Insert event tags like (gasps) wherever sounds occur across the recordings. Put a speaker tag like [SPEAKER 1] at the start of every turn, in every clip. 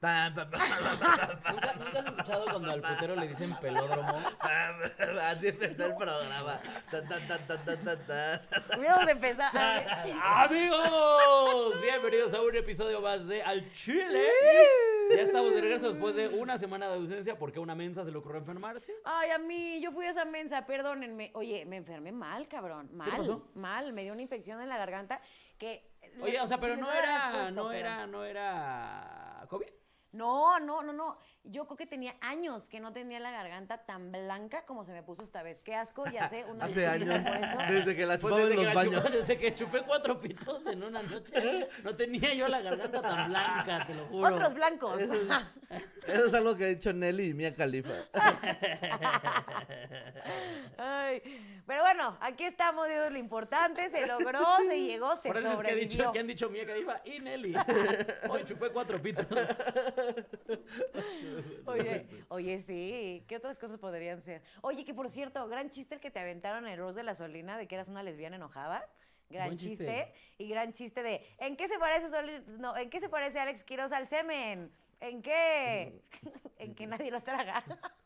[SPEAKER 1] Pam, pam, pam,
[SPEAKER 2] ¿Nunca, nunca has escuchado cuando al putero le dicen pelódromo?
[SPEAKER 1] pam, pam. Así empezó el programa. Tan, tan, tan, tan, tan, tan, tan.
[SPEAKER 3] Hubiéramos
[SPEAKER 2] (laughs)
[SPEAKER 3] empezado. a ver.
[SPEAKER 2] Amigos, bienvenidos a un episodio más de Al Chile. Ya estamos de regreso después de una semana de ausencia porque a una mensa se le ocurrió enfermarse.
[SPEAKER 3] Ay, a mí, yo fui a esa mensa, perdónenme. Oye, me enfermé mal, cabrón. Mal,
[SPEAKER 2] pasó?
[SPEAKER 3] mal. Me dio una infección en la garganta que.
[SPEAKER 2] Oye, o sea, pero no
[SPEAKER 3] la
[SPEAKER 2] era,
[SPEAKER 3] respuesta,
[SPEAKER 2] no
[SPEAKER 3] pero-
[SPEAKER 2] era, no era COVID.
[SPEAKER 3] No, no, no, no. Yo creo que tenía años que no tenía la garganta tan blanca como se me puso esta vez. Qué asco, ya sé.
[SPEAKER 2] (laughs)
[SPEAKER 3] Una
[SPEAKER 1] Hace
[SPEAKER 3] disculpa
[SPEAKER 1] años,
[SPEAKER 3] por eso.
[SPEAKER 1] desde que la
[SPEAKER 2] Pues
[SPEAKER 1] chupaba en
[SPEAKER 2] desde, que
[SPEAKER 1] los
[SPEAKER 2] la
[SPEAKER 1] baños.
[SPEAKER 2] chupé- (laughs) desde que chupé cuatro pitos en una noche, no tenía yo la garganta tan blanca, te lo juro.
[SPEAKER 3] Otros blancos.
[SPEAKER 1] Eso es algo que ha hecho Nelly y Mia Califa.
[SPEAKER 3] (laughs) Ay, pero bueno, aquí estamos, eso es lo importante, se logró, se llegó, se
[SPEAKER 2] Por eso es que, he
[SPEAKER 3] sobrevivió.
[SPEAKER 2] dicho, que han dicho Mía Cariba y Nelly. Hoy chupé cuatro pitos. (laughs)
[SPEAKER 3] Oye, oye, sí, ¿qué otras cosas podrían ser? Oye, que por cierto, gran chiste el que te aventaron en Rose de la Solina de que eras una lesbiana enojada. Gran
[SPEAKER 2] Buen
[SPEAKER 3] chiste.
[SPEAKER 2] chiste.
[SPEAKER 3] Y gran chiste de ¿en qué se parece Soli- no, ¿en qué se parece Alex Quiroz al semen?
[SPEAKER 2] (laughs)
[SPEAKER 3] ¿En qué? en que nadie lo traga.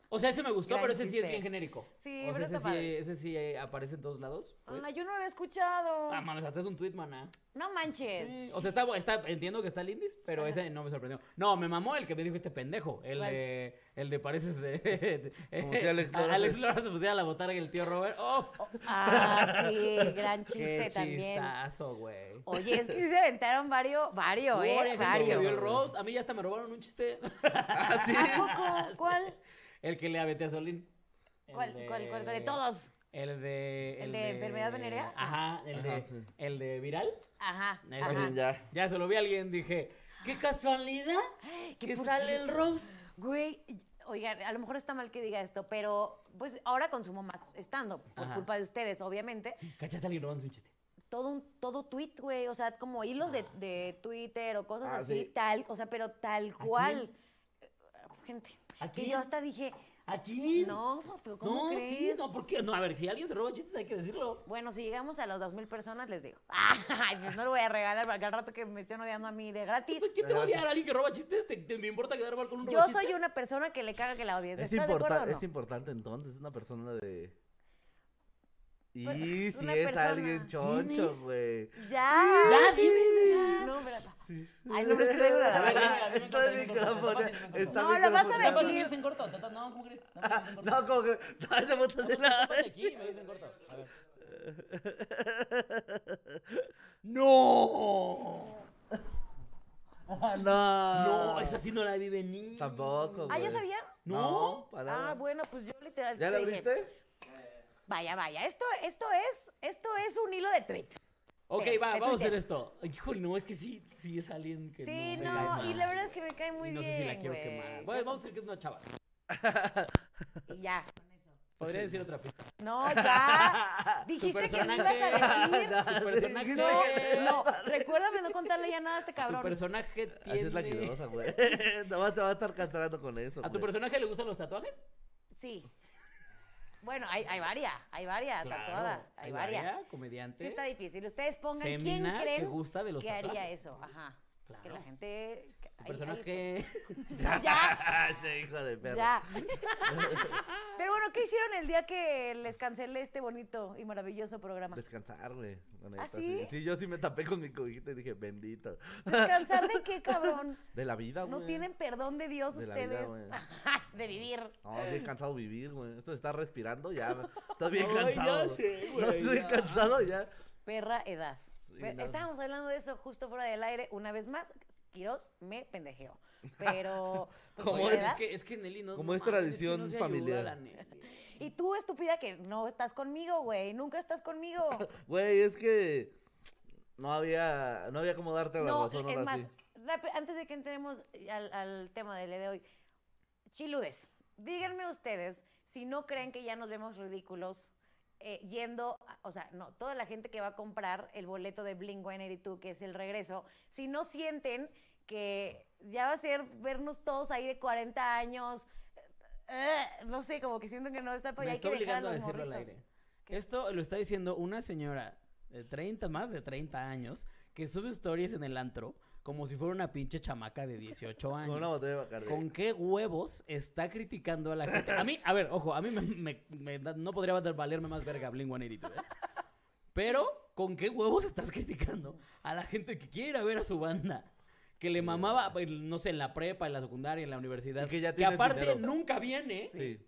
[SPEAKER 2] O sea, ese me gustó,
[SPEAKER 3] Gran
[SPEAKER 2] pero ese sí es
[SPEAKER 3] chiste.
[SPEAKER 2] bien genérico.
[SPEAKER 3] Sí,
[SPEAKER 2] o
[SPEAKER 3] pero
[SPEAKER 2] sea,
[SPEAKER 3] está
[SPEAKER 2] ese sí,
[SPEAKER 3] padre.
[SPEAKER 2] ese sí eh, aparece en todos lados. pues.
[SPEAKER 3] Ah, yo no lo había escuchado.
[SPEAKER 2] Ah, mames, hasta es un tweet, maná.
[SPEAKER 3] No manches.
[SPEAKER 2] Sí, O sea, está, está- entiendo que está lindis, pero ese no me sorprendió. No, me mamó el que me dijo este pendejo. El
[SPEAKER 3] ¿Cuál?
[SPEAKER 2] de. El de pareces.
[SPEAKER 3] (laughs)
[SPEAKER 2] de-
[SPEAKER 1] Como si
[SPEAKER 2] (laughs)
[SPEAKER 1] Alex Lora
[SPEAKER 2] a- Alex
[SPEAKER 1] se-
[SPEAKER 2] Lora se pusiera la botarga y el tío Robert. ¡Oh!
[SPEAKER 3] Ah, sí, gran
[SPEAKER 2] ¡Qué
[SPEAKER 3] chiste también.
[SPEAKER 2] chistazo, güey!
[SPEAKER 3] Oye, es que sí se aventaron varios, varios,
[SPEAKER 2] Hubo varias
[SPEAKER 3] ¿eh?
[SPEAKER 2] gente que vio el
[SPEAKER 3] Varios.
[SPEAKER 2] roast. A mí ya hasta me robaron un chiste. (laughs)
[SPEAKER 3] ¿A poco? ¿Cuál?
[SPEAKER 2] El que le aventé a Solín. (laughs) El
[SPEAKER 3] ¿Cuál, cuál, cuál, cuál? De todos.
[SPEAKER 2] El de.
[SPEAKER 3] ¿El de enfermedad venérea?
[SPEAKER 2] Ajá, el,
[SPEAKER 1] Ajá,
[SPEAKER 2] de,
[SPEAKER 1] sí.
[SPEAKER 2] el de viral.
[SPEAKER 3] Ajá.
[SPEAKER 2] Ese.
[SPEAKER 3] ajá.
[SPEAKER 1] Sí, ya.
[SPEAKER 2] Ya se lo vi a alguien, dije, qué casualidad
[SPEAKER 3] que
[SPEAKER 2] que
[SPEAKER 3] por
[SPEAKER 2] sale el
[SPEAKER 3] cierto-
[SPEAKER 2] roast.
[SPEAKER 3] Güey, oigan, a lo mejor está mal que diga esto, pero pues ahora consumo más estando por
[SPEAKER 2] Ajá.
[SPEAKER 3] culpa de ustedes, obviamente.
[SPEAKER 2] ¿Cachaste a alguien robando un chiste?
[SPEAKER 3] Todo un, todo tweet, güey, o sea, como hilos de,
[SPEAKER 2] Ah.
[SPEAKER 3] de Twitter o cosas
[SPEAKER 1] Ah,
[SPEAKER 3] así,
[SPEAKER 1] sí.
[SPEAKER 3] tal, o sea, pero tal
[SPEAKER 2] quién?
[SPEAKER 3] cual. Eh, Gente.
[SPEAKER 2] ¿A
[SPEAKER 3] que
[SPEAKER 2] quién?
[SPEAKER 3] yo hasta dije,
[SPEAKER 2] ¿A quién?
[SPEAKER 3] no, pero ¿cómo
[SPEAKER 2] no,
[SPEAKER 3] crees?
[SPEAKER 2] sí, no, porque no, a ver, si alguien se roba chistes hay que decirlo.
[SPEAKER 3] Bueno, si llegamos a los 2.000 personas, les digo. (laughs) Ay, pues no lo voy a regalar porque al rato que me estén odiando a mí de gratis.
[SPEAKER 2] Pues, ¿Quién te va a odiar a alguien que roba chistes? ¿Te, te- me importa quedar mal con un
[SPEAKER 3] Yo
[SPEAKER 2] robachistes?
[SPEAKER 3] soy una persona que le caga que la odien.
[SPEAKER 1] Es,
[SPEAKER 3] ¿Estás de acuerdo o
[SPEAKER 1] importa-
[SPEAKER 3] no?
[SPEAKER 1] es importante entonces, es una persona de... Y
[SPEAKER 3] Bueno,
[SPEAKER 1] si
[SPEAKER 3] una
[SPEAKER 1] es
[SPEAKER 3] persona.
[SPEAKER 1] alguien
[SPEAKER 2] ¿Quién
[SPEAKER 1] choncho,
[SPEAKER 2] es?
[SPEAKER 1] güey.
[SPEAKER 3] Ya.
[SPEAKER 2] Ya, dime, ya.
[SPEAKER 3] No, pero-
[SPEAKER 1] Sí.
[SPEAKER 3] Ay, no, pero es que traigo la-
[SPEAKER 1] Está
[SPEAKER 2] A ver, venga,
[SPEAKER 1] está
[SPEAKER 2] venga,
[SPEAKER 1] el
[SPEAKER 2] venga, venga,
[SPEAKER 1] micrófono,
[SPEAKER 2] venga, venga,
[SPEAKER 1] está
[SPEAKER 3] venga. No, lo vas a
[SPEAKER 1] microfoneado.
[SPEAKER 2] No,
[SPEAKER 3] decir.
[SPEAKER 2] pasa me dicen corto. ta- ta- No, ¿cómo crees? No, me dicen
[SPEAKER 1] (laughs)
[SPEAKER 2] corto.
[SPEAKER 1] No, como que... No, ese puto sí la-
[SPEAKER 2] Ponte aquí, me dicen corto. A ver.
[SPEAKER 1] ¡No! Ah, no.
[SPEAKER 2] No, esa sí no la vi venir.
[SPEAKER 1] Tampoco,
[SPEAKER 3] Ah, ¿ya
[SPEAKER 1] güey.
[SPEAKER 3] sabían?
[SPEAKER 1] No, para
[SPEAKER 3] Ah,
[SPEAKER 1] nada.
[SPEAKER 3] bueno, pues yo literal.
[SPEAKER 1] ¿Ya la
[SPEAKER 3] dije,
[SPEAKER 1] abriste?
[SPEAKER 3] Vaya, vaya. Esto, esto es, esto es un hilo de tweet.
[SPEAKER 2] Ok,
[SPEAKER 3] Eh,
[SPEAKER 2] va,
[SPEAKER 3] de
[SPEAKER 2] vamos a hacer
[SPEAKER 3] Twitter.
[SPEAKER 2] esto. Híjole, no, es que sí, sí es alguien que
[SPEAKER 3] Sí,
[SPEAKER 2] se
[SPEAKER 3] no,
[SPEAKER 2] cae
[SPEAKER 3] y
[SPEAKER 2] mal.
[SPEAKER 3] la verdad es que me cae muy
[SPEAKER 2] Y no
[SPEAKER 3] bien.
[SPEAKER 2] sé si la quiero
[SPEAKER 3] güey.
[SPEAKER 2] quemar. Bueno, vamos a decir que es una chava.
[SPEAKER 3] Y ya.
[SPEAKER 2] Podría decir otra pista. (laughs)
[SPEAKER 3] No, ya.
[SPEAKER 2] Su
[SPEAKER 3] Dijiste que no ibas
[SPEAKER 2] personaje.
[SPEAKER 3] a decir.
[SPEAKER 1] (laughs)
[SPEAKER 2] (laughs) Su personaje.
[SPEAKER 3] No, no, recuérdame no contarle ya nada a este
[SPEAKER 2] Tu
[SPEAKER 3] cabrón.
[SPEAKER 2] personaje
[SPEAKER 1] Así Ah, es la
[SPEAKER 2] tiene.
[SPEAKER 1] quinosa,
[SPEAKER 3] (laughs)
[SPEAKER 1] güey. (laughs) Nada más te va a estar castrando con eso,
[SPEAKER 2] ¿A tu
[SPEAKER 1] güey.
[SPEAKER 2] personaje le gustan los tatuajes?
[SPEAKER 3] Sí. Bueno, hay, hay varias, hay varias tatuadas, hay, varias. Sí
[SPEAKER 2] Comediante.
[SPEAKER 3] está difícil. Ustedes pongan
[SPEAKER 2] Femina
[SPEAKER 3] quién creen
[SPEAKER 2] que gusta de los
[SPEAKER 3] que haría
[SPEAKER 2] tatuajes.
[SPEAKER 3] eso. Ajá. Que
[SPEAKER 2] Claro.
[SPEAKER 3] la gente...
[SPEAKER 2] Tu
[SPEAKER 3] que- ay, ay,
[SPEAKER 2] personaje.
[SPEAKER 1] (laughs)
[SPEAKER 3] ya,
[SPEAKER 1] Ese hijo de perro. (laughs)
[SPEAKER 3] ya. Pero bueno, ¿qué hicieron el día que les cancelé este bonito y maravilloso programa?
[SPEAKER 1] Descansar, güey. la neta,
[SPEAKER 3] ¿Ah, sí?
[SPEAKER 1] Sí, yo sí me tapé con mi cobijita y dije, bendito.
[SPEAKER 3] ¿Descansar de
[SPEAKER 1] (laughs)
[SPEAKER 3] qué, cabrón?
[SPEAKER 1] De la vida, Ah, güey.
[SPEAKER 3] No tienen perdón de Dios
[SPEAKER 1] De la vida,
[SPEAKER 3] ustedes.
[SPEAKER 1] güey.
[SPEAKER 3] (laughs) de vivir.
[SPEAKER 1] No, estoy cansado de vivir, güey. Esto de estar respirando,
[SPEAKER 3] (laughs)
[SPEAKER 1] ya. Estoy bien
[SPEAKER 2] Ay,
[SPEAKER 1] cansado.
[SPEAKER 2] ya
[SPEAKER 1] (laughs)
[SPEAKER 2] sé,
[SPEAKER 1] No,
[SPEAKER 2] güey.
[SPEAKER 1] estoy
[SPEAKER 2] ya.
[SPEAKER 1] cansado ya.
[SPEAKER 3] Perra edad.
[SPEAKER 1] Sí,
[SPEAKER 3] Pero
[SPEAKER 1] no.
[SPEAKER 3] Estábamos hablando de eso justo fuera del aire una vez más. Quirós me pendejeó. Pero.
[SPEAKER 1] (laughs)
[SPEAKER 3] pues,
[SPEAKER 1] ¿Cómo
[SPEAKER 3] por
[SPEAKER 1] es?
[SPEAKER 3] edad.
[SPEAKER 2] Es que, es que Nelly no.
[SPEAKER 1] Como
[SPEAKER 2] no
[SPEAKER 1] es
[SPEAKER 2] mames, que
[SPEAKER 1] tradición
[SPEAKER 2] no se
[SPEAKER 1] familiar.
[SPEAKER 2] ayuda la Nelly.
[SPEAKER 3] Y tú, estúpida, que no estás conmigo, güey. Nunca estás conmigo.
[SPEAKER 1] (laughs) Güey, es que no había, no había como darte la
[SPEAKER 3] no,
[SPEAKER 1] razón
[SPEAKER 3] es
[SPEAKER 1] ahora
[SPEAKER 3] más,
[SPEAKER 1] sí.
[SPEAKER 3] rápi- antes de que entremos al, al tema del día de hoy, chiludes, díganme ustedes si no creen que ya nos vemos ridículos eh, yendo, a- o sea, no, toda la gente que va a comprar el boleto de Blink-182, que es el regreso, si no sienten que ya va a ser vernos todos ahí de 40 años, eh, no sé, como que sienten que no está para
[SPEAKER 2] Me
[SPEAKER 3] hay
[SPEAKER 2] está
[SPEAKER 3] que dejar
[SPEAKER 2] obligando
[SPEAKER 3] a
[SPEAKER 2] a
[SPEAKER 3] los
[SPEAKER 2] decirlo al
[SPEAKER 3] morritos.
[SPEAKER 2] aire.
[SPEAKER 3] ¿Qué?
[SPEAKER 2] Esto lo está diciendo una señora de 30, más de 30 años, que sube stories en el antro como si fuera una pinche chamaca de 18 años.
[SPEAKER 1] Con una botella de Bacardi.
[SPEAKER 2] ¿Con qué huevos está criticando a la gente? A mí, a ver, ojo, a mí me, me- me da- no podría valer- valerme más verga Blink Juanerito, ¿eh? Pero, ¿con qué huevos estás criticando a la gente que quiere ir a ver a su banda? Que le mamaba, pues, no sé, en la prepa, en la secundaria, en la universidad.
[SPEAKER 1] Y que ya tienes
[SPEAKER 2] aparte
[SPEAKER 1] dinero.
[SPEAKER 2] nunca viene.
[SPEAKER 1] Sí.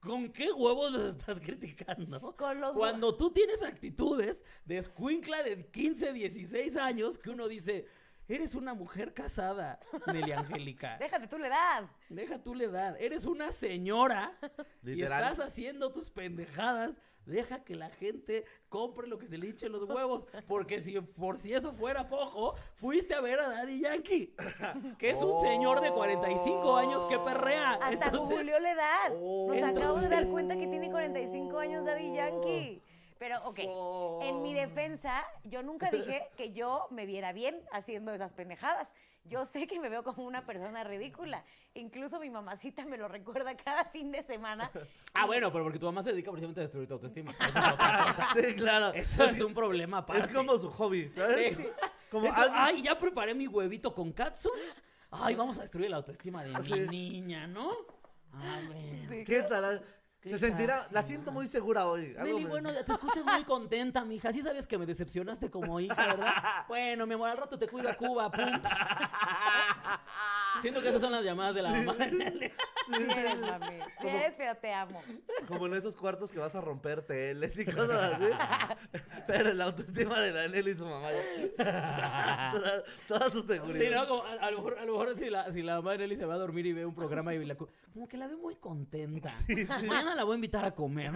[SPEAKER 2] ¿Con qué huevos los estás (laughs) criticando?
[SPEAKER 3] Con los
[SPEAKER 2] Cuando tú tienes actitudes de escuincla de 15, 16 años que uno dice, eres una mujer
[SPEAKER 3] (laughs)
[SPEAKER 2] casada, Nelly Angélica.
[SPEAKER 3] Déjate tú la edad.
[SPEAKER 2] Deja tú la edad. Eres una señora y
[SPEAKER 1] Literal.
[SPEAKER 2] estás haciendo tus pendejadas. Deja que la gente compre lo que se le hinche los huevos. Porque si por si eso fuera poco, fuiste a ver a Daddy Yankee, que es un señor de 45 años que perrea.
[SPEAKER 3] Hasta
[SPEAKER 2] Entonces, oh,
[SPEAKER 3] Julio la edad. Nos acabamos de dar
[SPEAKER 2] entonces- Oh,
[SPEAKER 3] cuenta que tiene 45 años Daddy Yankee. Pero, ok. En mi defensa, yo
[SPEAKER 2] (laughs)
[SPEAKER 3] nunca dije que yo me viera bien haciendo esas pendejadas.
[SPEAKER 2] Ah.
[SPEAKER 3] Yo sé que me veo como una persona ridícula. Incluso mi mamacita me lo recuerda cada fin
[SPEAKER 2] (laughs)
[SPEAKER 3] de semana.
[SPEAKER 2] Ah, bueno, pero porque tu mamá se dedica precisamente a destruir tu autoestima. Eso es otra cosa.
[SPEAKER 1] (laughs) (laughs) Sí, claro.
[SPEAKER 2] Eso es un problema aparte.
[SPEAKER 1] Es como su hobby, ¿sabes?
[SPEAKER 2] Sí.
[SPEAKER 1] Como,
[SPEAKER 2] Es como,
[SPEAKER 1] hazme-
[SPEAKER 2] ay, ya preparé mi huevito con katsu. Ay, vamos a destruir la autoestima de mi
[SPEAKER 1] Así.
[SPEAKER 2] niña, ¿no? A ver.
[SPEAKER 1] ¿Qué estará?
[SPEAKER 2] ¿Qué
[SPEAKER 1] Se sentirá,
[SPEAKER 2] tal?
[SPEAKER 1] la siento muy segura hoy. Algo
[SPEAKER 2] Nelly,
[SPEAKER 1] me-
[SPEAKER 2] bueno, te escuchas muy contenta, mija. Sí sabes que me decepcionaste como hija, ¿verdad?
[SPEAKER 1] (laughs)
[SPEAKER 2] Bueno, mi amor, al rato te cuido a Cuba, pum. Siento que esas son las llamadas de la mamá de Nelly.
[SPEAKER 1] Sí, sí,
[SPEAKER 3] Eres,
[SPEAKER 1] sí.
[SPEAKER 3] mami. (laughs)
[SPEAKER 1] Como-
[SPEAKER 3] Eres, pero te amo.
[SPEAKER 1] Como en esos cuartos que vas a romper teles y cosas así. Pero la autoestima de la Nelly y su mamá. ya. toda, toda su seguridad.
[SPEAKER 2] Sí, ¿no? Como a, a lo mejor, a lo mejor si, la, si la mamá de Nelly se va a dormir y ve un programa y la... cu- Como que la ve muy contenta. Mañana la voy a invitar a
[SPEAKER 1] (laughs)
[SPEAKER 2] comer.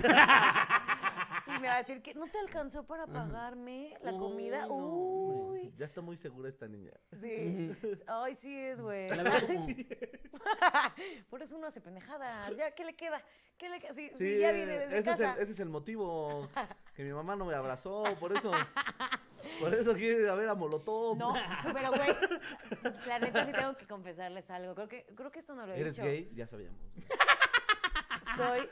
[SPEAKER 3] Y me va a decir que no te alcanzó para pagarme la
[SPEAKER 2] Uy,
[SPEAKER 3] comida.
[SPEAKER 2] no, hombre.
[SPEAKER 3] Uy.
[SPEAKER 1] Ya está muy segura esta niña.
[SPEAKER 3] Sí. Ay, sí es, güey.
[SPEAKER 2] La ve como...
[SPEAKER 3] Por eso uno hace pendejadas. Ya, ¿qué le queda? ¿Qué le queda? Si, si
[SPEAKER 1] Sí,
[SPEAKER 3] ya viene desde
[SPEAKER 1] ese, es
[SPEAKER 3] casa.
[SPEAKER 1] el, ese es el motivo. Que mi mamá no me abrazó, por eso. Por eso quiere ir a ver a Molotov. (laughs)
[SPEAKER 3] No, (laughs) pero güey, la neta sí tengo que confesarles algo. Creo que, creo que esto no lo he
[SPEAKER 1] ¿Eres
[SPEAKER 3] dicho.
[SPEAKER 1] gay? Ya sabíamos. güey.
[SPEAKER 3] Soy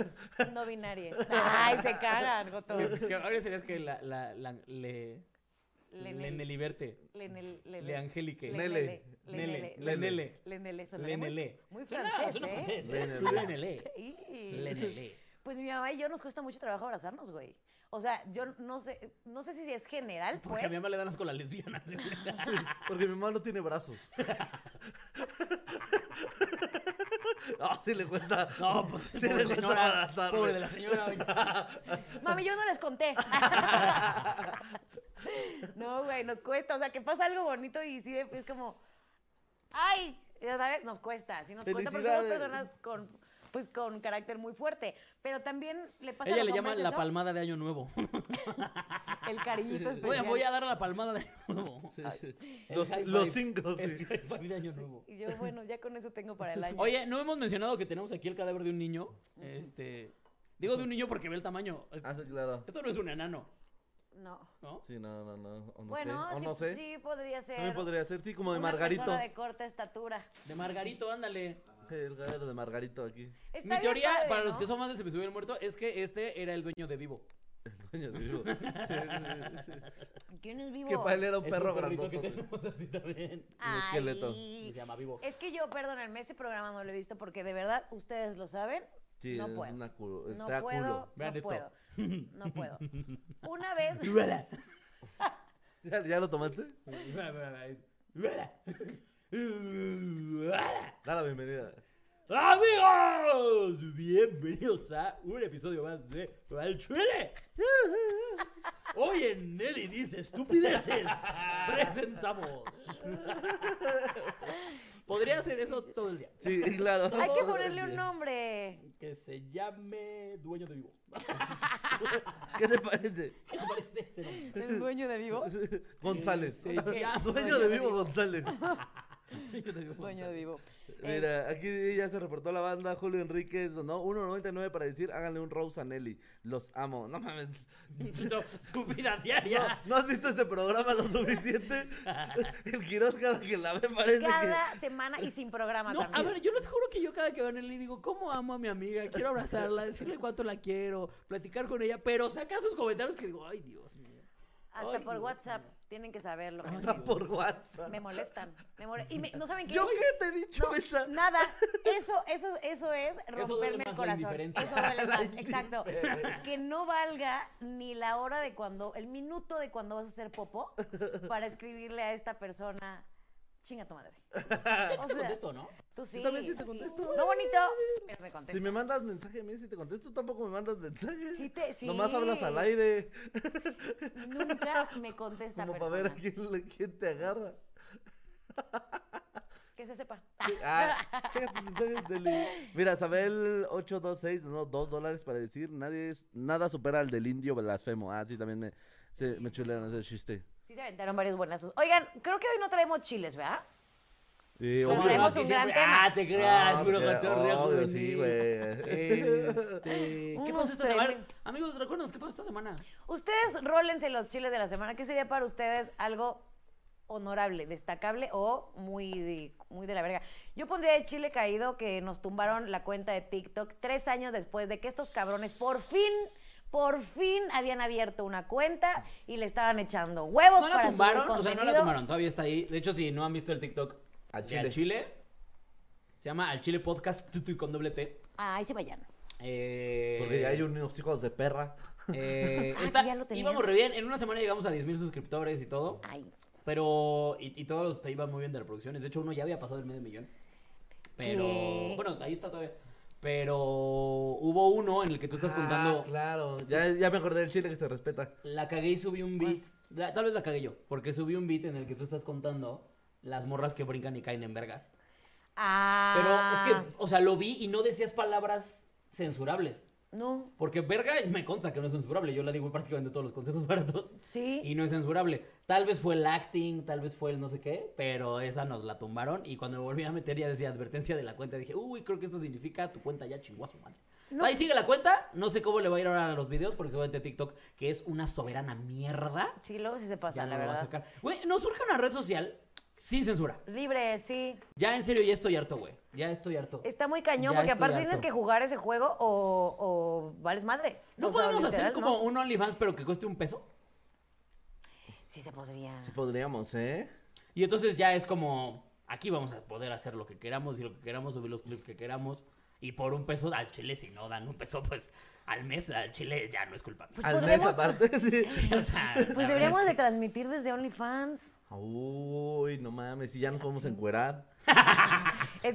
[SPEAKER 3] no binaria. Ay, se cagan, Joto.
[SPEAKER 2] que- que Ahora serías que la... la, la- le... Le,
[SPEAKER 3] Lenel-
[SPEAKER 2] Neliberte.
[SPEAKER 3] Lenel- Lenel-
[SPEAKER 2] Le Angélique.
[SPEAKER 1] Le- Nele. Nele.
[SPEAKER 2] Nele.
[SPEAKER 3] Lenele.
[SPEAKER 2] Lenele.
[SPEAKER 3] Lenele. sonaría muy-
[SPEAKER 2] Lenele.
[SPEAKER 3] Muy
[SPEAKER 2] Suena-
[SPEAKER 3] francés,
[SPEAKER 2] suena
[SPEAKER 3] ¿eh?
[SPEAKER 2] francés, ¿eh?
[SPEAKER 1] Lenele.
[SPEAKER 2] Lenele.
[SPEAKER 3] Y-
[SPEAKER 2] Lenele.
[SPEAKER 3] Pues mi mamá y yo nos cuesta mucho trabajo abrazarnos, güey. O sea, yo no sé, no sé si es general,
[SPEAKER 2] Porque
[SPEAKER 3] pues.
[SPEAKER 2] a mi mamá le dan asco las lesbianas.
[SPEAKER 1] (laughs) Porque mi mamá no tiene brazos. No, sí le cuesta.
[SPEAKER 2] No, pues
[SPEAKER 1] Sí, le
[SPEAKER 2] pobre
[SPEAKER 1] cuesta
[SPEAKER 2] señora.
[SPEAKER 1] abrazarme.
[SPEAKER 2] Pobre de la señora. oye.
[SPEAKER 3] Mami, yo no les conté. (laughs) no, güey, nos cuesta. O sea, que pasa algo bonito y sí, es como, ay, ya sabes, nos cuesta. Sí, nos cuesta porque somos
[SPEAKER 1] Felicidades.
[SPEAKER 3] personas con, pues, con carácter muy fuerte. Pero también le pasa a
[SPEAKER 2] Ella
[SPEAKER 3] los
[SPEAKER 2] le llama
[SPEAKER 3] hombres
[SPEAKER 2] la
[SPEAKER 3] eso, pues,
[SPEAKER 2] palmada de Año Nuevo.
[SPEAKER 3] El
[SPEAKER 2] (laughs)
[SPEAKER 3] cariñito
[SPEAKER 1] Sí, sí, sí.
[SPEAKER 2] Voy a,
[SPEAKER 3] especial.
[SPEAKER 2] voy a dar a la palmada de Año Nuevo.
[SPEAKER 1] Sí, sí.
[SPEAKER 2] El
[SPEAKER 1] Los,
[SPEAKER 2] high
[SPEAKER 1] los
[SPEAKER 2] five.
[SPEAKER 1] cinco,
[SPEAKER 2] El
[SPEAKER 1] sí.
[SPEAKER 2] high five de Año Nuevo.
[SPEAKER 3] Y yo, bueno, ya con eso tengo para el año.
[SPEAKER 2] (laughs) Oye, no hemos mencionado que tenemos aquí el cadáver de un niño. Este. Digo de un niño porque ve el tamaño.
[SPEAKER 1] Ah, sí, claro.
[SPEAKER 2] Esto no es un enano,
[SPEAKER 3] No.
[SPEAKER 2] ¿no?
[SPEAKER 1] Sí, no, no, no. O no sé.
[SPEAKER 3] Bueno,
[SPEAKER 1] O
[SPEAKER 3] sí, pues,
[SPEAKER 1] no sé.
[SPEAKER 3] sí podría ser.
[SPEAKER 1] También podría ser, sí, como de
[SPEAKER 3] una
[SPEAKER 1] Margarito.
[SPEAKER 3] persona de corta estatura.
[SPEAKER 2] De Margarito, ándale.
[SPEAKER 1] Sí, El gallo de Margarito aquí.
[SPEAKER 3] Está
[SPEAKER 2] Mi
[SPEAKER 3] bien
[SPEAKER 2] teoría,
[SPEAKER 3] padre,
[SPEAKER 2] para los
[SPEAKER 3] ¿no?
[SPEAKER 2] que son más de Se me subió el muerto, es que este era el dueño de Vivo.
[SPEAKER 1] El dueño de
[SPEAKER 2] (laughs)
[SPEAKER 1] vivo. Sí, sí, sí, sí.
[SPEAKER 3] ¿Quién es vivo?
[SPEAKER 1] Que para él era un
[SPEAKER 2] Es
[SPEAKER 1] perro
[SPEAKER 2] perrito
[SPEAKER 1] grandote.
[SPEAKER 2] que tenemos así también.
[SPEAKER 1] un esqueleto.
[SPEAKER 2] Y
[SPEAKER 3] Ay.
[SPEAKER 2] se llama Vivo.
[SPEAKER 3] Es que yo, perdónenme, ese programa no lo he visto porque de verdad ustedes lo saben.
[SPEAKER 1] Sí,
[SPEAKER 3] no
[SPEAKER 1] es
[SPEAKER 3] puedo.
[SPEAKER 1] una culo.
[SPEAKER 3] No
[SPEAKER 1] Está
[SPEAKER 3] puedo,
[SPEAKER 1] culo.
[SPEAKER 2] Vean
[SPEAKER 3] no
[SPEAKER 2] esto.
[SPEAKER 3] puedo. No
[SPEAKER 2] (laughs)
[SPEAKER 3] puedo. Una vez,
[SPEAKER 1] ¿Ya, ya lo tomaste? Da la bienvenida.
[SPEAKER 2] Amigos, bienvenidos
[SPEAKER 3] (laughs)
[SPEAKER 2] a un episodio más de Al (laughs) Chile. Hoy en Nelly dice estupideces. Presentamos. Podría hacer eso todo el día.
[SPEAKER 1] Sí, (laughs) claro.
[SPEAKER 3] hay que ponerle un nombre.
[SPEAKER 2] Que se llame dueño de vivo. (laughs)
[SPEAKER 1] ¿Qué te parece?
[SPEAKER 2] ¿Qué te parece ese nombre?
[SPEAKER 3] ¿El dueño de vivo?
[SPEAKER 1] (laughs) González.
[SPEAKER 2] se llama
[SPEAKER 1] Dueño de vivo González.
[SPEAKER 3] Dueño de vivo.
[SPEAKER 1] Mira, aquí ya se reportó la banda Julio Enríquez, ¿no? 1.99 para decir, háganle un Rose a Nelly. Los amo. No mames.
[SPEAKER 2] No, su vida
[SPEAKER 1] No,
[SPEAKER 2] diaria.
[SPEAKER 1] ¿no has visto este programa lo suficiente? (laughs) El Quiroz cada que la ve parece
[SPEAKER 3] Cada semana y sin programa
[SPEAKER 2] No, a
[SPEAKER 3] también.
[SPEAKER 2] ver, yo les juro que yo cada que veo a Nelly digo, ¿cómo amo a mi amiga? Quiero abrazarla, decirle cuánto la quiero, platicar con ella, pero saca sus comentarios que digo, ay, Dios mío.
[SPEAKER 3] Hasta
[SPEAKER 2] Ay,
[SPEAKER 3] por
[SPEAKER 2] Dios
[SPEAKER 3] WhatsApp
[SPEAKER 2] mío.
[SPEAKER 3] tienen que saberlo.
[SPEAKER 1] que
[SPEAKER 3] gente.
[SPEAKER 1] está por WhatsApp.
[SPEAKER 3] Me molestan. Me mole- Y me- no saben qué.
[SPEAKER 1] ¿Yo qué te he dicho,
[SPEAKER 3] (laughs) No,
[SPEAKER 1] Elsa?
[SPEAKER 3] nada. Eso, eso, eso es
[SPEAKER 2] duele
[SPEAKER 3] romperme
[SPEAKER 2] más,
[SPEAKER 3] el
[SPEAKER 2] la
[SPEAKER 3] corazón.
[SPEAKER 2] indiferencia.
[SPEAKER 3] Eso
[SPEAKER 2] (laughs)
[SPEAKER 3] duele
[SPEAKER 1] La
[SPEAKER 3] más. Exacto.
[SPEAKER 1] indiferencia.
[SPEAKER 3] Que no valga ni la hora de cuando, el minuto de cuando vas a hacer popó para escribirle a esta persona. Chinga tu madre.
[SPEAKER 2] (laughs) Yo sí
[SPEAKER 3] O
[SPEAKER 2] te
[SPEAKER 3] sea,
[SPEAKER 2] contesto, ¿no?
[SPEAKER 3] Tú sí.
[SPEAKER 1] también sí te
[SPEAKER 3] tú
[SPEAKER 1] contesto.
[SPEAKER 3] No bonito, pero me
[SPEAKER 1] Si
[SPEAKER 3] contestas.
[SPEAKER 1] me mandas mensaje a mí, si te contesto, tú tampoco me mandas mensaje.
[SPEAKER 3] Sí te- sí.
[SPEAKER 1] Nomás hablas al aire,
[SPEAKER 3] Nunca me contesta
[SPEAKER 1] como
[SPEAKER 3] persona.
[SPEAKER 1] para ver a quién, le- quién te agarra.
[SPEAKER 3] Que se sepa.
[SPEAKER 1] Ah, checa tus mensajes, Deli. Mira, Isabel 826, no, dos dólares para decir, nadie es- nada supera al del indio blasfemo. Ah, sí, también me, sí, me chulean ese chiste.
[SPEAKER 3] Sí se aventaron varios buenazos. Oigan, creo que hoy no traemos chiles, ¿verdad?
[SPEAKER 1] Sí,
[SPEAKER 3] Pero tenemos un gran tema.
[SPEAKER 2] Ah, te creas,
[SPEAKER 1] Ah,
[SPEAKER 2] güey,
[SPEAKER 1] porque-
[SPEAKER 2] Mateo Real
[SPEAKER 1] obvio,
[SPEAKER 2] Juvenil.
[SPEAKER 1] sí, güey.
[SPEAKER 2] Este, ¿Qué
[SPEAKER 3] Unos
[SPEAKER 2] pasó esta semana?
[SPEAKER 3] tremen-
[SPEAKER 2] Amigos, recuérdenos, ¿qué pasó esta semana?
[SPEAKER 3] Ustedes rólense los chiles de la semana. ¿Qué sería para ustedes algo honorable, destacable o muy de, muy de la verga? Yo pondría de chile caído que nos tumbaron la cuenta de TikTok tres años después de que estos cabrones por fin, por fin habían abierto una cuenta y le estaban echando huevos
[SPEAKER 2] ¿No
[SPEAKER 3] para
[SPEAKER 2] la
[SPEAKER 3] subir
[SPEAKER 2] tumbaron? O sea, no la
[SPEAKER 3] contenido.
[SPEAKER 2] tumbaron, todavía está ahí. De hecho, si no han visto el TikTok
[SPEAKER 1] Al
[SPEAKER 2] de
[SPEAKER 1] Chile.
[SPEAKER 2] Al Chile, se llama Al Chile Podcast Tutu con doble T.
[SPEAKER 3] Ay, se vayan.
[SPEAKER 2] Eh,
[SPEAKER 1] Porque hay unos hijos de perra.
[SPEAKER 2] eh,
[SPEAKER 3] Ah,
[SPEAKER 2] está-
[SPEAKER 3] que ya lo tenían.
[SPEAKER 2] íbamos re bien, en una semana llegamos a 10.000 suscriptores y todo,
[SPEAKER 3] Ay.
[SPEAKER 2] pero, y, y todos te iban muy bien de reproducciones, de hecho uno ya había pasado el medio millón, pero,
[SPEAKER 3] ¿Qué?
[SPEAKER 2] bueno, ahí está todavía, pero hubo uno en el que tú estás
[SPEAKER 1] Ah,
[SPEAKER 2] contando,
[SPEAKER 1] Claro, ya, ya me acordé del chile que se respeta.
[SPEAKER 2] la cagué y subí un beat, La- tal vez la cagué yo, porque subí un beat en el que tú estás contando las morras que brincan y caen en vergas, pero
[SPEAKER 3] Ah.
[SPEAKER 2] es que, o sea, lo vi y no decías palabras censurables.
[SPEAKER 3] No.
[SPEAKER 2] Porque verga me consta que no es censurable. Yo la digo en prácticamente todos los consejos (laughs) baratos.
[SPEAKER 3] Sí.
[SPEAKER 2] Y no es censurable. Tal vez fue el acting, tal vez fue el no sé qué, pero esa nos la tumbaron. Y cuando me volví a meter ya decía advertencia de la cuenta. Dije, uy, creo que esto significa tu cuenta ya chingó a su madre.
[SPEAKER 3] No.
[SPEAKER 2] Ahí sigue la cuenta. No sé cómo le va a ir ahora a los videos, porque seguramente TikTok, que es una soberana mierda,
[SPEAKER 3] Sí, luego sí se pasa,
[SPEAKER 2] ya no
[SPEAKER 3] la
[SPEAKER 2] lo va a
[SPEAKER 3] verdad.
[SPEAKER 2] sacar. Güey, nos surge una red social sin censura.
[SPEAKER 3] Libre, sí.
[SPEAKER 2] Ya en serio, ya estoy harto, güey. Ya estoy harto.
[SPEAKER 3] Está muy cañón,
[SPEAKER 2] Ya
[SPEAKER 3] porque
[SPEAKER 2] estoy
[SPEAKER 3] aparte
[SPEAKER 2] harto.
[SPEAKER 3] tienes que jugar ese juego o, o vales madre.
[SPEAKER 2] ¿No
[SPEAKER 3] O sea,
[SPEAKER 2] podemos hacer
[SPEAKER 3] literal,
[SPEAKER 2] como
[SPEAKER 3] ¿no?
[SPEAKER 2] un OnlyFans, pero que cueste un peso?
[SPEAKER 3] Sí, se podría.
[SPEAKER 1] Sí podríamos, ¿eh?
[SPEAKER 2] Y entonces ya es como, aquí vamos a poder hacer lo que queramos y lo que queramos, subir los clips que queramos. Y por un peso al chile, si no dan un peso, pues al mes al chile ya no es culpa. mía. (laughs)
[SPEAKER 1] Al mes
[SPEAKER 3] Pues podríamos-
[SPEAKER 1] aparte, (laughs) sí.
[SPEAKER 2] O sea, la verdad
[SPEAKER 3] Pues
[SPEAKER 2] es
[SPEAKER 3] deberíamos de
[SPEAKER 2] que-
[SPEAKER 3] transmitir desde OnlyFans.
[SPEAKER 1] Uy, no mames, si ya nos podemos encuerar.
[SPEAKER 3] Es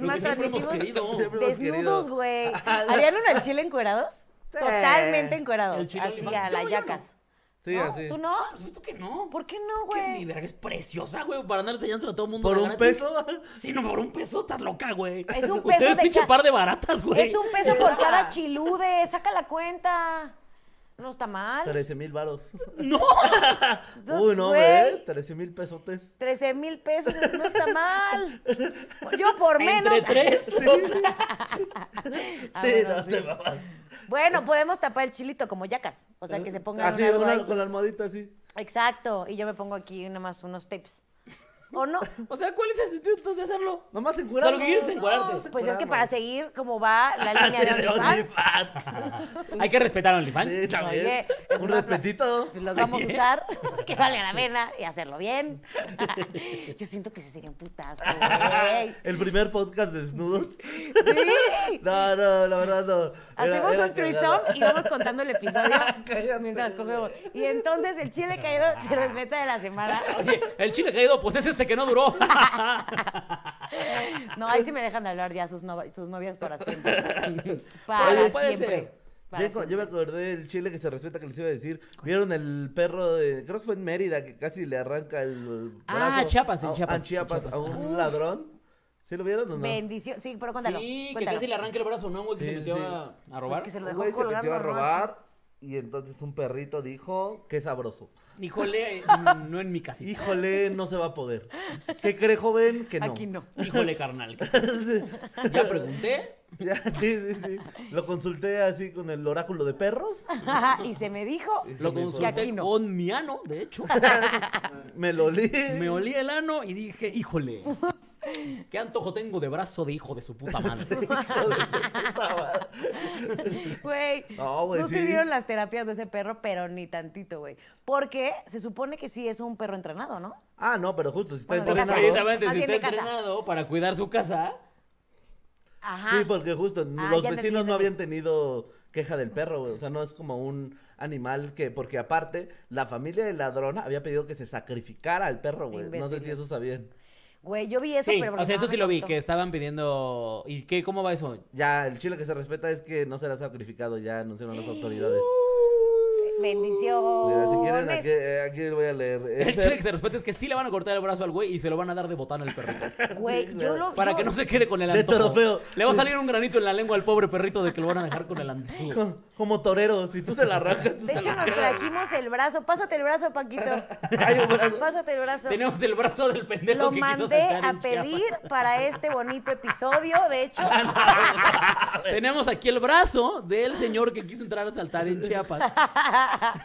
[SPEAKER 2] Lo que
[SPEAKER 3] más,
[SPEAKER 2] Pues siempre hemos
[SPEAKER 3] transmitimos
[SPEAKER 2] querido.
[SPEAKER 1] Siempre hemos
[SPEAKER 3] desnudos,
[SPEAKER 1] querido.
[SPEAKER 2] (laughs)
[SPEAKER 3] güey. ¿Harían un al chile encuerados?
[SPEAKER 1] Sí.
[SPEAKER 3] Totalmente
[SPEAKER 2] El
[SPEAKER 3] encuerados.
[SPEAKER 2] chile
[SPEAKER 3] Así
[SPEAKER 2] OnlyFans.
[SPEAKER 3] a
[SPEAKER 2] No,
[SPEAKER 3] la
[SPEAKER 2] yo no.
[SPEAKER 3] yacas.
[SPEAKER 1] Sí,
[SPEAKER 3] ¿No?
[SPEAKER 1] así.
[SPEAKER 3] ¿Tú no?
[SPEAKER 2] Por supuesto que no.
[SPEAKER 3] ¿Por qué no,
[SPEAKER 2] Porque mi
[SPEAKER 3] Pues, güey?
[SPEAKER 2] verga es preciosa, güey, para andar enseñándosela a todo el mundo.
[SPEAKER 1] ¿Por
[SPEAKER 2] de
[SPEAKER 1] un
[SPEAKER 2] gratis.
[SPEAKER 1] peso?
[SPEAKER 2] Sí, no, por un peso estás loca, güey.
[SPEAKER 3] Es un peso
[SPEAKER 2] Ustedes
[SPEAKER 3] de
[SPEAKER 2] pinche
[SPEAKER 3] ca-
[SPEAKER 2] par de baratas, güey.
[SPEAKER 3] Es un peso
[SPEAKER 2] (laughs)
[SPEAKER 3] por cada chilude. Saca la cuenta. No está mal.
[SPEAKER 1] 13 mil varos.
[SPEAKER 2] No.
[SPEAKER 1] Uy, no,
[SPEAKER 3] Güey.
[SPEAKER 1] ¿eh? 13 mil
[SPEAKER 3] (laughs)
[SPEAKER 1] pesotes.
[SPEAKER 3] 13 mil pesos, no está mal. Yo por menos.
[SPEAKER 2] Entre tres.
[SPEAKER 3] (laughs)
[SPEAKER 2] o
[SPEAKER 1] (laughs)
[SPEAKER 2] sea,
[SPEAKER 3] Ah,
[SPEAKER 1] sí,
[SPEAKER 3] bueno,
[SPEAKER 1] no
[SPEAKER 3] sí.
[SPEAKER 1] te mamas.
[SPEAKER 3] Bueno, podemos tapar el chilito como yacas. O sea, que se pongan
[SPEAKER 1] Así,
[SPEAKER 3] un algo
[SPEAKER 1] una-
[SPEAKER 3] ahí.
[SPEAKER 1] con la almohadita así.
[SPEAKER 3] Exacto. Y yo me pongo aquí nada más unos tips. ¿O no?
[SPEAKER 2] o sea, ¿cuál es el sentido entonces de hacerlo?
[SPEAKER 1] Nomás
[SPEAKER 2] O sea, lo
[SPEAKER 1] encuerarnos.
[SPEAKER 2] que quieres es encuerarte.
[SPEAKER 1] nos
[SPEAKER 3] Pues es que
[SPEAKER 1] encueramos.
[SPEAKER 3] para seguir como va
[SPEAKER 1] (laughs)
[SPEAKER 3] la línea
[SPEAKER 1] Sí,
[SPEAKER 3] de OnlyFans. (laughs)
[SPEAKER 1] OnlyFans.
[SPEAKER 2] Hay que respetar a OnlyFans.
[SPEAKER 1] Sí, también.
[SPEAKER 3] Oye, es
[SPEAKER 1] un
[SPEAKER 3] una-
[SPEAKER 1] respetito.
[SPEAKER 3] Pues
[SPEAKER 1] (laughs)
[SPEAKER 3] los vamos a usar, (laughs) que valga la pena y hacerlo bien. (laughs) Yo siento que ese sería un putazo,
[SPEAKER 1] (laughs)
[SPEAKER 3] güey.
[SPEAKER 1] El primer podcast
[SPEAKER 3] (laughs)
[SPEAKER 1] desnudos.
[SPEAKER 3] Sí.
[SPEAKER 1] No, no, la verdad no. Era-
[SPEAKER 3] Hacemos
[SPEAKER 1] era
[SPEAKER 3] un threesome
[SPEAKER 1] cagado.
[SPEAKER 3] y vamos contando el
[SPEAKER 1] (laughs)
[SPEAKER 3] episodio
[SPEAKER 1] Cállate,
[SPEAKER 3] mientras
[SPEAKER 1] güey.
[SPEAKER 3] comemos. Y entonces el chile caído se respeta de la semana.
[SPEAKER 2] Oye, el chile caído, pues es este que no duró.
[SPEAKER 1] (laughs)
[SPEAKER 3] No, ahí sí me dejan de hablar ya sus, nova- sus novias para siempre.
[SPEAKER 1] (laughs)
[SPEAKER 3] Para
[SPEAKER 2] Oye, puede
[SPEAKER 3] siempre.
[SPEAKER 2] ser.
[SPEAKER 3] Para
[SPEAKER 1] Yo, yo me
[SPEAKER 3] siempre.
[SPEAKER 1] acordé del chile que se respeta que les iba a decir. ¿Vieron el perro de.? Creo que fue en Mérida que casi le arranca el.
[SPEAKER 2] Ah,
[SPEAKER 1] brazo
[SPEAKER 2] Chiapas, en
[SPEAKER 1] a-
[SPEAKER 2] Chiapas,
[SPEAKER 1] A Chiapas,
[SPEAKER 2] en Chiapas,
[SPEAKER 1] a un
[SPEAKER 2] ajá.
[SPEAKER 1] ladrón. ¿Sí lo vieron o no?
[SPEAKER 3] Bendición. Sí, pero cuéntalo.
[SPEAKER 2] Sí, que
[SPEAKER 3] cuéntalo.
[SPEAKER 2] casi le arranque el brazo, ¿no? Güey, que
[SPEAKER 1] Sí,
[SPEAKER 2] se metió
[SPEAKER 1] sí.
[SPEAKER 2] a, a
[SPEAKER 3] Pues
[SPEAKER 2] robar.
[SPEAKER 3] que se lo
[SPEAKER 1] Un
[SPEAKER 3] dejó
[SPEAKER 1] güey se
[SPEAKER 3] colgando.
[SPEAKER 1] metió a
[SPEAKER 3] ¿no?
[SPEAKER 1] robar. Y entonces un perrito dijo, qué sabroso.
[SPEAKER 3] (laughs)
[SPEAKER 2] Híjole, no en mi casita.
[SPEAKER 1] Híjole, no se va a poder. ¿Qué cree, joven? Que no. (laughs)
[SPEAKER 3] Aquí no.
[SPEAKER 2] Híjole, carnal.
[SPEAKER 3] (laughs)
[SPEAKER 1] ya,
[SPEAKER 2] Ya pregunté.
[SPEAKER 1] sí, sí, sí. Lo consulté así con el oráculo de perros.
[SPEAKER 3] y se me dijo.
[SPEAKER 1] Y se
[SPEAKER 2] Lo
[SPEAKER 1] me hizo-
[SPEAKER 3] Y aquí
[SPEAKER 2] consulté
[SPEAKER 3] no.
[SPEAKER 2] con mi ano, de hecho.
[SPEAKER 1] Me lo olí.
[SPEAKER 2] Me olí el ano y dije, híjole, qué antojo tengo de brazo de hijo de su puta madre.
[SPEAKER 1] (laughs) Hijo de tu puta madre.
[SPEAKER 3] Güey,
[SPEAKER 1] No,
[SPEAKER 3] no,
[SPEAKER 1] güey, sí.
[SPEAKER 3] sirvieron las terapias de ese perro, pero ni tantito, güey. Porque se supone que sí es un perro entrenado, ¿no?
[SPEAKER 1] Ah, no, pero justo, si está
[SPEAKER 3] Bueno, de
[SPEAKER 2] Porque
[SPEAKER 3] casa.
[SPEAKER 1] entrenado-
[SPEAKER 2] precisamente
[SPEAKER 3] Más
[SPEAKER 2] si
[SPEAKER 3] bien
[SPEAKER 2] está
[SPEAKER 3] de casa.
[SPEAKER 2] entrenado para cuidar su casa,
[SPEAKER 3] Ajá.
[SPEAKER 1] Sí, pues, porque justo
[SPEAKER 3] Ah,
[SPEAKER 1] los
[SPEAKER 3] ya
[SPEAKER 1] vecinos
[SPEAKER 3] entendí, entendí.
[SPEAKER 1] no habían tenido queja del perro, güey. O sea, no es como un animal que, porque aparte, la familia de ladrona había pedido que se sacrificara al perro, güey. No sé si
[SPEAKER 3] Imbéciles.
[SPEAKER 1] eso sabían.
[SPEAKER 3] Güey, yo vi eso,
[SPEAKER 2] sí,
[SPEAKER 3] pero.
[SPEAKER 2] o
[SPEAKER 3] porque
[SPEAKER 2] sea,
[SPEAKER 3] mi
[SPEAKER 2] eso
[SPEAKER 3] mamá
[SPEAKER 2] sí
[SPEAKER 3] me
[SPEAKER 2] lo vi,
[SPEAKER 3] contó.
[SPEAKER 2] que estaban pidiendo... ¿Y qué? ¿Cómo va eso?
[SPEAKER 1] Ya, el chile que se respeta es que no será sacrificado, ya anunciaron las autoridades. Mira,
[SPEAKER 3] Bendiciones.
[SPEAKER 1] si quieren, aquí, eh, aquí le voy a leer. (laughs)
[SPEAKER 2] El chile que se respeta es que sí le van a cortar el brazo al güey y se lo van a dar de botán al perrito.
[SPEAKER 3] Güey, yo lo.
[SPEAKER 2] Para
[SPEAKER 3] yo-
[SPEAKER 2] que no se quede con el
[SPEAKER 1] De
[SPEAKER 2] antojo.
[SPEAKER 1] trofeo.
[SPEAKER 2] Le va a salir un granito en la lengua al pobre perrito de que lo van a dejar con el antojo.
[SPEAKER 1] Co- Como torero, si tú se la arrancas, tú
[SPEAKER 3] De
[SPEAKER 1] se
[SPEAKER 3] hecho,
[SPEAKER 1] la
[SPEAKER 3] nos trajimos el brazo. Pásate el brazo, Paquito.
[SPEAKER 1] (laughs) Ay, un brazo.
[SPEAKER 3] Pásate el brazo.
[SPEAKER 2] Tenemos el brazo del pendejo
[SPEAKER 3] Lo
[SPEAKER 2] que quiso
[SPEAKER 3] mandé
[SPEAKER 2] saltar
[SPEAKER 3] a
[SPEAKER 2] en Chiapas.
[SPEAKER 3] pedir para este bonito episodio.
[SPEAKER 1] (laughs)
[SPEAKER 3] De hecho,
[SPEAKER 1] Ah,
[SPEAKER 2] Tenemos aquí el brazo del señor que quiso entrar a saltar en Chiapas.
[SPEAKER 1] (laughs) A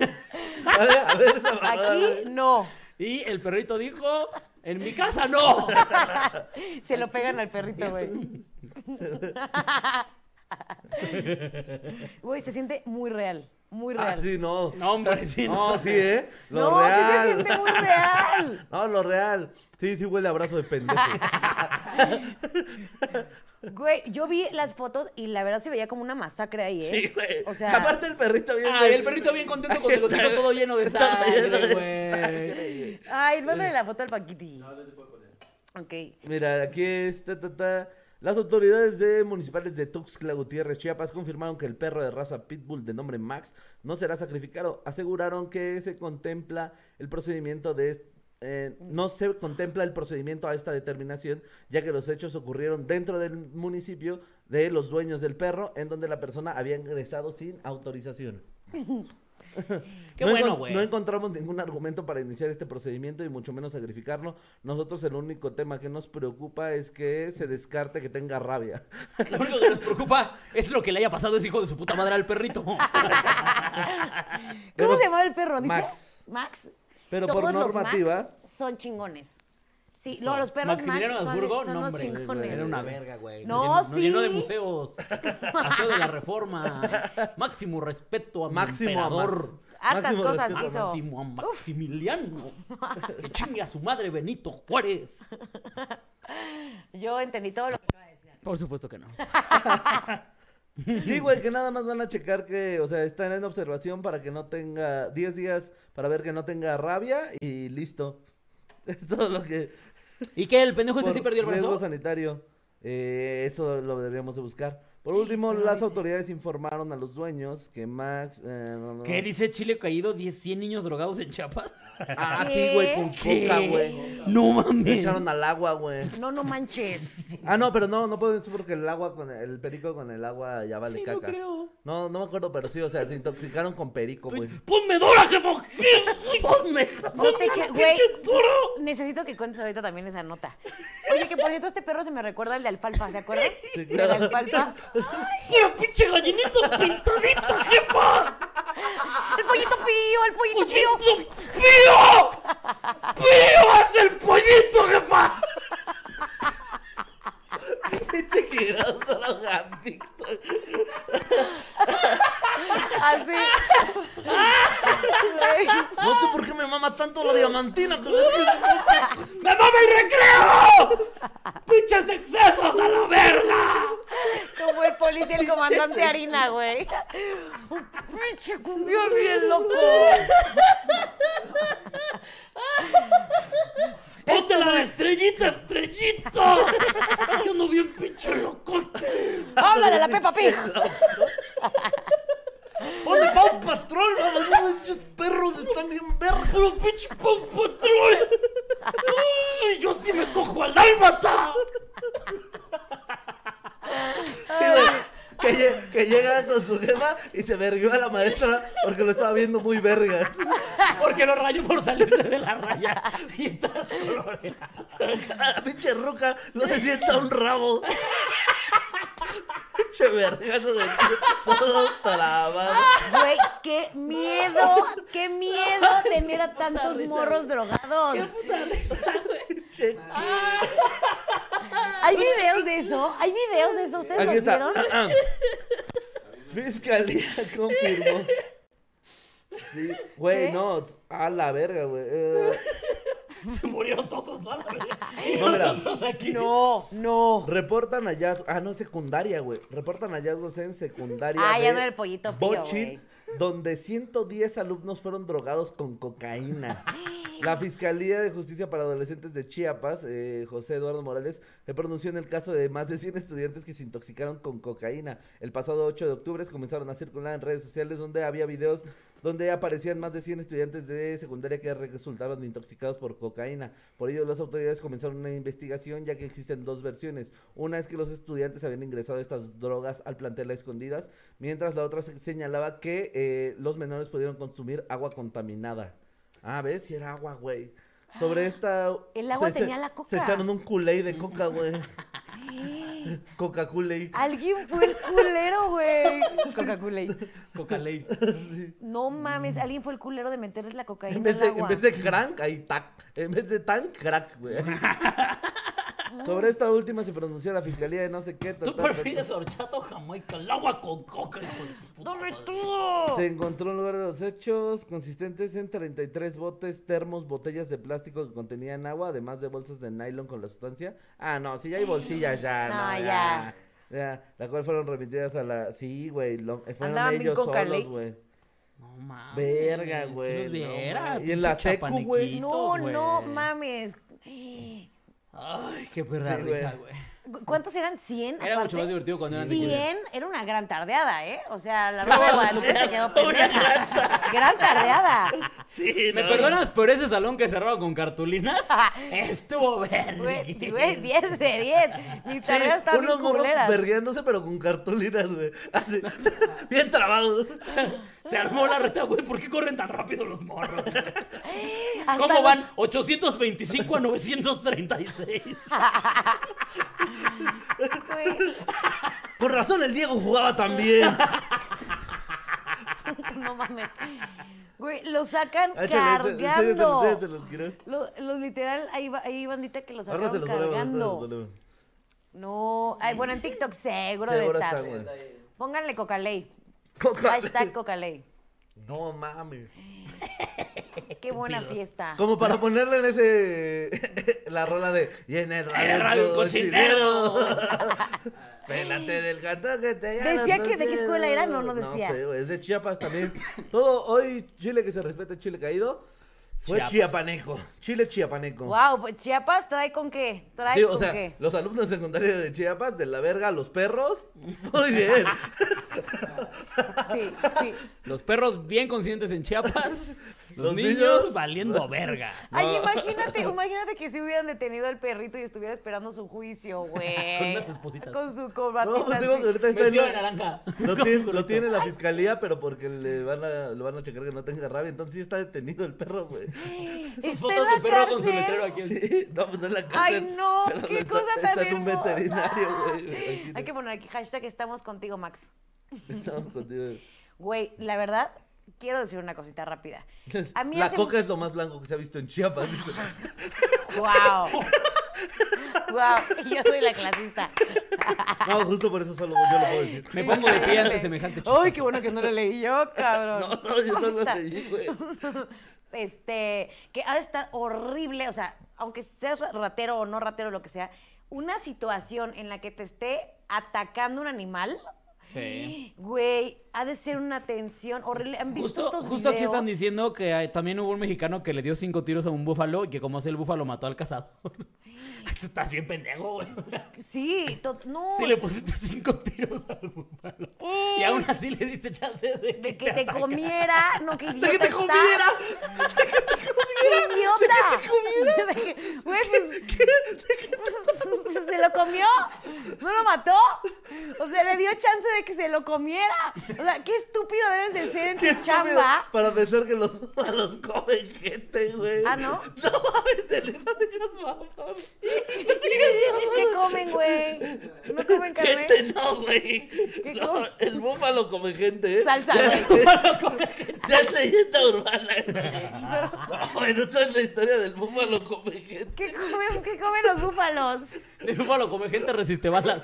[SPEAKER 1] ver, a ver, esa mamada,
[SPEAKER 3] aquí
[SPEAKER 1] güey.
[SPEAKER 3] no.
[SPEAKER 2] Y el perrito dijo, en mi casa
[SPEAKER 1] (laughs)
[SPEAKER 2] no.
[SPEAKER 3] Se lo pegan al perrito, güey. Güey, se siente muy real. Muy
[SPEAKER 1] Ah,
[SPEAKER 3] real.
[SPEAKER 1] sí, no.
[SPEAKER 2] No, hombre, sí.
[SPEAKER 1] No, sí, ¿eh? Lo
[SPEAKER 3] No, sí
[SPEAKER 1] real. (laughs)
[SPEAKER 3] se siente muy real.
[SPEAKER 1] No, lo real. Sí, sí huele a abrazo de pendejo.
[SPEAKER 3] (laughs) Güey, yo vi las fotos y la verdad se veía como una masacre ahí, ¿eh?
[SPEAKER 1] Sí, güey.
[SPEAKER 3] O sea,
[SPEAKER 1] (laughs) Aparte el perrito bien.
[SPEAKER 2] Ay, el perrito bien contento con el hocico todo lleno de
[SPEAKER 1] Está lleno de
[SPEAKER 2] sangre, güey.
[SPEAKER 3] ay, mándale la foto al Paquiti. No, no se puede poner. Ok.
[SPEAKER 1] Mira, aquí está, ta, ta. Las autoridades de municipales de Tuxtla Gutiérrez, Chiapas, confirmaron que el perro de raza Pitbull de nombre Max no será sacrificado. Aseguraron que se contempla el procedimiento de... est- eh, no se contempla el procedimiento a esta determinación, ya que los hechos ocurrieron dentro del municipio de los dueños del perro, en donde la persona había ingresado sin autorización.
[SPEAKER 2] Qué
[SPEAKER 1] No
[SPEAKER 2] bueno,
[SPEAKER 1] encon-
[SPEAKER 2] güey.
[SPEAKER 1] No encontramos ningún argumento para iniciar este procedimiento y mucho menos sacrificarlo. Nosotros el único tema que nos preocupa es que se descarte que tenga
[SPEAKER 2] (laughs)
[SPEAKER 1] rabia.
[SPEAKER 2] Lo único que nos preocupa es lo que le haya pasado a ese hijo de su puta madre al perrito.
[SPEAKER 3] ¿Cómo
[SPEAKER 1] Pero-
[SPEAKER 3] se llama el perro? ¿Dice?
[SPEAKER 1] Max.
[SPEAKER 3] Max.
[SPEAKER 1] Pero
[SPEAKER 3] Todos
[SPEAKER 1] por
[SPEAKER 3] los Max
[SPEAKER 1] normativa-
[SPEAKER 3] son chingones. Sí, no, los perros Max
[SPEAKER 2] Maximiliano
[SPEAKER 3] son,
[SPEAKER 2] Habsburgo,
[SPEAKER 3] son
[SPEAKER 2] no,
[SPEAKER 3] los
[SPEAKER 2] hombre.
[SPEAKER 3] chingones.
[SPEAKER 2] Era una verga, güey.
[SPEAKER 3] No,
[SPEAKER 2] Nos llenó- Nos
[SPEAKER 3] sí.
[SPEAKER 2] llenó de
[SPEAKER 3] (laughs)
[SPEAKER 2] museos. Paseo de la Reforma. Máximo respeto a mi
[SPEAKER 1] Máximo a Max.
[SPEAKER 2] emperador.
[SPEAKER 3] Hartas
[SPEAKER 1] Máximo
[SPEAKER 3] cosas
[SPEAKER 1] respeto a Max.
[SPEAKER 3] hizo.
[SPEAKER 2] Máximo a Maximiliano. Que chingue a su madre Benito Juárez.
[SPEAKER 3] Yo entendí todo lo que
[SPEAKER 2] Por supuesto que no.
[SPEAKER 1] Sí, güey, que nada más van a checar que, o sea, está en observación para que no tenga 10 días para ver que no tenga rabia y listo. (laughs) Es todo lo que...
[SPEAKER 2] ¿Y qué? ¿El pendejo este
[SPEAKER 1] por
[SPEAKER 2] sí perdió el
[SPEAKER 1] riesgo
[SPEAKER 2] brazo?
[SPEAKER 1] sanitario. Eh, eso lo deberíamos de buscar. Por último,
[SPEAKER 3] pero no
[SPEAKER 1] las
[SPEAKER 3] dice.
[SPEAKER 1] autoridades informaron a los dueños que Max... eh, no, no,
[SPEAKER 2] ¿Qué
[SPEAKER 1] no.
[SPEAKER 2] dice Chile caído? ¿10, 100 niños drogados en Chiapas?
[SPEAKER 1] Ah, sí, güey, con
[SPEAKER 2] ¿Qué?
[SPEAKER 1] coca, güey.
[SPEAKER 2] No
[SPEAKER 1] Me
[SPEAKER 2] mames.
[SPEAKER 1] echaron al agua, güey.
[SPEAKER 3] No, no manches.
[SPEAKER 1] Ah, no, pero no, no puedo decir porque el agua con el perico con el agua ya vale
[SPEAKER 2] Sí, no
[SPEAKER 1] caca.
[SPEAKER 2] creo.
[SPEAKER 1] No, no me acuerdo, pero sí, o sea, se intoxicaron con perico, güey. (laughs)
[SPEAKER 2] ¡Ponme Dora, jefe! ¡Ponme!
[SPEAKER 3] Ponte que- güey.
[SPEAKER 2] ¡Pinche Dora!
[SPEAKER 3] Necesito que cuentes ahorita también esa nota. Oye, que por cierto, este perro se me recuerda al de Alfalfa, ¿se acuerdan?
[SPEAKER 1] Sí,
[SPEAKER 3] Del
[SPEAKER 1] claro.
[SPEAKER 3] Alfalfa.
[SPEAKER 2] ¡Pura pinche gallinito pintadito, jefa!
[SPEAKER 3] ¡El pollito pío! ¡El pollito pío!
[SPEAKER 2] ¡Pollito pío! ¡Pío es el pollito, jefa!
[SPEAKER 1] Pinche asqueroso, lo gambito.
[SPEAKER 3] Así. Ah, Güey.
[SPEAKER 1] (laughs) No sé por qué me mama tanto la diamantina. pero es que-
[SPEAKER 2] ¡Me mama el recreo! ¡Pinches excesos a la verga!
[SPEAKER 3] Como el policía, el comandante Harina, güey. ¡Pinche cumbión bien loco!
[SPEAKER 2] ¡Ponte la de estrellita, estrellito! ¡Yo no vi un pinche locote!
[SPEAKER 3] ¡Háblale a la Peppa Pig!
[SPEAKER 1] ¡Ponle (laughs) Pau Patrol, vamos! no, ¡Pinches perros están bien verga! (laughs)
[SPEAKER 2] ¡Puro pinche Paw Patrol! ¡Ay, yo sí me cojo al dálmata!
[SPEAKER 1] Ah. Sí, güey, Que, lle- que llega con su jefa y se verguió a la maestra porque lo estaba viendo muy verga.
[SPEAKER 2] Porque lo rayo por salirse de la raya. Y estás coloreado.
[SPEAKER 1] La Ah, pinche ruca no se sienta un rabo. Pinche vergazo de todo hasta la madre.
[SPEAKER 3] Güey, qué miedo, qué miedo tener a tantos
[SPEAKER 2] risa,
[SPEAKER 3] morros drogados.
[SPEAKER 2] Qué puta risa, güey.
[SPEAKER 1] Pinche-
[SPEAKER 3] Ah, ¿Hay videos de eso? ¿Hay videos de eso? ¿Ustedes
[SPEAKER 1] Aquí
[SPEAKER 3] los
[SPEAKER 1] está.
[SPEAKER 3] vieron?
[SPEAKER 1] Ah, ah. Fiscalía confirmó. Sí, güey,
[SPEAKER 3] ¿Qué?
[SPEAKER 1] no, a la verga, güey. Eh,
[SPEAKER 2] Se (laughs) murieron todos, ¿no? (laughs) Y
[SPEAKER 1] No, mira.
[SPEAKER 2] nosotros aquí.
[SPEAKER 3] No, no.
[SPEAKER 1] reportan hallazgos, ah, no, secundaria, güey. Reportan hallazgos en secundaria.
[SPEAKER 3] Ah, ya
[SPEAKER 1] de
[SPEAKER 3] no era el pollito pío,
[SPEAKER 1] Bochil, (gasps) donde 110 alumnos fueron drogados con
[SPEAKER 3] (laughs)
[SPEAKER 1] cocaína. La Fiscalía de Justicia para Adolescentes de Chiapas, eh, José Eduardo Morales, se pronunció en el caso de más de 100 estudiantes que se intoxicaron con cocaína. El pasado 8 de octubre comenzaron a circular en redes sociales donde había videos donde aparecían más de 100 estudiantes de secundaria que resultaron intoxicados por cocaína. Por ello, las autoridades comenzaron una investigación ya que existen dos versiones. Una es que los estudiantes habían ingresado estas drogas al plantel a escondidas, mientras la otra se- señalaba que eh, los menores pudieron consumir agua contaminada. Ah, ¿ves? Si era agua, güey. Sobre esta...
[SPEAKER 3] Ah, El agua
[SPEAKER 1] se- se-
[SPEAKER 3] tenía la
[SPEAKER 1] Se
[SPEAKER 3] coca.
[SPEAKER 1] echaron un Kool-Aid de coca,
[SPEAKER 3] (laughs)
[SPEAKER 1] güey. coca Kool-Aid.
[SPEAKER 3] Alguien fue el culero, güey. Coca-Cola.
[SPEAKER 2] Coca-Ley.
[SPEAKER 3] No mames, alguien fue el culero de meterles la
[SPEAKER 1] En
[SPEAKER 3] cocaína
[SPEAKER 1] vez,
[SPEAKER 3] al
[SPEAKER 1] de,
[SPEAKER 3] agua.
[SPEAKER 1] en vez de crank, ahí tac. En vez de tan, crack,
[SPEAKER 3] (laughs)
[SPEAKER 1] güey. Sobre esta última se pronunció la fiscalía de no sé qué. ta,
[SPEAKER 2] Tú
[SPEAKER 1] ta, ta, ta.
[SPEAKER 2] prefieres horchata o jamaica, el agua con coca, hijo de su puta
[SPEAKER 3] ¡Dame
[SPEAKER 2] madre.
[SPEAKER 3] todo!
[SPEAKER 1] Se encontró en lugar de los hechos consistentes en 33 botes, termos, botellas de plástico que contenían agua, además de bolsas de nylon con la sustancia. Ah, no, si ya hay bolsillas, ya. No,
[SPEAKER 3] (laughs) No,
[SPEAKER 1] ya. ya, la cual fueron remitidas a la. Sí, güey. lo- eh, Fueron
[SPEAKER 3] Andaban bien
[SPEAKER 1] ellos solos,
[SPEAKER 3] cocalec.
[SPEAKER 1] güey.
[SPEAKER 2] No mames.
[SPEAKER 1] Verga,
[SPEAKER 2] que
[SPEAKER 1] güey,
[SPEAKER 2] nos
[SPEAKER 1] no
[SPEAKER 2] viera,
[SPEAKER 1] mames. Y en la
[SPEAKER 2] pinche
[SPEAKER 1] secu, güey.
[SPEAKER 3] No,
[SPEAKER 2] chapaniquitos,
[SPEAKER 3] no
[SPEAKER 2] güey.
[SPEAKER 3] mames.
[SPEAKER 2] Ay, qué perra
[SPEAKER 1] Sí,
[SPEAKER 2] risa,
[SPEAKER 1] güey.
[SPEAKER 2] güey.
[SPEAKER 3] ¿Cu- ¿Cuántos eran? ¿100?
[SPEAKER 2] Era mucho más divertido cuando eran de
[SPEAKER 3] 100 era una gran tardeada, ¿eh? O sea, la ropa de Guadalupe
[SPEAKER 1] (laughs)
[SPEAKER 3] se quedó pendeja. Gran tardeada.
[SPEAKER 1] Sí,
[SPEAKER 2] ¿Me perdonas por ese salón que cerraron con cartulinas?
[SPEAKER 1] (laughs)
[SPEAKER 2] Estuvo
[SPEAKER 3] Güey,
[SPEAKER 2] verga.
[SPEAKER 3] güey, 10 de 10. Mi
[SPEAKER 1] Sí,
[SPEAKER 3] tardeada estaba bien
[SPEAKER 1] unos morros
[SPEAKER 3] culeras.
[SPEAKER 1] vergueándose, pero con cartulinas, güey. Así, (laughs) bien trabados.
[SPEAKER 2] Se armó la reta, güey. ¿Por qué corren tan rápido los morros? güey?
[SPEAKER 3] Hasta
[SPEAKER 2] ¿Cómo
[SPEAKER 3] los-
[SPEAKER 2] van? 825 a 936.
[SPEAKER 3] güey,
[SPEAKER 1] Por razón el Diego jugaba
[SPEAKER 3] (laughs)
[SPEAKER 1] también.
[SPEAKER 3] no mames. Güey, lo sacan
[SPEAKER 1] Ah, chale, en serio, en serio,
[SPEAKER 3] cargando.
[SPEAKER 1] en serio, se los quiero.
[SPEAKER 3] Lo- los literal, ahí, va- ahí bandita que los
[SPEAKER 1] Ahora se
[SPEAKER 3] sacaron
[SPEAKER 1] los ponemos, ahorita se los
[SPEAKER 3] cargando.
[SPEAKER 1] ponemos.
[SPEAKER 3] No, ay, bueno, en TikTok seguro de
[SPEAKER 1] Seguro
[SPEAKER 3] estar.
[SPEAKER 1] está, güey.
[SPEAKER 3] Pónganle Cocaley.
[SPEAKER 1] Coca-
[SPEAKER 3] (laughs) Hashtag Cocaley.
[SPEAKER 1] No mames.
[SPEAKER 3] Qué buena fiesta.
[SPEAKER 1] Como para ponerle en ese. (laughs) la rola de. Y en el
[SPEAKER 2] el radio cochinero.
[SPEAKER 1] (laughs) Pélate del gato que te ya
[SPEAKER 3] Decía
[SPEAKER 1] lo
[SPEAKER 3] que de qué
[SPEAKER 1] tocé.
[SPEAKER 3] escuela era, no, no decía.
[SPEAKER 1] sé, güey, es de Chiapas también. Todo hoy Chile que se respeta, Chile caído. Fue
[SPEAKER 2] Chiapas.
[SPEAKER 1] chiapaneco. Chile chiapaneco.
[SPEAKER 3] Wow, pues Chiapas trae con qué. Trae
[SPEAKER 1] Sí,
[SPEAKER 3] con
[SPEAKER 1] o sea,
[SPEAKER 3] qué.
[SPEAKER 1] los alumnos secundarios de Chiapas, de la verga, los perros. (laughs) Muy
[SPEAKER 3] (laughs)
[SPEAKER 1] bien.
[SPEAKER 3] Sí,
[SPEAKER 1] (laughs)
[SPEAKER 3] sí.
[SPEAKER 2] Los perros bien conscientes en (laughs) Chiapas. Los,
[SPEAKER 1] Los
[SPEAKER 2] niños,
[SPEAKER 1] niños-
[SPEAKER 2] (laughs) valiendo verga.
[SPEAKER 3] Ay, imagínate, imagínate que si hubieran detenido al perrito y estuviera esperando su
[SPEAKER 1] (laughs)
[SPEAKER 3] juicio, güey.
[SPEAKER 2] Con unas espositas.
[SPEAKER 3] Con su
[SPEAKER 1] No,
[SPEAKER 3] corbatita.
[SPEAKER 1] pues digo
[SPEAKER 3] así.
[SPEAKER 1] que
[SPEAKER 3] (gasps)
[SPEAKER 1] ahorita está en
[SPEAKER 2] Vestido de
[SPEAKER 1] la-
[SPEAKER 2] naranja. (laughs)
[SPEAKER 1] Lo tiene, lo tiene la fiscalía, pero porque le van a, lo van a checar que no tenga rabia. Entonces sí está detenido el perro, güey.
[SPEAKER 2] Sus
[SPEAKER 3] Está
[SPEAKER 2] fotos
[SPEAKER 3] en
[SPEAKER 2] de
[SPEAKER 3] la
[SPEAKER 2] perro con su
[SPEAKER 3] cárcel.
[SPEAKER 2] letrero aquí.
[SPEAKER 1] Sí, no, pues no en la
[SPEAKER 3] Ay,
[SPEAKER 1] cárcel.
[SPEAKER 3] no,
[SPEAKER 1] pero
[SPEAKER 3] qué
[SPEAKER 1] está-
[SPEAKER 3] cosa tan
[SPEAKER 1] Está en un
[SPEAKER 3] hermosa.
[SPEAKER 1] veterinario, güey. imagínate.
[SPEAKER 3] Hay que poner aquí hashtag estamos contigo, Max. (laughs)
[SPEAKER 1] Estamos contigo.
[SPEAKER 3] Güey, la verdad, quiero decir una
[SPEAKER 1] (laughs)
[SPEAKER 3] cosita rápida. A mí
[SPEAKER 1] la
[SPEAKER 3] hace...
[SPEAKER 1] coca es lo más blanco que se ha visto en Chiapas. (laughs)
[SPEAKER 3] Wow. wow, yo soy la clasista.
[SPEAKER 1] No, justo por eso solo yo lo puedo decir. (laughs)
[SPEAKER 2] Me pongo de pie ante semejante chiste.
[SPEAKER 3] Ay, qué bueno que no la leí yo,
[SPEAKER 2] (laughs)
[SPEAKER 3] cabrón.
[SPEAKER 1] No, no, yo no lo
[SPEAKER 3] Basta.
[SPEAKER 1] leí, güey.
[SPEAKER 3] (laughs) Este, que ha de estar horrible, o sea, aunque seas ratero o no ratero, lo que sea, una situación en la que te esté atacando un animal,
[SPEAKER 2] Sí.
[SPEAKER 3] güey, ha de ser una tensión horrible. ¿Han visto
[SPEAKER 2] Justo,
[SPEAKER 3] estos
[SPEAKER 2] justo aquí
[SPEAKER 3] videos?
[SPEAKER 2] están diciendo que eh, también hubo un mexicano que le dio cinco tiros a un búfalo y que como es el búfalo mató al cazador. Tú (laughs) estás bien pendejo, güey.
[SPEAKER 3] Sí, to- no.
[SPEAKER 2] Si le
[SPEAKER 3] es-
[SPEAKER 2] pusiste cinco tiros al búfalo. Y aún así le diste chance de que,
[SPEAKER 3] De que te
[SPEAKER 2] atacara. (laughs)
[SPEAKER 3] comiera, no que idiota.
[SPEAKER 1] ¡Que te
[SPEAKER 3] estás.
[SPEAKER 1] comiera!
[SPEAKER 3] (laughs) ¡Qué idiota!
[SPEAKER 1] (laughs)
[SPEAKER 3] De pues, que- Güey, pues. pues, se lo comió. No lo mató. O sea, le dio chance de que se lo comiera. O sea, qué estúpido debes de ser en
[SPEAKER 1] Qué
[SPEAKER 3] tu
[SPEAKER 1] estúpido
[SPEAKER 3] chamba.
[SPEAKER 1] Para pensar que los (laughs) los comen gente, güey.
[SPEAKER 3] Ah, ¿no?
[SPEAKER 1] No mames, te le digas mamón.
[SPEAKER 3] Es que comen, güey. No comen carne.
[SPEAKER 1] Gente no, güey.
[SPEAKER 3] ¿Qué
[SPEAKER 1] No,
[SPEAKER 3] cosa?
[SPEAKER 1] el búfalo come gente, ¿eh?
[SPEAKER 3] Salsa,
[SPEAKER 1] Ya-
[SPEAKER 3] güey.
[SPEAKER 1] Ya es leyenda urbana esa. No, güey, no sabes la historia del búfalo come gente.
[SPEAKER 3] ¿Qué comen, qué comen los búfalos?
[SPEAKER 2] El búfalo come gente resiste balas.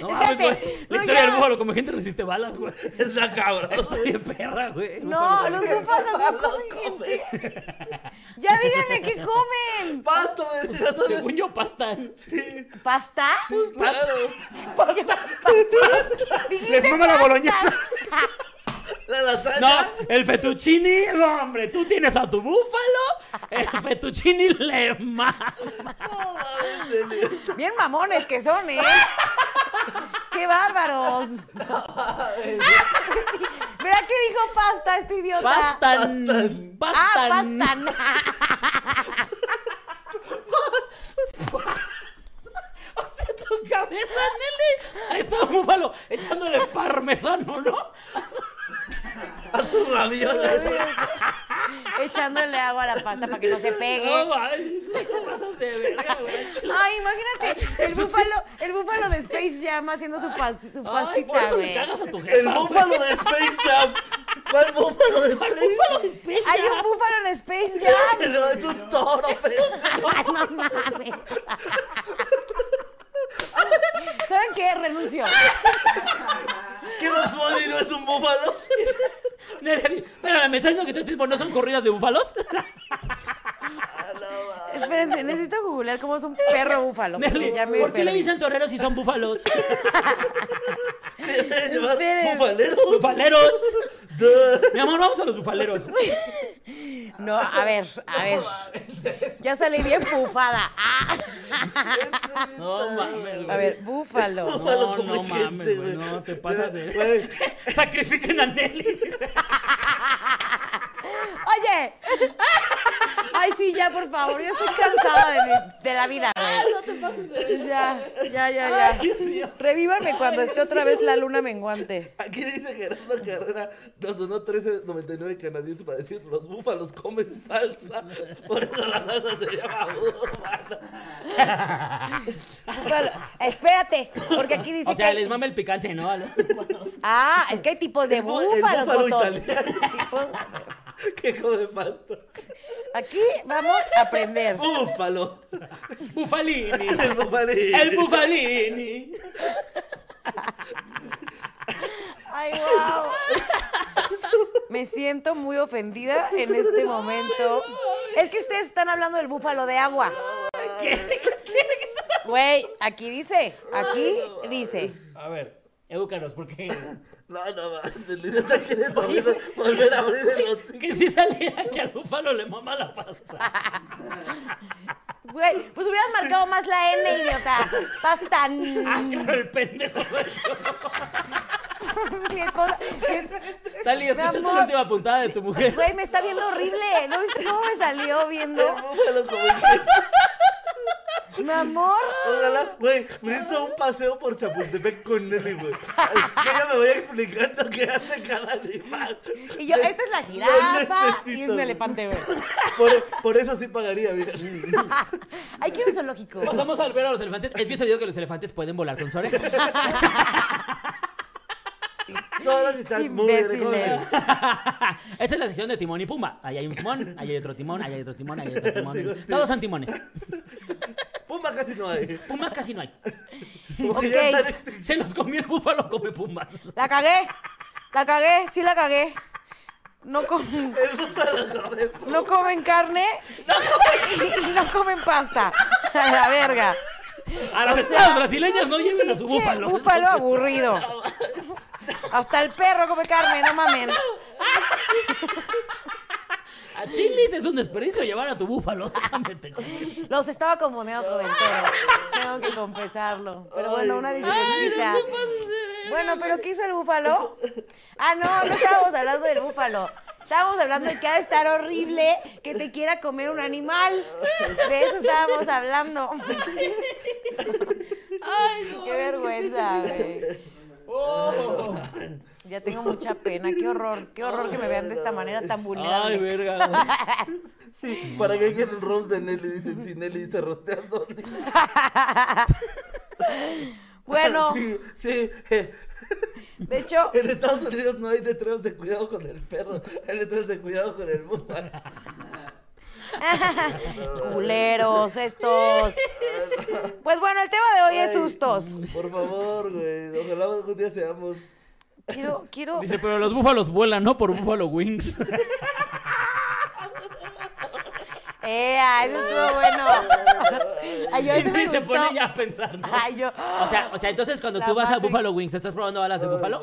[SPEAKER 2] No mames,
[SPEAKER 3] Espérate,
[SPEAKER 2] güey. La historia
[SPEAKER 3] no, ya.
[SPEAKER 2] del búfalo come gente resiste balas, güey.
[SPEAKER 1] Es la cabra.
[SPEAKER 2] Estoy bien perra, güey.
[SPEAKER 3] No, los búfalos no comen
[SPEAKER 1] come.
[SPEAKER 3] gente. Ya díganme qué comen.
[SPEAKER 1] Pasto, (laughs) me digas.
[SPEAKER 2] Según yo, pastan.
[SPEAKER 1] Sí,
[SPEAKER 3] ¿Pasta?
[SPEAKER 1] claro.
[SPEAKER 3] Dijiste
[SPEAKER 4] Les mama la
[SPEAKER 3] pasta.
[SPEAKER 4] boloñesa.
[SPEAKER 1] La lasaña.
[SPEAKER 2] No, el fettuccini, no, hombre, tú tienes a tu búfalo, el fettuccini le ma-
[SPEAKER 1] No mames, Deli.
[SPEAKER 3] Bien mamones que son, ¿eh? ¡Qué bárbaros! Verá que dijo pasta este idiota.
[SPEAKER 2] Pastan,
[SPEAKER 1] Pastan.
[SPEAKER 2] pastan.
[SPEAKER 3] Ah, pastan.
[SPEAKER 2] O sea, tu cabeza, Nelly. Ahí está el búfalo echándole parmesano, ¿no?
[SPEAKER 1] Haz un ravioles.
[SPEAKER 3] Echándole agua a la pasta para que no se
[SPEAKER 2] No,
[SPEAKER 3] pegue.
[SPEAKER 2] mames, te pasas de verga, güey.
[SPEAKER 3] Ay, imagínate, el búfalo, el búfalo de Space Jam haciendo su, pas- su
[SPEAKER 2] Ay, por
[SPEAKER 3] pastita,
[SPEAKER 2] eso le
[SPEAKER 3] güey.
[SPEAKER 2] cagas a tu jefa.
[SPEAKER 1] El
[SPEAKER 2] güey.
[SPEAKER 1] búfalo de Space Jam. ¿Cuál búfalo de
[SPEAKER 2] El
[SPEAKER 1] Space
[SPEAKER 2] búfalo de Spain,
[SPEAKER 3] Hay
[SPEAKER 2] ya.
[SPEAKER 3] un búfalo en Space Jam.
[SPEAKER 1] Jam? No, es un toro, pendejo.
[SPEAKER 3] Ay, no mames. ¿Saben qué? Renuncio.
[SPEAKER 1] ¿Qué más Bunny no es un (laughs) búfalo?
[SPEAKER 2] Nelly, así, Espérame, ¿me estás diciendo que estos tipos no son corridas de
[SPEAKER 3] (laughs)
[SPEAKER 2] búfalos?
[SPEAKER 3] Espérense, necesito googlear cómo es un perro búfalo. porque
[SPEAKER 2] Nelly,
[SPEAKER 3] ya me
[SPEAKER 2] ¿por qué le
[SPEAKER 3] perdí.
[SPEAKER 2] dicen toreros si son
[SPEAKER 3] (laughs)
[SPEAKER 2] búfalos?
[SPEAKER 1] Debe llevar
[SPEAKER 3] Esperen.
[SPEAKER 1] Bufalero.
[SPEAKER 2] ¡Bufaleros!
[SPEAKER 1] Duh.
[SPEAKER 2] Mi amor, vamos a los bufaleros.
[SPEAKER 3] No, a ver, a ver. Ya salí bien bufada. Ah,
[SPEAKER 2] No mames,
[SPEAKER 3] a
[SPEAKER 2] güey.
[SPEAKER 3] ver, búfalo.
[SPEAKER 1] Búfalo
[SPEAKER 2] No,
[SPEAKER 1] come
[SPEAKER 2] no
[SPEAKER 1] gente,
[SPEAKER 2] mames,
[SPEAKER 1] güey.
[SPEAKER 2] güey. No, te pasas de.
[SPEAKER 1] Güey,
[SPEAKER 2] (laughs) Sacrifiquen a
[SPEAKER 3] (laughs)
[SPEAKER 2] Nelly.
[SPEAKER 3] Oye. Ay, sí, ya, por favor. Yo estoy cansada de, mi- de la vida,
[SPEAKER 2] Ah,
[SPEAKER 3] güey. Ya, ya, ya, ya. Revívame cuando esté otra vez la luna menguante.
[SPEAKER 1] Aquí dice Gerardo Carrera, nos donó 13.99 canadienses para decir, los búfalos comen salsa, por eso la salsa se llama búfalo.
[SPEAKER 3] Búfalo. Espérate, porque aquí dice
[SPEAKER 2] O sea,
[SPEAKER 3] que...
[SPEAKER 2] les mama el picante, ¿no?
[SPEAKER 3] (laughs)
[SPEAKER 2] A los búfalos.
[SPEAKER 3] Ah, es que hay tipos de
[SPEAKER 1] El bú- el
[SPEAKER 3] búfalos,
[SPEAKER 1] búfalo
[SPEAKER 3] Joto.
[SPEAKER 1] italiano. (laughs)
[SPEAKER 3] Tipos-
[SPEAKER 1] ¿Qué come pasta?
[SPEAKER 3] Aquí vamos a aprender.
[SPEAKER 1] Búfalo.
[SPEAKER 2] Bufalini.
[SPEAKER 1] El bufalín.
[SPEAKER 2] El bufalini.
[SPEAKER 3] Ay, wow. Me siento muy ofendida en este momento. Es que ustedes están hablando del búfalo de agua. Güey, aquí dice, aquí dice.
[SPEAKER 2] A ver, edúcanos,
[SPEAKER 3] (laughs)
[SPEAKER 2] porque.
[SPEAKER 1] No, no, mames, el idiota quiere volver, a- volver a abrir el hocico.
[SPEAKER 2] Que si saliera que al búfalo le mama la pasta.
[SPEAKER 3] Güey, pues hubieras marcado más la N, idiota. Pasta.
[SPEAKER 2] Ah, claro, el pendejo. soy yo.
[SPEAKER 3] (laughs)
[SPEAKER 2] Tali, ¿escuchaste
[SPEAKER 3] amor.
[SPEAKER 2] la última puntada de tu
[SPEAKER 3] (laughs)
[SPEAKER 2] mujer?
[SPEAKER 3] Güey, me está viendo horrible. ¿No viste cómo me salió
[SPEAKER 1] El
[SPEAKER 3] viendo?
[SPEAKER 1] búfalo come gente.
[SPEAKER 3] Mi amor.
[SPEAKER 1] Ojalá, güey, me necesito un paseo por Chapultepec con Nelly, güey. Que ella me vaya explicando qué hace cada animal.
[SPEAKER 3] Y yo,
[SPEAKER 1] Ne-
[SPEAKER 3] esta es la
[SPEAKER 1] no
[SPEAKER 3] jirafa y es
[SPEAKER 1] necesito,
[SPEAKER 3] un
[SPEAKER 1] güey.
[SPEAKER 3] elefante, güey.
[SPEAKER 1] (laughs) Por, por eso sí pagaría, mira. (laughs)
[SPEAKER 3] Ay, quiero un zoológico.
[SPEAKER 2] Pasamos al ver a los elefantes. Es bien sabido que los elefantes pueden volar con su oreja.
[SPEAKER 1] Solo si están muy
[SPEAKER 2] (laughs)
[SPEAKER 3] Imbéciles.
[SPEAKER 1] lejos.
[SPEAKER 2] Esta es la sección de Timón y Pumba. Ahí hay un timón, ahí hay otro timón, ahí hay otro timón, ahí hay otro timón. Todos son timones.
[SPEAKER 1] Pumba casi no hay.
[SPEAKER 2] Pumbas casi no hay.
[SPEAKER 3] (laughs)
[SPEAKER 1] Como que
[SPEAKER 3] Ok.
[SPEAKER 1] ya están extinguidos.
[SPEAKER 2] Se los comió el búfalo, come pumbas.
[SPEAKER 3] La cagué, la cagué, sí la cagué. No, com-
[SPEAKER 1] El búfalo come pum-
[SPEAKER 3] no comen carne y no comen pasta. A la verga.
[SPEAKER 2] A las estados brasileñas no lleven a su
[SPEAKER 3] Pinche
[SPEAKER 2] búfalo.
[SPEAKER 3] búfalo aburrido. Hasta el perro come carne, no mamen.
[SPEAKER 2] A Chilis es un desperdicio llevar a tu búfalo. Déjame
[SPEAKER 3] (laughs)
[SPEAKER 2] te cuento.
[SPEAKER 3] Los estaba confundiendo con el perro. Tengo que confesarlo. Pero bueno, una
[SPEAKER 1] Ay,
[SPEAKER 3] disculpita. Bueno, pero ¿qué hizo el búfalo? Ah, no, no estábamos hablando del búfalo. Estábamos hablando de que ha de estar horrible que te quiera comer un animal. De eso estábamos hablando.
[SPEAKER 2] Ay, no.
[SPEAKER 3] Qué
[SPEAKER 2] es que
[SPEAKER 3] vergüenza,
[SPEAKER 2] pinche risa.
[SPEAKER 3] güey.
[SPEAKER 2] Oh.
[SPEAKER 3] Ya tengo mucha pena. Qué horror. Qué horror que me vean de esta manera tan vulnerable.
[SPEAKER 2] Ay, verga. güey.
[SPEAKER 1] Sí, este, para que quiera el roast de Nelly, dicen, si Nelly dice rostea Sony. (laughs)
[SPEAKER 3] bueno,
[SPEAKER 1] Sí, sí, eh,
[SPEAKER 3] de hecho,
[SPEAKER 1] en Estados Unidos no hay letreros de cuidado con el perro, hay letreros de cuidado con el búfalo.
[SPEAKER 3] (laughs) culeros estos. Pues bueno, el tema de hoy es
[SPEAKER 1] Ay,
[SPEAKER 3] sustos.
[SPEAKER 1] Por favor, güey, ojalá algún día seamos...
[SPEAKER 3] Quiero, quiero.
[SPEAKER 2] Dice, pero los búfalos vuelan, ¿no? Por búfalo wings.
[SPEAKER 3] ¡Ea! Eso Eh, estuvo bueno. Ay, (laughs) yo
[SPEAKER 2] y
[SPEAKER 3] ese me
[SPEAKER 2] se
[SPEAKER 3] gustó.
[SPEAKER 2] pone ya a pensar, ¿no?
[SPEAKER 3] Ay, yo.
[SPEAKER 2] O sea, o sea, entonces cuando
[SPEAKER 3] La
[SPEAKER 2] tú vas
[SPEAKER 3] Matrix.
[SPEAKER 2] a Buffalo Wings, ¿estás probando balas de búfalo?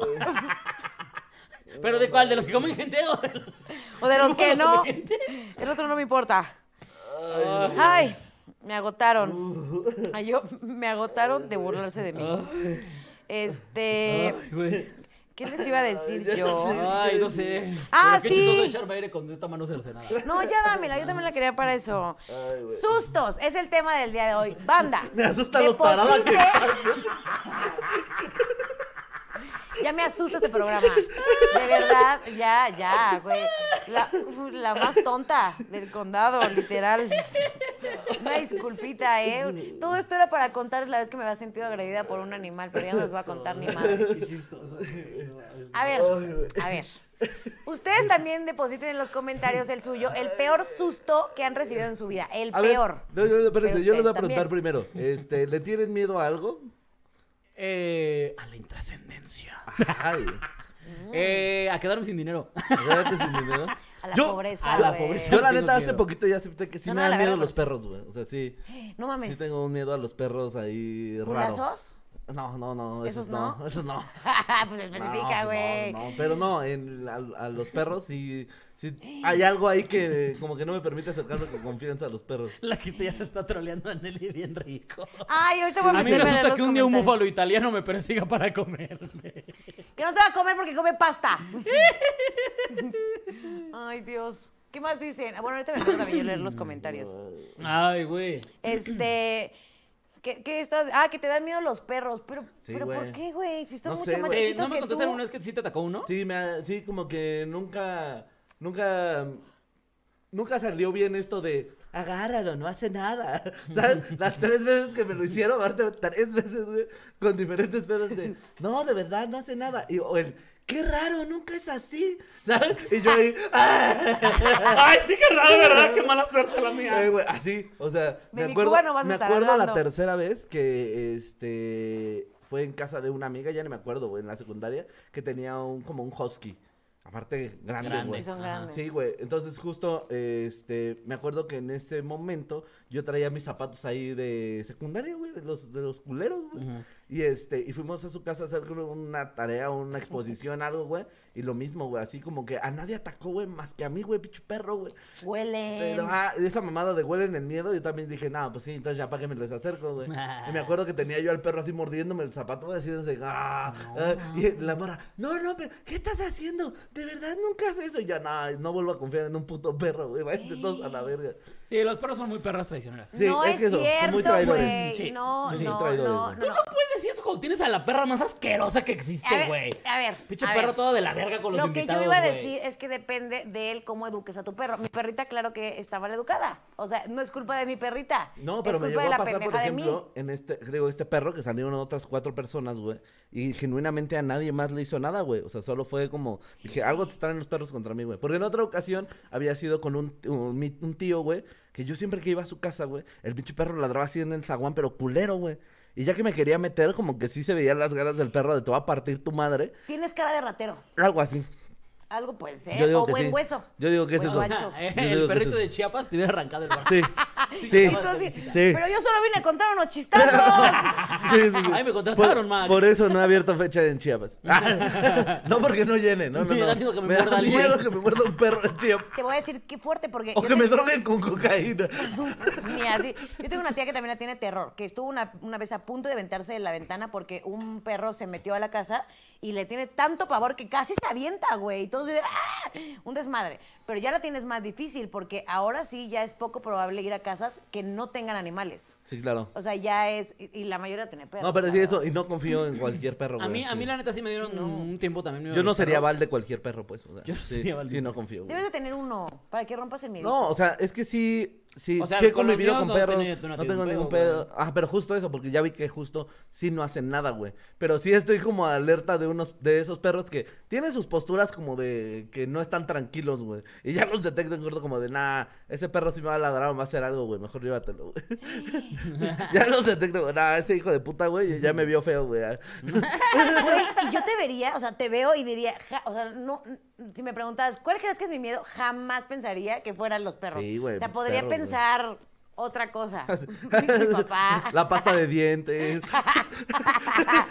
[SPEAKER 2] (laughs) ¿Pero de cuál? ¿De los que comen gente? o de-
[SPEAKER 3] O de los que no.
[SPEAKER 2] gente?
[SPEAKER 3] El otro no me importa.
[SPEAKER 1] Ay,
[SPEAKER 3] Ay, me agotaron. Ay, yo me agotaron de burlarse de mí.
[SPEAKER 2] Ay,
[SPEAKER 3] Este,
[SPEAKER 2] güey.
[SPEAKER 3] ¿qué les iba a decir
[SPEAKER 1] Ay, ya
[SPEAKER 3] yo?
[SPEAKER 1] no sé.
[SPEAKER 2] Ay, no sé.
[SPEAKER 3] Ah,
[SPEAKER 2] Pero
[SPEAKER 3] sí.
[SPEAKER 2] Qué chistoso echarme aire con esta mano cercenada.
[SPEAKER 3] No, ya dámela, yo también la quería para eso.
[SPEAKER 1] Ay, güey.
[SPEAKER 3] Sustos, es el tema del día de hoy. Banda.
[SPEAKER 1] (laughs) Me asusta lo tarada que
[SPEAKER 3] deposite-
[SPEAKER 1] estás.
[SPEAKER 3] (laughs) Ya me asusta este programa. De verdad, ya, ya, güey. La, la más tonta del condado, literal. Una
[SPEAKER 2] (laughs)
[SPEAKER 3] disculpita, ¿eh? Todo esto era para contarles la vez que me había sentido agredida por un animal, pero ya no les voy a
[SPEAKER 2] (laughs)
[SPEAKER 3] contar ni madre.
[SPEAKER 2] Qué chistoso. güey. No, ay,
[SPEAKER 3] A ver,
[SPEAKER 1] Ay, güey.
[SPEAKER 3] a ver. Ustedes también depositen en los comentarios el suyo, el peor susto que han recibido en su vida. El
[SPEAKER 1] A ver,
[SPEAKER 3] peor.
[SPEAKER 1] no, no, no, espérense,
[SPEAKER 3] Pero
[SPEAKER 1] yo les voy a
[SPEAKER 3] ustedes
[SPEAKER 1] preguntar
[SPEAKER 3] también.
[SPEAKER 1] primero, este, ¿le tienen miedo a algo?
[SPEAKER 2] Eh, a la intrascendencia.
[SPEAKER 3] Ah.
[SPEAKER 1] Ay,
[SPEAKER 2] Eh, a quedarme sin dinero. (laughs)
[SPEAKER 1] ¿verdad que sin dinero?
[SPEAKER 3] A la
[SPEAKER 1] Yo-
[SPEAKER 3] pobreza.
[SPEAKER 2] a la
[SPEAKER 3] güey.
[SPEAKER 2] pobreza.
[SPEAKER 1] Yo la
[SPEAKER 2] Tengo
[SPEAKER 1] neta hace
[SPEAKER 2] miedo.
[SPEAKER 1] poquito ya acepté que sí
[SPEAKER 3] No,
[SPEAKER 1] me
[SPEAKER 3] no, la
[SPEAKER 1] dan miedo
[SPEAKER 3] verdad,
[SPEAKER 1] los
[SPEAKER 3] pues.
[SPEAKER 1] perros, güey. O sea, sí.
[SPEAKER 3] No mames.
[SPEAKER 1] Sí tengo un miedo a los perros ahí raro.
[SPEAKER 3] ¿Culazos?
[SPEAKER 1] No, no, no, esos,
[SPEAKER 3] ¿Esos
[SPEAKER 1] no?
[SPEAKER 3] no?
[SPEAKER 1] esos no.
[SPEAKER 3] (laughs) pues
[SPEAKER 1] No,
[SPEAKER 3] especifica,
[SPEAKER 1] sí,
[SPEAKER 3] güey.
[SPEAKER 1] No, no, pero no, en, a, a los perros sí, sí hay algo ahí que como que no me permite acercarme con confianza a los perros.
[SPEAKER 2] La gente ya se está troleando a Nelly bien rico.
[SPEAKER 3] Ay, ahorita voy a
[SPEAKER 2] A mí me
[SPEAKER 3] meterme en
[SPEAKER 2] asusta
[SPEAKER 3] los
[SPEAKER 2] que un día un
[SPEAKER 3] comentarios.
[SPEAKER 2] búfalo italiano me persiga para comerme.
[SPEAKER 3] Que no te va a comer porque come pasta. Ay, Dios. ¿Qué más dicen? Ah, Bueno, ahorita me toca también yo leer los comentarios.
[SPEAKER 2] Ay, güey.
[SPEAKER 3] Este. ¿Qué, qué estás? Ah, que te dan miedo los perros. Pero,
[SPEAKER 1] Sí,
[SPEAKER 3] pero ¿por
[SPEAKER 1] güey.
[SPEAKER 3] qué, güey? Si son
[SPEAKER 1] No
[SPEAKER 3] mucho
[SPEAKER 1] sé,
[SPEAKER 3] más
[SPEAKER 1] güey.
[SPEAKER 2] Eh, ¿No
[SPEAKER 3] chiquitos
[SPEAKER 2] me
[SPEAKER 3] que tú.
[SPEAKER 2] contestaron una vez que sí te atacó uno?
[SPEAKER 1] Sí, me, ha- sí, como que nunca, nunca, nunca salió bien esto de agárralo, no hace nada. (laughs) ¿Sabes? Las tres veces que me lo hicieron, aparte, tres veces, güey, con diferentes perros de, no, de verdad, no hace nada. Y, o el, qué raro, nunca es así, (laughs) ¿sabes? Y yo
[SPEAKER 2] (laughs)
[SPEAKER 1] ahí, ¡ah!
[SPEAKER 2] Ay, sí, qué raro, ¿verdad? Qué mala suerte la
[SPEAKER 1] Ay, güey, así, o sea, me
[SPEAKER 3] Baby
[SPEAKER 1] acuerdo,
[SPEAKER 3] Cuba no vas a
[SPEAKER 1] me
[SPEAKER 3] estar
[SPEAKER 1] acuerdo la
[SPEAKER 3] hablando.
[SPEAKER 1] tercera vez que, este, fue en casa de una amiga, ya ni me acuerdo, güey, en la secundaria, que tenía un, como un husky. Aparte, grande,
[SPEAKER 2] Grande.
[SPEAKER 1] güey.
[SPEAKER 3] Sí, son
[SPEAKER 2] Ajá.
[SPEAKER 3] grandes.
[SPEAKER 1] Sí, güey. Entonces, justo, este, me acuerdo que en ese momento yo traía mis zapatos ahí de secundaria, güey, de los, de los culeros, güey.
[SPEAKER 2] Ujú.
[SPEAKER 1] Y este, y fuimos a su casa a hacer creo, una tarea, una exposición, (laughs) algo, güey. Y lo mismo, güey, así como que a nadie atacó, güey, más que a mí, güey, pinche perro, güey.
[SPEAKER 3] Huelen.
[SPEAKER 1] Pero, ah, esa mamada de huelen el miedo, yo también dije, no, pues sí, entonces ya para que me les acerco, güey. Y me acuerdo que tenía yo al perro así mordiéndome el zapato, güey, así, así, ah, ah, y la morra, no, no, pero, ¿qué estás haciendo? De verdad nunca haces eso. Y yo, no, no vuelvo a confiar en un puto perro, güey, váyanse todos a la verga.
[SPEAKER 2] Sí, los perros son muy perras traicioneras.
[SPEAKER 1] Sí,
[SPEAKER 3] no
[SPEAKER 1] es
[SPEAKER 3] es,
[SPEAKER 1] que eso, son muy
[SPEAKER 3] cierto,
[SPEAKER 1] traidores.
[SPEAKER 3] güey.
[SPEAKER 2] Sí,
[SPEAKER 3] No,
[SPEAKER 1] son muy
[SPEAKER 3] no,
[SPEAKER 1] traidores,
[SPEAKER 3] no,
[SPEAKER 1] güey.
[SPEAKER 2] Tú
[SPEAKER 3] no.
[SPEAKER 2] no puedes decir eso cuando tienes a la perra más asquerosa que
[SPEAKER 3] A
[SPEAKER 2] existe,
[SPEAKER 3] ver,
[SPEAKER 2] güey.
[SPEAKER 3] a ver,
[SPEAKER 2] Pinche
[SPEAKER 3] a
[SPEAKER 2] perro
[SPEAKER 3] ver.
[SPEAKER 2] todo de la verga con los
[SPEAKER 3] Lo que
[SPEAKER 2] invitados,
[SPEAKER 3] yo iba a
[SPEAKER 2] güey.
[SPEAKER 3] decir es que depende de él cómo eduques a tu perro. Mi perrita, claro que está mal educada. O sea, no es culpa de mi perrita.
[SPEAKER 1] No, pero
[SPEAKER 3] es
[SPEAKER 1] me
[SPEAKER 3] culpa
[SPEAKER 1] llegó
[SPEAKER 3] de
[SPEAKER 1] a
[SPEAKER 3] la
[SPEAKER 1] pasar, por
[SPEAKER 3] pendeja de mí.
[SPEAKER 1] ejemplo, en este, digo, este perro que salieron otras cuatro personas, güey. Y genuinamente a nadie más le hizo nada, güey. O sea, solo fue como, dije, algo te traen los perros contra mí, güey. Porque en otra ocasión había sido con un, un, mi- un tío, güey, que yo siempre que iba a su casa, güey, el pinche perro ladraba así en el zaguán, pero culero, güey. Y ya que me quería meter, como que sí se veían las ganas del perro de te va a partir tu madre.
[SPEAKER 3] Tienes cara de ratero.
[SPEAKER 1] Algo así.
[SPEAKER 3] Algo puede ser.
[SPEAKER 1] Yo digo
[SPEAKER 3] o
[SPEAKER 1] que
[SPEAKER 3] buen
[SPEAKER 1] sí.
[SPEAKER 3] hueso.
[SPEAKER 1] Yo digo que es
[SPEAKER 3] Buen
[SPEAKER 1] eso.
[SPEAKER 3] guacho.
[SPEAKER 2] Ah, eh,
[SPEAKER 1] Yo digo
[SPEAKER 2] el
[SPEAKER 1] que
[SPEAKER 2] perrito
[SPEAKER 1] eso es-
[SPEAKER 2] de Chiapas te hubiera arrancado el brazo.
[SPEAKER 1] Sí.
[SPEAKER 3] Y
[SPEAKER 1] Sí.
[SPEAKER 3] tú así,
[SPEAKER 1] Sí.
[SPEAKER 3] Pero yo solo vine a contar unos chistazos.
[SPEAKER 1] (laughs) Sí, sí, sí.
[SPEAKER 2] Ay, me contrataron,
[SPEAKER 1] por,
[SPEAKER 2] Max.
[SPEAKER 1] Por eso no he abierto fecha en
[SPEAKER 2] (laughs)
[SPEAKER 1] Chiapas. Ah, no porque no llene, no, no,
[SPEAKER 2] Me
[SPEAKER 1] no.
[SPEAKER 2] da miedo que me
[SPEAKER 1] da
[SPEAKER 2] muerda alguien.
[SPEAKER 1] miedo que me muerda un perro en Chiapas.
[SPEAKER 3] Te voy a decir qué fuerte porque.
[SPEAKER 1] O
[SPEAKER 3] yo
[SPEAKER 1] que me
[SPEAKER 3] tengo-
[SPEAKER 1] droguen con cocaína.
[SPEAKER 3] Ni así. Yo tengo una tía que también la tiene terror, que estuvo una, una vez a punto de aventarse de la ventana porque un perro se metió a la casa y le tiene tanto pavor que casi se avienta, güey. Y todos dicen, ¡ah! un desmadre. Pero ya la tienes más difícil porque ahora sí ya es poco probable ir a casas que no tengan animales.
[SPEAKER 1] Sí, claro.
[SPEAKER 3] O sea, ya es. Y, y la mayoría tiene perros.
[SPEAKER 1] No, pero sí
[SPEAKER 3] claro.
[SPEAKER 1] eso, y no confío en cualquier perro,
[SPEAKER 2] A
[SPEAKER 1] güey,
[SPEAKER 2] mí,
[SPEAKER 1] sí.
[SPEAKER 2] a mí la neta sí me dieron
[SPEAKER 3] Sí, no.
[SPEAKER 2] un tiempo también. miedo
[SPEAKER 1] Yo no
[SPEAKER 2] los
[SPEAKER 1] sería (laughs)
[SPEAKER 2] perros.
[SPEAKER 1] val de cualquier perro, pues. o sea,
[SPEAKER 2] Yo no
[SPEAKER 1] sí,
[SPEAKER 2] sería Val de-
[SPEAKER 1] Sí, no confío, güey.
[SPEAKER 3] Debes de tener uno para que rompas el miedo.
[SPEAKER 1] No, o sea, es que sí, sí,
[SPEAKER 2] O sea,
[SPEAKER 1] sí he
[SPEAKER 2] con los
[SPEAKER 1] convivido
[SPEAKER 2] míos
[SPEAKER 1] con
[SPEAKER 2] no
[SPEAKER 1] perros,
[SPEAKER 2] tenía- no
[SPEAKER 1] no,
[SPEAKER 2] tenía
[SPEAKER 1] tengo
[SPEAKER 2] un
[SPEAKER 1] ningún
[SPEAKER 2] pedo,
[SPEAKER 1] pedo. Ah, pero justo eso, porque ya vi que justo sí no hacen nada, güey. Pero sí estoy como alerta de unos, de esos perros que tienen sus posturas como de que no están tranquilos, güey. Y ya los detecto en corto como de, nah, ese perro sí me va a ladrar o me va a hacer algo, güey, mejor llévatelo, güey. (laughs) ya los detecto, como, nah, ese hijo de puta, güey, ya me vio feo, güey.
[SPEAKER 3] Güey, y yo te vería, o sea, te veo y diría, ja- o sea, no, n- si me preguntas, ¿cuál crees que es mi miedo? Jamás pensaría que fueran los perros.
[SPEAKER 1] Sí, güey,
[SPEAKER 3] O sea, podría
[SPEAKER 1] perros, güey.
[SPEAKER 3] pensar
[SPEAKER 1] (laughs)
[SPEAKER 3] otra cosa. mi papá.
[SPEAKER 1] La pasta de dientes. (laughs)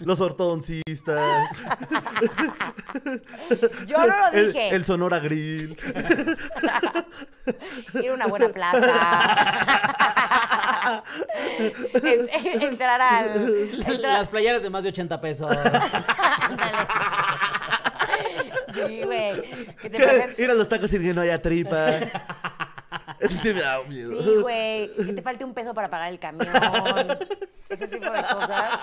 [SPEAKER 1] Los ortodoncistas.
[SPEAKER 3] Yo no lo
[SPEAKER 1] El-
[SPEAKER 3] dije.
[SPEAKER 1] El, Sonora Grill.
[SPEAKER 3] Ir a una
[SPEAKER 1] (laughs)
[SPEAKER 3] buena plaza. En- en- Entrar al.
[SPEAKER 1] (laughs)
[SPEAKER 3] entrar-
[SPEAKER 2] Las playeras de más de 80
[SPEAKER 3] (laughs)
[SPEAKER 2] pesos.
[SPEAKER 3] (laughs) Ándale. Sí, güey. Que te
[SPEAKER 1] ¿Qué? (laughs)
[SPEAKER 3] pasen-
[SPEAKER 1] Ir a los tacos sin que no haya tripa.
[SPEAKER 3] (laughs)
[SPEAKER 1] Eso sí me da miedo.
[SPEAKER 3] Sí, güey. Que te falte un peso para pagar el camión. Ese tipo de cosas.
[SPEAKER 1] (laughs)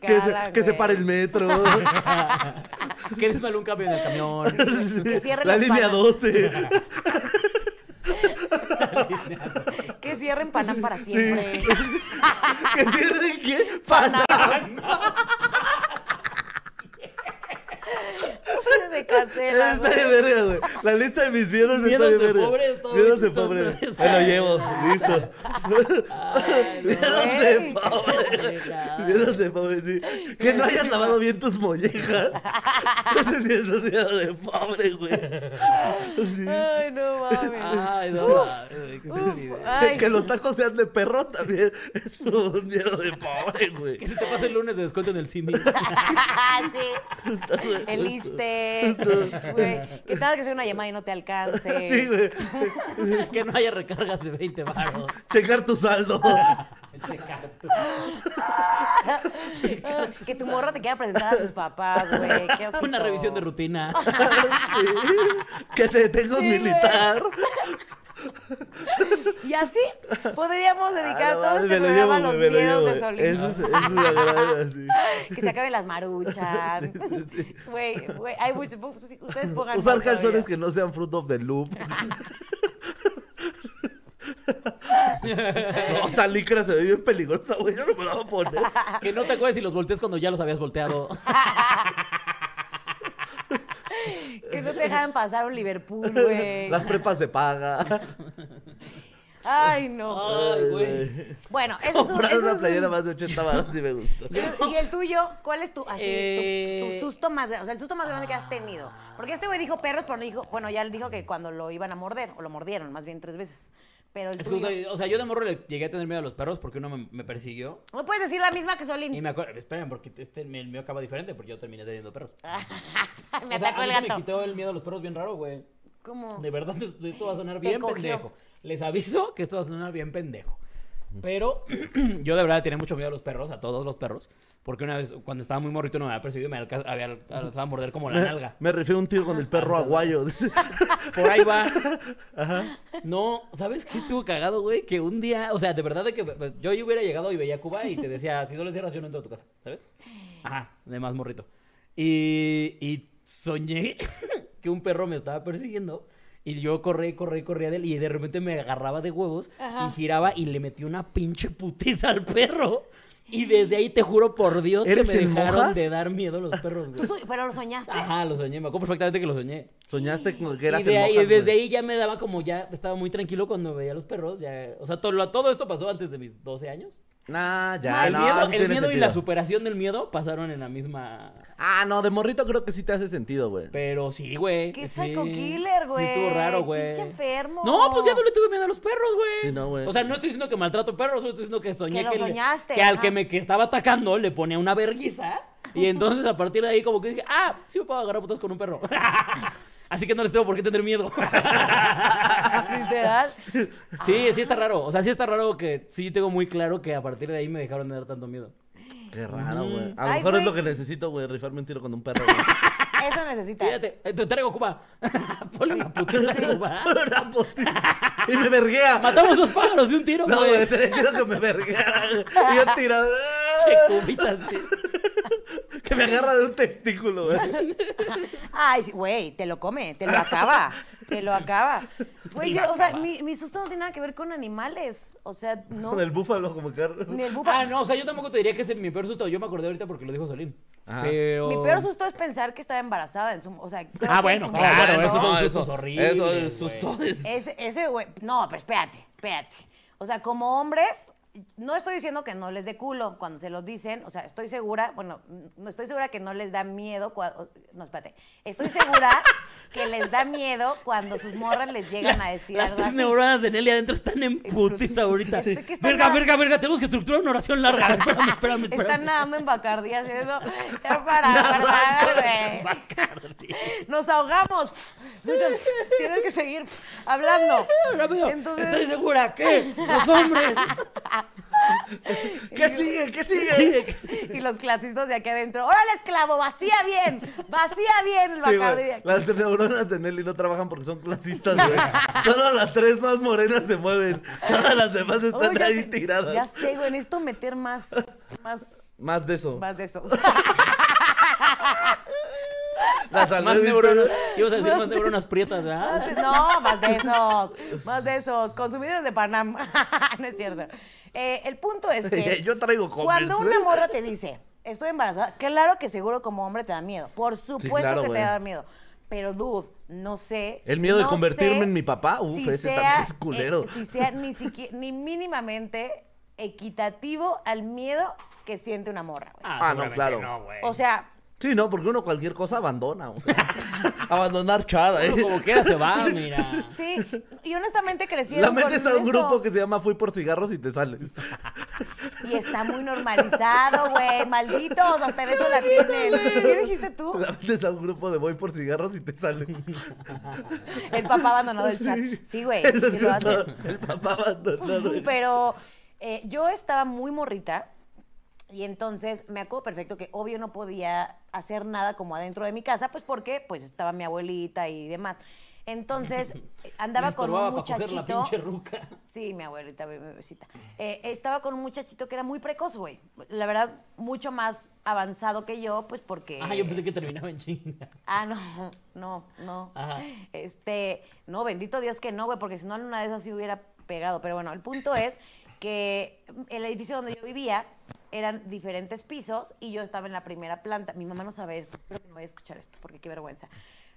[SPEAKER 1] Que, se,
[SPEAKER 3] calan,
[SPEAKER 1] que se
[SPEAKER 3] güey.
[SPEAKER 1] pare el metro.
[SPEAKER 2] que les mal un cambio en
[SPEAKER 1] (laughs)
[SPEAKER 2] el
[SPEAKER 3] (laughs)
[SPEAKER 2] camión.
[SPEAKER 3] Que cierren
[SPEAKER 1] la
[SPEAKER 3] los
[SPEAKER 1] línea
[SPEAKER 3] panas. (laughs)
[SPEAKER 1] (laughs) 12.
[SPEAKER 3] Que cierren Panam para
[SPEAKER 1] Sí.
[SPEAKER 3] siempre. (laughs)
[SPEAKER 1] (laughs) que cierren qué? Pana.
[SPEAKER 3] Se cancela,
[SPEAKER 1] Está de
[SPEAKER 3] güey.
[SPEAKER 1] verga, güey. La lista de mis bienes está
[SPEAKER 2] Miedos
[SPEAKER 1] de
[SPEAKER 2] de
[SPEAKER 1] verga.
[SPEAKER 2] pobres, todo
[SPEAKER 1] Miedos de
[SPEAKER 2] bien chistoso
[SPEAKER 1] pobres.
[SPEAKER 2] eso.
[SPEAKER 1] Ahí lo llevo, listo. Miedos de
[SPEAKER 3] güey.
[SPEAKER 1] pobres.
[SPEAKER 2] Chingada.
[SPEAKER 1] Miedos de pobres, sí. Que no hayas lavado bien tus mollejas. No sé si eso es miedo de pobre, güey. Sí.
[SPEAKER 3] Ay, no mames.
[SPEAKER 2] Ay, no
[SPEAKER 3] (laughs)
[SPEAKER 2] mames, qué terrible.
[SPEAKER 3] Ay.
[SPEAKER 1] Que los tacos sean de perro también es un miedo de pobre, güey.
[SPEAKER 2] Que se te pase el lunes de descuento en el cine.
[SPEAKER 3] (laughs) sí. El ISTE. Güey. Que tal que sea una llamada y no te alcance.
[SPEAKER 1] Sí, güey.
[SPEAKER 2] que no haya recargas de 20 baros.
[SPEAKER 1] Checar tu saldo. (laughs)
[SPEAKER 3] Ah, Que tu morra te quiera presentar a tus papás, güey. Qué osito.
[SPEAKER 2] Una revisión de rutina.
[SPEAKER 3] (laughs)
[SPEAKER 1] Sí. Que te detengas
[SPEAKER 3] Sí, güey.
[SPEAKER 1] militar.
[SPEAKER 3] Y así podríamos dedicar
[SPEAKER 1] Ah, no
[SPEAKER 3] todo
[SPEAKER 1] mames, me
[SPEAKER 3] este
[SPEAKER 1] lo
[SPEAKER 3] programa a
[SPEAKER 1] llevo,
[SPEAKER 3] los
[SPEAKER 1] me lo
[SPEAKER 3] miedos de
[SPEAKER 1] llevo.
[SPEAKER 3] Solís.
[SPEAKER 1] Eso es, eso es una gran- así.
[SPEAKER 3] Que se acaben las maruchas.
[SPEAKER 2] (laughs)
[SPEAKER 3] Güey, güey, hay muchos. Ustedes
[SPEAKER 1] (laughs)
[SPEAKER 3] pongan.
[SPEAKER 1] Usar
[SPEAKER 3] más todavía.
[SPEAKER 1] calzones que no sean fruit of the loop. no, esa licra se ve bien peligrosa, güey. Yo no me la voy a poner.
[SPEAKER 2] que no te acuerdes si los volteas cuando ya los habías volteado.
[SPEAKER 3] Que no te dejan pasar
[SPEAKER 2] (laughs)
[SPEAKER 3] un Liverpool, güey.
[SPEAKER 1] Las prepas se paga.
[SPEAKER 3] Ay, no.
[SPEAKER 2] (laughs) Ay, güey.
[SPEAKER 3] Bueno, eso es un.
[SPEAKER 1] Comprar
[SPEAKER 3] eso es
[SPEAKER 1] una
[SPEAKER 3] un-
[SPEAKER 1] playera más de 80 baros sí me gustó.
[SPEAKER 3] Yo- (laughs) ¿Y el tuyo? ¿Cuál es tu, así, tu-
[SPEAKER 2] Eh. ah.
[SPEAKER 3] tu susto más grande? O sea, el susto más grande que has tenido. Porque este güey dijo perros, pero no dijo, bueno, ya él dijo que cuando lo iban a morder, o lo mordieron, más bien tres veces. Pero el
[SPEAKER 2] Es que,
[SPEAKER 3] tuyo.
[SPEAKER 2] güey, o sea, yo de morro le llegué a tener miedo a los perros porque uno me, me persiguió.
[SPEAKER 3] No puedes decir la misma que
[SPEAKER 2] Y
[SPEAKER 3] Solín.
[SPEAKER 2] me acuerdo, esperen, porque este, el mío acaba diferente porque yo terminé teniendo perros.
[SPEAKER 3] (laughs) Me
[SPEAKER 2] o sea,
[SPEAKER 3] atacó
[SPEAKER 2] a
[SPEAKER 3] el
[SPEAKER 2] mí se me
[SPEAKER 3] gato.
[SPEAKER 2] quitó el miedo a los perros bien raro, güey.
[SPEAKER 3] ¿Cómo?
[SPEAKER 2] De verdad, es- esto va a sonar bien
[SPEAKER 3] cogió.
[SPEAKER 2] pendejo. Les aviso que esto va a sonar bien pendejo. Pero (clears throat) yo de verdad tenía mucho miedo a los perros, a todos los perros. Porque una vez, cuando estaba muy morrito, no me había percibido y me alca- había alcanzado a morder como la nalga.
[SPEAKER 1] Me rifé un tiro con el perro aguayo. dice.
[SPEAKER 2] Por ahí va. No, ¿sabes qué estuvo cagado, güey? Que un día, o sea, de verdad de que pues, yo ahí hubiera llegado y veía Cuba y te decía, si no le cierras, yo no entro a tu casa, ¿sabes? Ajá, de más morrito. Y, y soñé (laughs) que un perro me estaba persiguiendo y yo corrí, corrí, corría de él y de repente me agarraba de huevos
[SPEAKER 3] Ajá.
[SPEAKER 2] y giraba y le metí una pinche putiza al perro. Y desde ahí te juro por Dios que me
[SPEAKER 1] ¿Eres el
[SPEAKER 2] dejaron
[SPEAKER 1] Mojas?
[SPEAKER 2] de dar miedo los perros,
[SPEAKER 3] ¿Tú
[SPEAKER 2] güey.
[SPEAKER 3] so- ¿Pero
[SPEAKER 2] (laughs)
[SPEAKER 3] lo soñaste?
[SPEAKER 2] Ajá, lo soñé, me acuerdo perfectamente que lo soñé.
[SPEAKER 1] Soñaste con que eras
[SPEAKER 2] Y, de
[SPEAKER 1] el
[SPEAKER 2] ahí-
[SPEAKER 1] Mojas,
[SPEAKER 2] desde
[SPEAKER 1] güey.
[SPEAKER 2] ahí ya me daba como ya estaba muy tranquilo cuando veía a los perros. Ya, o sea, todo, lo- todo esto pasó antes de mis 12 años.
[SPEAKER 1] Nah, ya,
[SPEAKER 2] el
[SPEAKER 1] no,
[SPEAKER 2] miedo,
[SPEAKER 1] sí
[SPEAKER 2] el
[SPEAKER 1] tiene
[SPEAKER 2] miedo y
[SPEAKER 1] sentido.
[SPEAKER 2] la superación del miedo pasaron en la misma.
[SPEAKER 1] Ah, no, de morrito creo que sí te hace sentido, güey.
[SPEAKER 2] Pero sí, güey.
[SPEAKER 3] ¿Qué
[SPEAKER 2] sí.
[SPEAKER 3] psycho killer, güey?
[SPEAKER 2] Sí, estuvo raro, güey.
[SPEAKER 3] Pinche enfermo.
[SPEAKER 2] No, pues ya no le tuve miedo a los perros, güey.
[SPEAKER 1] Sí, no, güey.
[SPEAKER 2] O sea, no estoy diciendo que maltrato perros, solo estoy diciendo que soñé
[SPEAKER 3] Que lo
[SPEAKER 2] que, le-
[SPEAKER 3] soñaste,
[SPEAKER 2] que al
[SPEAKER 3] ajá.
[SPEAKER 2] que me que estaba atacando le ponía una verguiza. Y entonces a partir de ahí, como que dije, ah, sí me puedo agarrar putas con un perro. (laughs) Así que no les tengo por qué tener miedo. (laughs)
[SPEAKER 3] Literal.
[SPEAKER 2] Sí, sí está raro. O sea, sí está raro que sí tengo muy claro que a partir de ahí me dejaron de dar tanto miedo.
[SPEAKER 1] Qué raro, güey. A lo
[SPEAKER 3] Ay,
[SPEAKER 1] mejor es lo
[SPEAKER 3] güey.
[SPEAKER 1] que necesito, güey, (laughs) rifarme un tiro con un perro. güey.
[SPEAKER 3] (laughs) Eso necesitas.
[SPEAKER 2] Fíjate, eh, te traigo Cuba. (laughs) Ponle una putiza a Cuba.
[SPEAKER 1] Una putiza. Y me verguea.
[SPEAKER 2] Matamos dos pájaros de un tiro,
[SPEAKER 1] No,
[SPEAKER 2] güey.
[SPEAKER 1] güey, te quiero que me verguea. Y yo tirado.
[SPEAKER 2] Che, cubitas. sí.
[SPEAKER 1] Que me agarra de un testículo, güey.
[SPEAKER 3] Ay, sí, güey, te lo come, te lo acaba, te lo acaba. Güey,
[SPEAKER 2] Te
[SPEAKER 3] yo,
[SPEAKER 2] lo
[SPEAKER 3] o sea,
[SPEAKER 2] acaba.
[SPEAKER 3] mi, mi susto no tiene nada que ver con animales. O sea, no.
[SPEAKER 1] Con el búfalo como que...
[SPEAKER 3] Ni el búfalo.
[SPEAKER 2] Ah, no, o sea, yo tampoco te diría que es mi peor susto. Yo me acordé ahorita porque lo dijo Solín.
[SPEAKER 1] Ajá.
[SPEAKER 2] Pero...
[SPEAKER 3] Mi peor susto es pensar que estaba embarazada en su. O sea, creo que
[SPEAKER 2] Ah,
[SPEAKER 3] en
[SPEAKER 2] bueno,
[SPEAKER 3] su-
[SPEAKER 2] claro,
[SPEAKER 1] bueno,
[SPEAKER 2] esos son
[SPEAKER 1] no,
[SPEAKER 2] sustos
[SPEAKER 1] eso-
[SPEAKER 2] horribles.
[SPEAKER 1] eso es
[SPEAKER 2] güey.
[SPEAKER 1] susto.
[SPEAKER 3] Ese, ese güey. No, pero espérate, espérate. O sea, como hombres, no estoy diciendo que no les dé culo cuando se los dicen. O sea, estoy segura, bueno, no estoy segura que no les da miedo. cua- o- No, espérate. Estoy segura que les da miedo cuando sus morras les llegan
[SPEAKER 2] Las,
[SPEAKER 3] a decir
[SPEAKER 2] las
[SPEAKER 3] algo
[SPEAKER 2] tres
[SPEAKER 3] así.
[SPEAKER 2] neuronas de Nelly adentro están en putis ahorita.
[SPEAKER 3] Sí. Es que están
[SPEAKER 2] Verga,
[SPEAKER 3] a-
[SPEAKER 2] verga, verga, tenemos que estructurar una oración
[SPEAKER 3] (laughs)
[SPEAKER 2] larga. Espérame, espérame,
[SPEAKER 3] Están
[SPEAKER 2] espérame.
[SPEAKER 3] nadando en Bacardí haciendo. Ya para, para, güey.
[SPEAKER 2] Bacardi.
[SPEAKER 3] Nos ahogamos. Tienes que seguir hablando.
[SPEAKER 2] Rápido,
[SPEAKER 3] Entonces-
[SPEAKER 2] estoy segura que
[SPEAKER 3] (laughs)
[SPEAKER 2] los hombres.
[SPEAKER 1] ¿Qué sigue? ¿Qué sigue?
[SPEAKER 3] Y los clasistas de aquí adentro. ¡Órale, esclavo! ¡Vacía bien! ¡Vacía bien el
[SPEAKER 1] Sí,
[SPEAKER 3] Bacardí!
[SPEAKER 1] güey. Las neuronas de Nelly no trabajan porque son clasistas, güey. Solo las tres más morenas se mueven. Todas las demás
[SPEAKER 3] Uy,
[SPEAKER 1] están
[SPEAKER 3] ya
[SPEAKER 1] ahí
[SPEAKER 3] sé-
[SPEAKER 1] tiradas.
[SPEAKER 3] Ya sé, güey. Necesito meter más, más,
[SPEAKER 1] Más de eso.
[SPEAKER 3] más
[SPEAKER 1] (laughs)
[SPEAKER 3] de esos.
[SPEAKER 1] Las
[SPEAKER 2] Más neuronas. Ibas a decir más neuronas prietas,
[SPEAKER 1] Ah,
[SPEAKER 3] (laughs)
[SPEAKER 2] ¿verdad?
[SPEAKER 3] No, más de esos. Más de esos. Consumidores de Panam. (laughs) No es cierto. Eh, el
[SPEAKER 1] (laughs)
[SPEAKER 3] punto es que.
[SPEAKER 1] Yo traigo
[SPEAKER 3] Cuando
[SPEAKER 1] Converse,
[SPEAKER 3] una
[SPEAKER 1] ¿eh?
[SPEAKER 3] morra te dice, estoy embarazada, claro que seguro como hombre te da miedo. Por supuesto
[SPEAKER 1] claro,
[SPEAKER 3] que
[SPEAKER 1] güey.
[SPEAKER 3] te da miedo. Pero, dude, no sé.
[SPEAKER 1] El miedo de
[SPEAKER 3] no
[SPEAKER 1] convertirme
[SPEAKER 3] sé
[SPEAKER 1] en mi papá, uf, ese también es culero.
[SPEAKER 3] eh, si sea ni, siquiera, ni mínimamente equitativo al miedo que siente una morra, güey.
[SPEAKER 1] Ah, no,
[SPEAKER 2] seguramente
[SPEAKER 1] claro.
[SPEAKER 2] No, güey.
[SPEAKER 3] O sea,
[SPEAKER 1] Sí, no, porque uno cualquier cosa abandona. güey.
[SPEAKER 3] (laughs)
[SPEAKER 1] (laughs) Abandonar chada, ¿eh?
[SPEAKER 2] Uno
[SPEAKER 1] (laughs)
[SPEAKER 2] como quiera se va, Ah, mira.
[SPEAKER 3] sí. Y honestamente crecieron
[SPEAKER 1] La metes
[SPEAKER 3] con
[SPEAKER 1] a un
[SPEAKER 3] eso.
[SPEAKER 1] grupo que se llama Fui por cigarros y te sales.
[SPEAKER 3] Y está muy normalizado, güey. Malditos, hasta en eso la tienen. (laughs) ¿Qué
[SPEAKER 1] (laughs)
[SPEAKER 3] dijiste tú?
[SPEAKER 1] La metes a un grupo de Voy por cigarros y te sales.
[SPEAKER 3] El papá (laughs) abandonado del chat. Sí, güey.
[SPEAKER 1] Es
[SPEAKER 3] sí lo hace.
[SPEAKER 1] justo, (laughs) El papá abandonado.
[SPEAKER 3] Pero eh, yo estaba muy morrita y entonces me acuerdo perfecto que obvio no podía hacer nada como adentro de mi casa, pues porque pues estaba mi abuelita y demás. Entonces
[SPEAKER 2] (laughs)
[SPEAKER 3] eh, andaba
[SPEAKER 2] Me
[SPEAKER 3] con
[SPEAKER 2] estorbaba
[SPEAKER 3] un
[SPEAKER 2] pa' coger la
[SPEAKER 3] muchachito.
[SPEAKER 2] pinche ruca. (laughs)
[SPEAKER 3] Sí, mi abuelita, mi bebecita. Eh, estaba con un muchachito que era muy precoz, güey. La verdad, mucho más avanzado que yo, pues porque.
[SPEAKER 2] Ah, yo pensé (laughs) que terminaba en chinga.
[SPEAKER 3] Ah, no, (laughs) no, no.
[SPEAKER 2] Ajá.
[SPEAKER 3] Este, no, bendito Dios que no, güey, porque si no, en una de esas sí hubiera pegado. Pero bueno, el punto es que el edificio donde yo vivía eran diferentes pisos y yo estaba en la primera planta. Mi mamá no sabe esto, espero que no vaya a escuchar esto, porque qué vergüenza.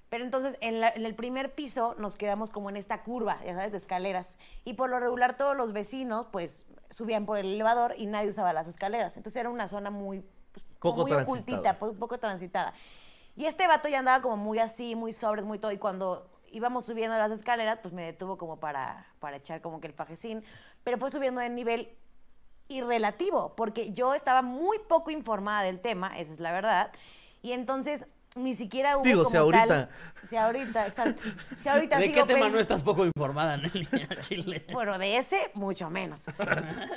[SPEAKER 3] Pero entonces, en, la- en el primer piso nos quedamos como en esta curva, ya sabes, de escaleras. Y por lo regular todos los vecinos, pues, subían por el elevador y nadie usaba las escaleras. Entonces era una zona muy, pues, como
[SPEAKER 1] Poco
[SPEAKER 3] muy
[SPEAKER 1] transitada.
[SPEAKER 3] ocultita, po- poco transitada. Y este vato ya andaba como muy así, muy sobres, muy todo. Y cuando íbamos subiendo las escaleras, pues me detuvo como para, para echar como que el pajecín. Pero fue subiendo de nivel y relativo, porque yo estaba muy poco informada del tema, esa es la verdad. Y entonces ni siquiera hubo
[SPEAKER 1] Digo,
[SPEAKER 3] como
[SPEAKER 1] si ahorita.
[SPEAKER 3] tal- si ahorita, exacto. Si ahorita
[SPEAKER 2] ¿De
[SPEAKER 3] sigo
[SPEAKER 2] qué tema
[SPEAKER 3] pen-
[SPEAKER 2] no estás poco informada, Nelly? (laughs) Al Chile.
[SPEAKER 3] bueno, de ese, mucho menos.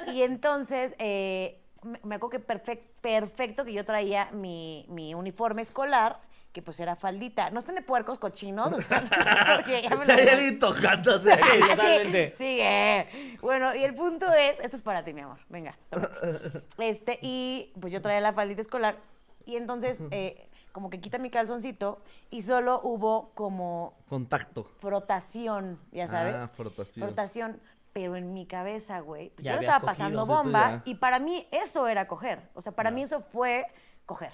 [SPEAKER 3] y entonces, eh, me, me acuerdo que perfec- perfecto que yo traía mi, mi uniforme escolar, que pues era faldita. No están de puercos cochinos, o sea, (laughs) (laughs) porque ya me
[SPEAKER 1] (laughs)
[SPEAKER 3] lo- Ah,
[SPEAKER 1] Ya ya ni
[SPEAKER 3] (laughs)
[SPEAKER 1] tocándose.
[SPEAKER 2] Sí,
[SPEAKER 3] Sí,
[SPEAKER 2] totalmente.
[SPEAKER 3] Sigue. Bueno, y el punto es, esto es para ti, mi amor. Venga. tómate. Este, y pues yo traía la faldita escolar. Y entonces, eh, como que quita mi calzoncito y solo hubo como
[SPEAKER 1] Contacto.
[SPEAKER 3] frotación, ya sabes.
[SPEAKER 1] Ah, frotación.
[SPEAKER 3] Frotación, Pero en mi cabeza, güey. pues
[SPEAKER 2] Ya
[SPEAKER 3] yo lo
[SPEAKER 2] habías
[SPEAKER 3] estaba
[SPEAKER 2] cogido,
[SPEAKER 3] pasando
[SPEAKER 2] o sea,
[SPEAKER 1] tú
[SPEAKER 3] bomba
[SPEAKER 1] ya-
[SPEAKER 3] y para mí eso era coger. O sea, para mí eso fue coger.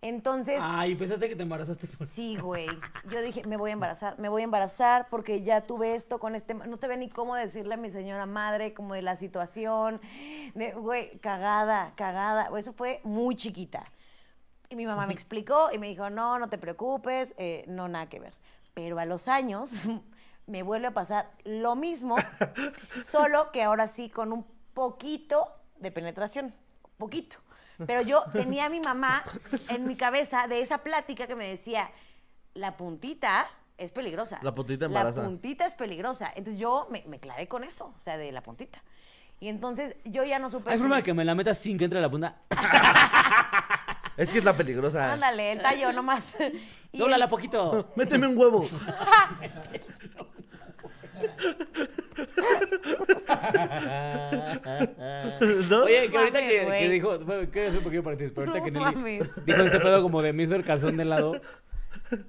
[SPEAKER 3] Entonces,
[SPEAKER 2] Ay, pensaste que te embarazaste por...
[SPEAKER 3] sí, güey. Yo dije, me voy a embarazar, me voy a embarazar porque ya tuve esto con este. ma- No te ve ni cómo decirle a mi señora madre, como de la situación. de, Güey, cagada, cagada. Eso fue muy chiquita. Y mi mamá me explicó y me dijo, no, no te preocupes, eh, no, nada que ver. Pero a los años (laughs) me vuelve a pasar
[SPEAKER 1] (laughs)
[SPEAKER 3] lo mismo, solo que ahora sí con un poquito de penetración, poquito. Pero yo tenía a mi mamá en mi cabeza de esa plática que me decía, la puntita es peligrosa.
[SPEAKER 1] La puntita embaraza.
[SPEAKER 3] La puntita es peligrosa. Entonces yo me, me clavé con eso, o sea, de la puntita. Y entonces yo ya no supe...
[SPEAKER 2] Hay
[SPEAKER 3] si-
[SPEAKER 2] forma de que me la metas sin que entre la punta.
[SPEAKER 1] Es que es la peligrosa.
[SPEAKER 3] Ándale, el tallo nomás. (laughs) Y
[SPEAKER 2] Dóblala
[SPEAKER 3] el-
[SPEAKER 2] poquito.
[SPEAKER 1] (laughs) Méteme un huevo. ¿No?
[SPEAKER 2] Oye, que ahorita
[SPEAKER 3] mames,
[SPEAKER 2] que, que
[SPEAKER 3] güey.
[SPEAKER 2] dijo, bueno, quiero hacer un pequeño paréntesis, pero Pues ahorita
[SPEAKER 3] No
[SPEAKER 2] que Nelly
[SPEAKER 3] mames.
[SPEAKER 2] dijo este pedo como de Miss ver calzón de lado,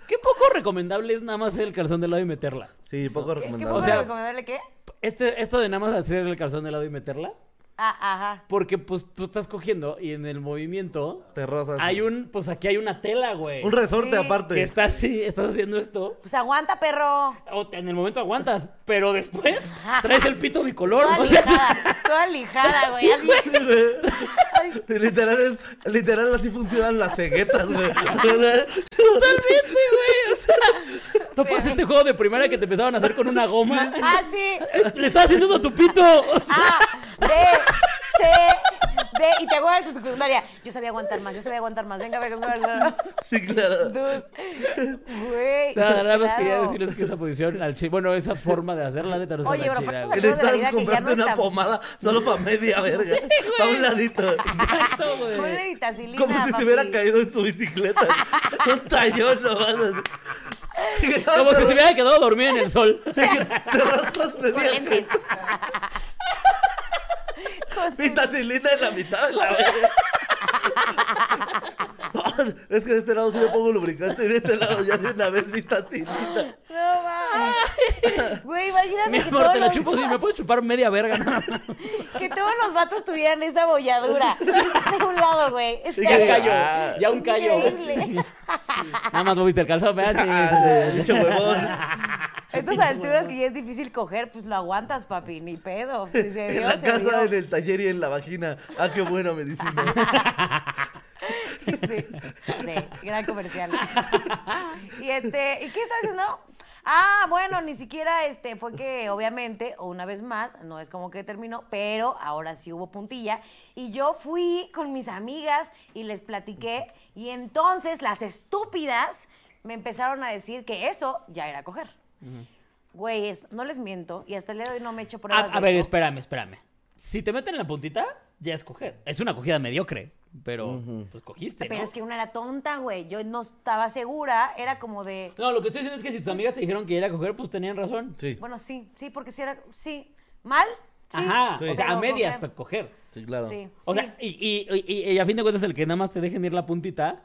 [SPEAKER 2] qué poco recomendable es nada más hacer el calzón de lado y meterla.
[SPEAKER 1] Sí, poco
[SPEAKER 3] ¿Qué, qué
[SPEAKER 1] recomendable.
[SPEAKER 3] puedo
[SPEAKER 2] O sea-
[SPEAKER 3] recomendarle qué?
[SPEAKER 2] Este, esto de nada más hacer el calzón de lado y meterla,
[SPEAKER 3] Ah, ajá.
[SPEAKER 2] porque pues tú estás cogiendo y en el movimiento
[SPEAKER 1] te rozas.
[SPEAKER 2] hay un, pues aquí hay una tela, güey.
[SPEAKER 1] Un resorte
[SPEAKER 3] Sí.
[SPEAKER 1] aparte.
[SPEAKER 2] Que está así, estás haciendo esto.
[SPEAKER 3] Pues aguanta, perro.
[SPEAKER 2] O te- en el momento aguantas, pero después traes el pito bicolor.
[SPEAKER 3] Toda
[SPEAKER 2] o sea, (laughs)
[SPEAKER 3] lijada, toda lijada, güey. así.
[SPEAKER 1] Sí, güey.
[SPEAKER 3] Ay,
[SPEAKER 1] (laughs) Literal, es, literal así funcionan las ceguetas,
[SPEAKER 3] (laughs)
[SPEAKER 1] güey. O sea,
[SPEAKER 2] Totalmente, güey. O sea, topas este juego de primera que te empezaban a hacer con una goma.
[SPEAKER 3] (laughs) Ah, sí.
[SPEAKER 2] Le estás haciendo eso a tu pito. O sea,
[SPEAKER 3] A, B, C, D. Y te acuerdas de tu secundaria. Yo sabía aguantar más, yo sabía aguantar más. Venga, venga, venga.
[SPEAKER 1] sí, claro.
[SPEAKER 3] Dude. Güey.
[SPEAKER 2] nada, nada más
[SPEAKER 3] Ah, claro.
[SPEAKER 2] quería decirles que esa posición, al chi- bueno, esa forma de hacer la neta no está
[SPEAKER 3] Oye,
[SPEAKER 2] tan
[SPEAKER 3] pero
[SPEAKER 2] chida,
[SPEAKER 3] aparte
[SPEAKER 2] güey.
[SPEAKER 3] la- de vida
[SPEAKER 1] Necesitas
[SPEAKER 3] que ya
[SPEAKER 1] comprarte
[SPEAKER 3] no
[SPEAKER 1] una
[SPEAKER 3] está-
[SPEAKER 1] pomada solo para media verga. para un
[SPEAKER 3] (laughs)
[SPEAKER 1] ladito.
[SPEAKER 2] Exacto, güey.
[SPEAKER 3] Ponle
[SPEAKER 1] (laughs)
[SPEAKER 3] vitacilina,
[SPEAKER 1] Como si se
[SPEAKER 3] papi.
[SPEAKER 1] hubiera caído en su
[SPEAKER 3] (laughs)
[SPEAKER 1] bicicleta. un tallón nomás. (laughs) así.
[SPEAKER 2] Como si se hubiera quedado dormida en el
[SPEAKER 3] (laughs)
[SPEAKER 2] sol.
[SPEAKER 1] Sí, que te raspas
[SPEAKER 3] Con
[SPEAKER 1] media
[SPEAKER 3] lentes. Con su-
[SPEAKER 1] (laughs) vitacilina en la mitad de la verga. (laughs) No, es que de este lado sí le pongo lubricante y de este lado ya de una vez vitacilina.
[SPEAKER 3] No mames. Güey, imagínate
[SPEAKER 2] Mi
[SPEAKER 3] que,
[SPEAKER 2] amor,
[SPEAKER 3] todos
[SPEAKER 2] te la
[SPEAKER 3] los,
[SPEAKER 2] chupo si me puedes chupar media verga nada más.
[SPEAKER 3] (laughs) que todos los vatos tuvieran
[SPEAKER 2] (laughs)
[SPEAKER 3] esa bolladura. De un lado, güey. Está
[SPEAKER 1] Y
[SPEAKER 2] Ya
[SPEAKER 1] que-
[SPEAKER 2] un callo, ya un callo.
[SPEAKER 3] Ah.
[SPEAKER 2] (laughs)
[SPEAKER 3] increíble.
[SPEAKER 2] Nada más moviste el calzón, ¿verdad? Sí, sí, sí.
[SPEAKER 1] Ah, Pinche huevón.
[SPEAKER 3] A estas alturas que ya es difícil coger, pues lo aguantas, papi. Ni pedo. Si se
[SPEAKER 1] En
[SPEAKER 3] dio,
[SPEAKER 1] la
[SPEAKER 3] se
[SPEAKER 1] casa,
[SPEAKER 3] dio.
[SPEAKER 1] en el taller y en la vagina. Ah, qué buena
[SPEAKER 3] (laughs)
[SPEAKER 1] medicina.
[SPEAKER 3] Sí, sí, gran comercial. Y este, ¿y qué está diciendo? Ah, bueno, ni siquiera este fue que obviamente, o una vez más, no es como que terminó, pero ahora sí hubo puntilla y yo fui con mis amigas y les platiqué y entonces las estúpidas me empezaron a decir que eso ya era coger. Güeyes, no les miento y hasta el día de hoy no me he hecho
[SPEAKER 2] A,
[SPEAKER 3] pruebas.
[SPEAKER 2] Ah, a
[SPEAKER 3] de
[SPEAKER 2] ver,
[SPEAKER 3] eso.
[SPEAKER 2] espérame, espérame. Si te meten en la puntita, ya es coger. Es una cogida mediocre, pero pues cogiste, ¿no?
[SPEAKER 3] Pero es que una era tonta, güey. Yo no estaba segura, era como de
[SPEAKER 2] No, lo que estoy diciendo es que si tus amigas te dijeron que ir a coger, pues tenían razón.
[SPEAKER 1] Sí,
[SPEAKER 3] Bueno, Pues sí, sí, porque si era. Sí. ¿Mal? Sí.
[SPEAKER 2] Ajá,
[SPEAKER 1] Sí.
[SPEAKER 2] o sea, a
[SPEAKER 3] Pero
[SPEAKER 2] medias
[SPEAKER 3] coger.
[SPEAKER 2] para coger.
[SPEAKER 1] sí, claro.
[SPEAKER 3] Sí.
[SPEAKER 2] O
[SPEAKER 3] sí.
[SPEAKER 2] sea, y, y- y- y a fin de cuentas el que nada más te dejen ir la puntita,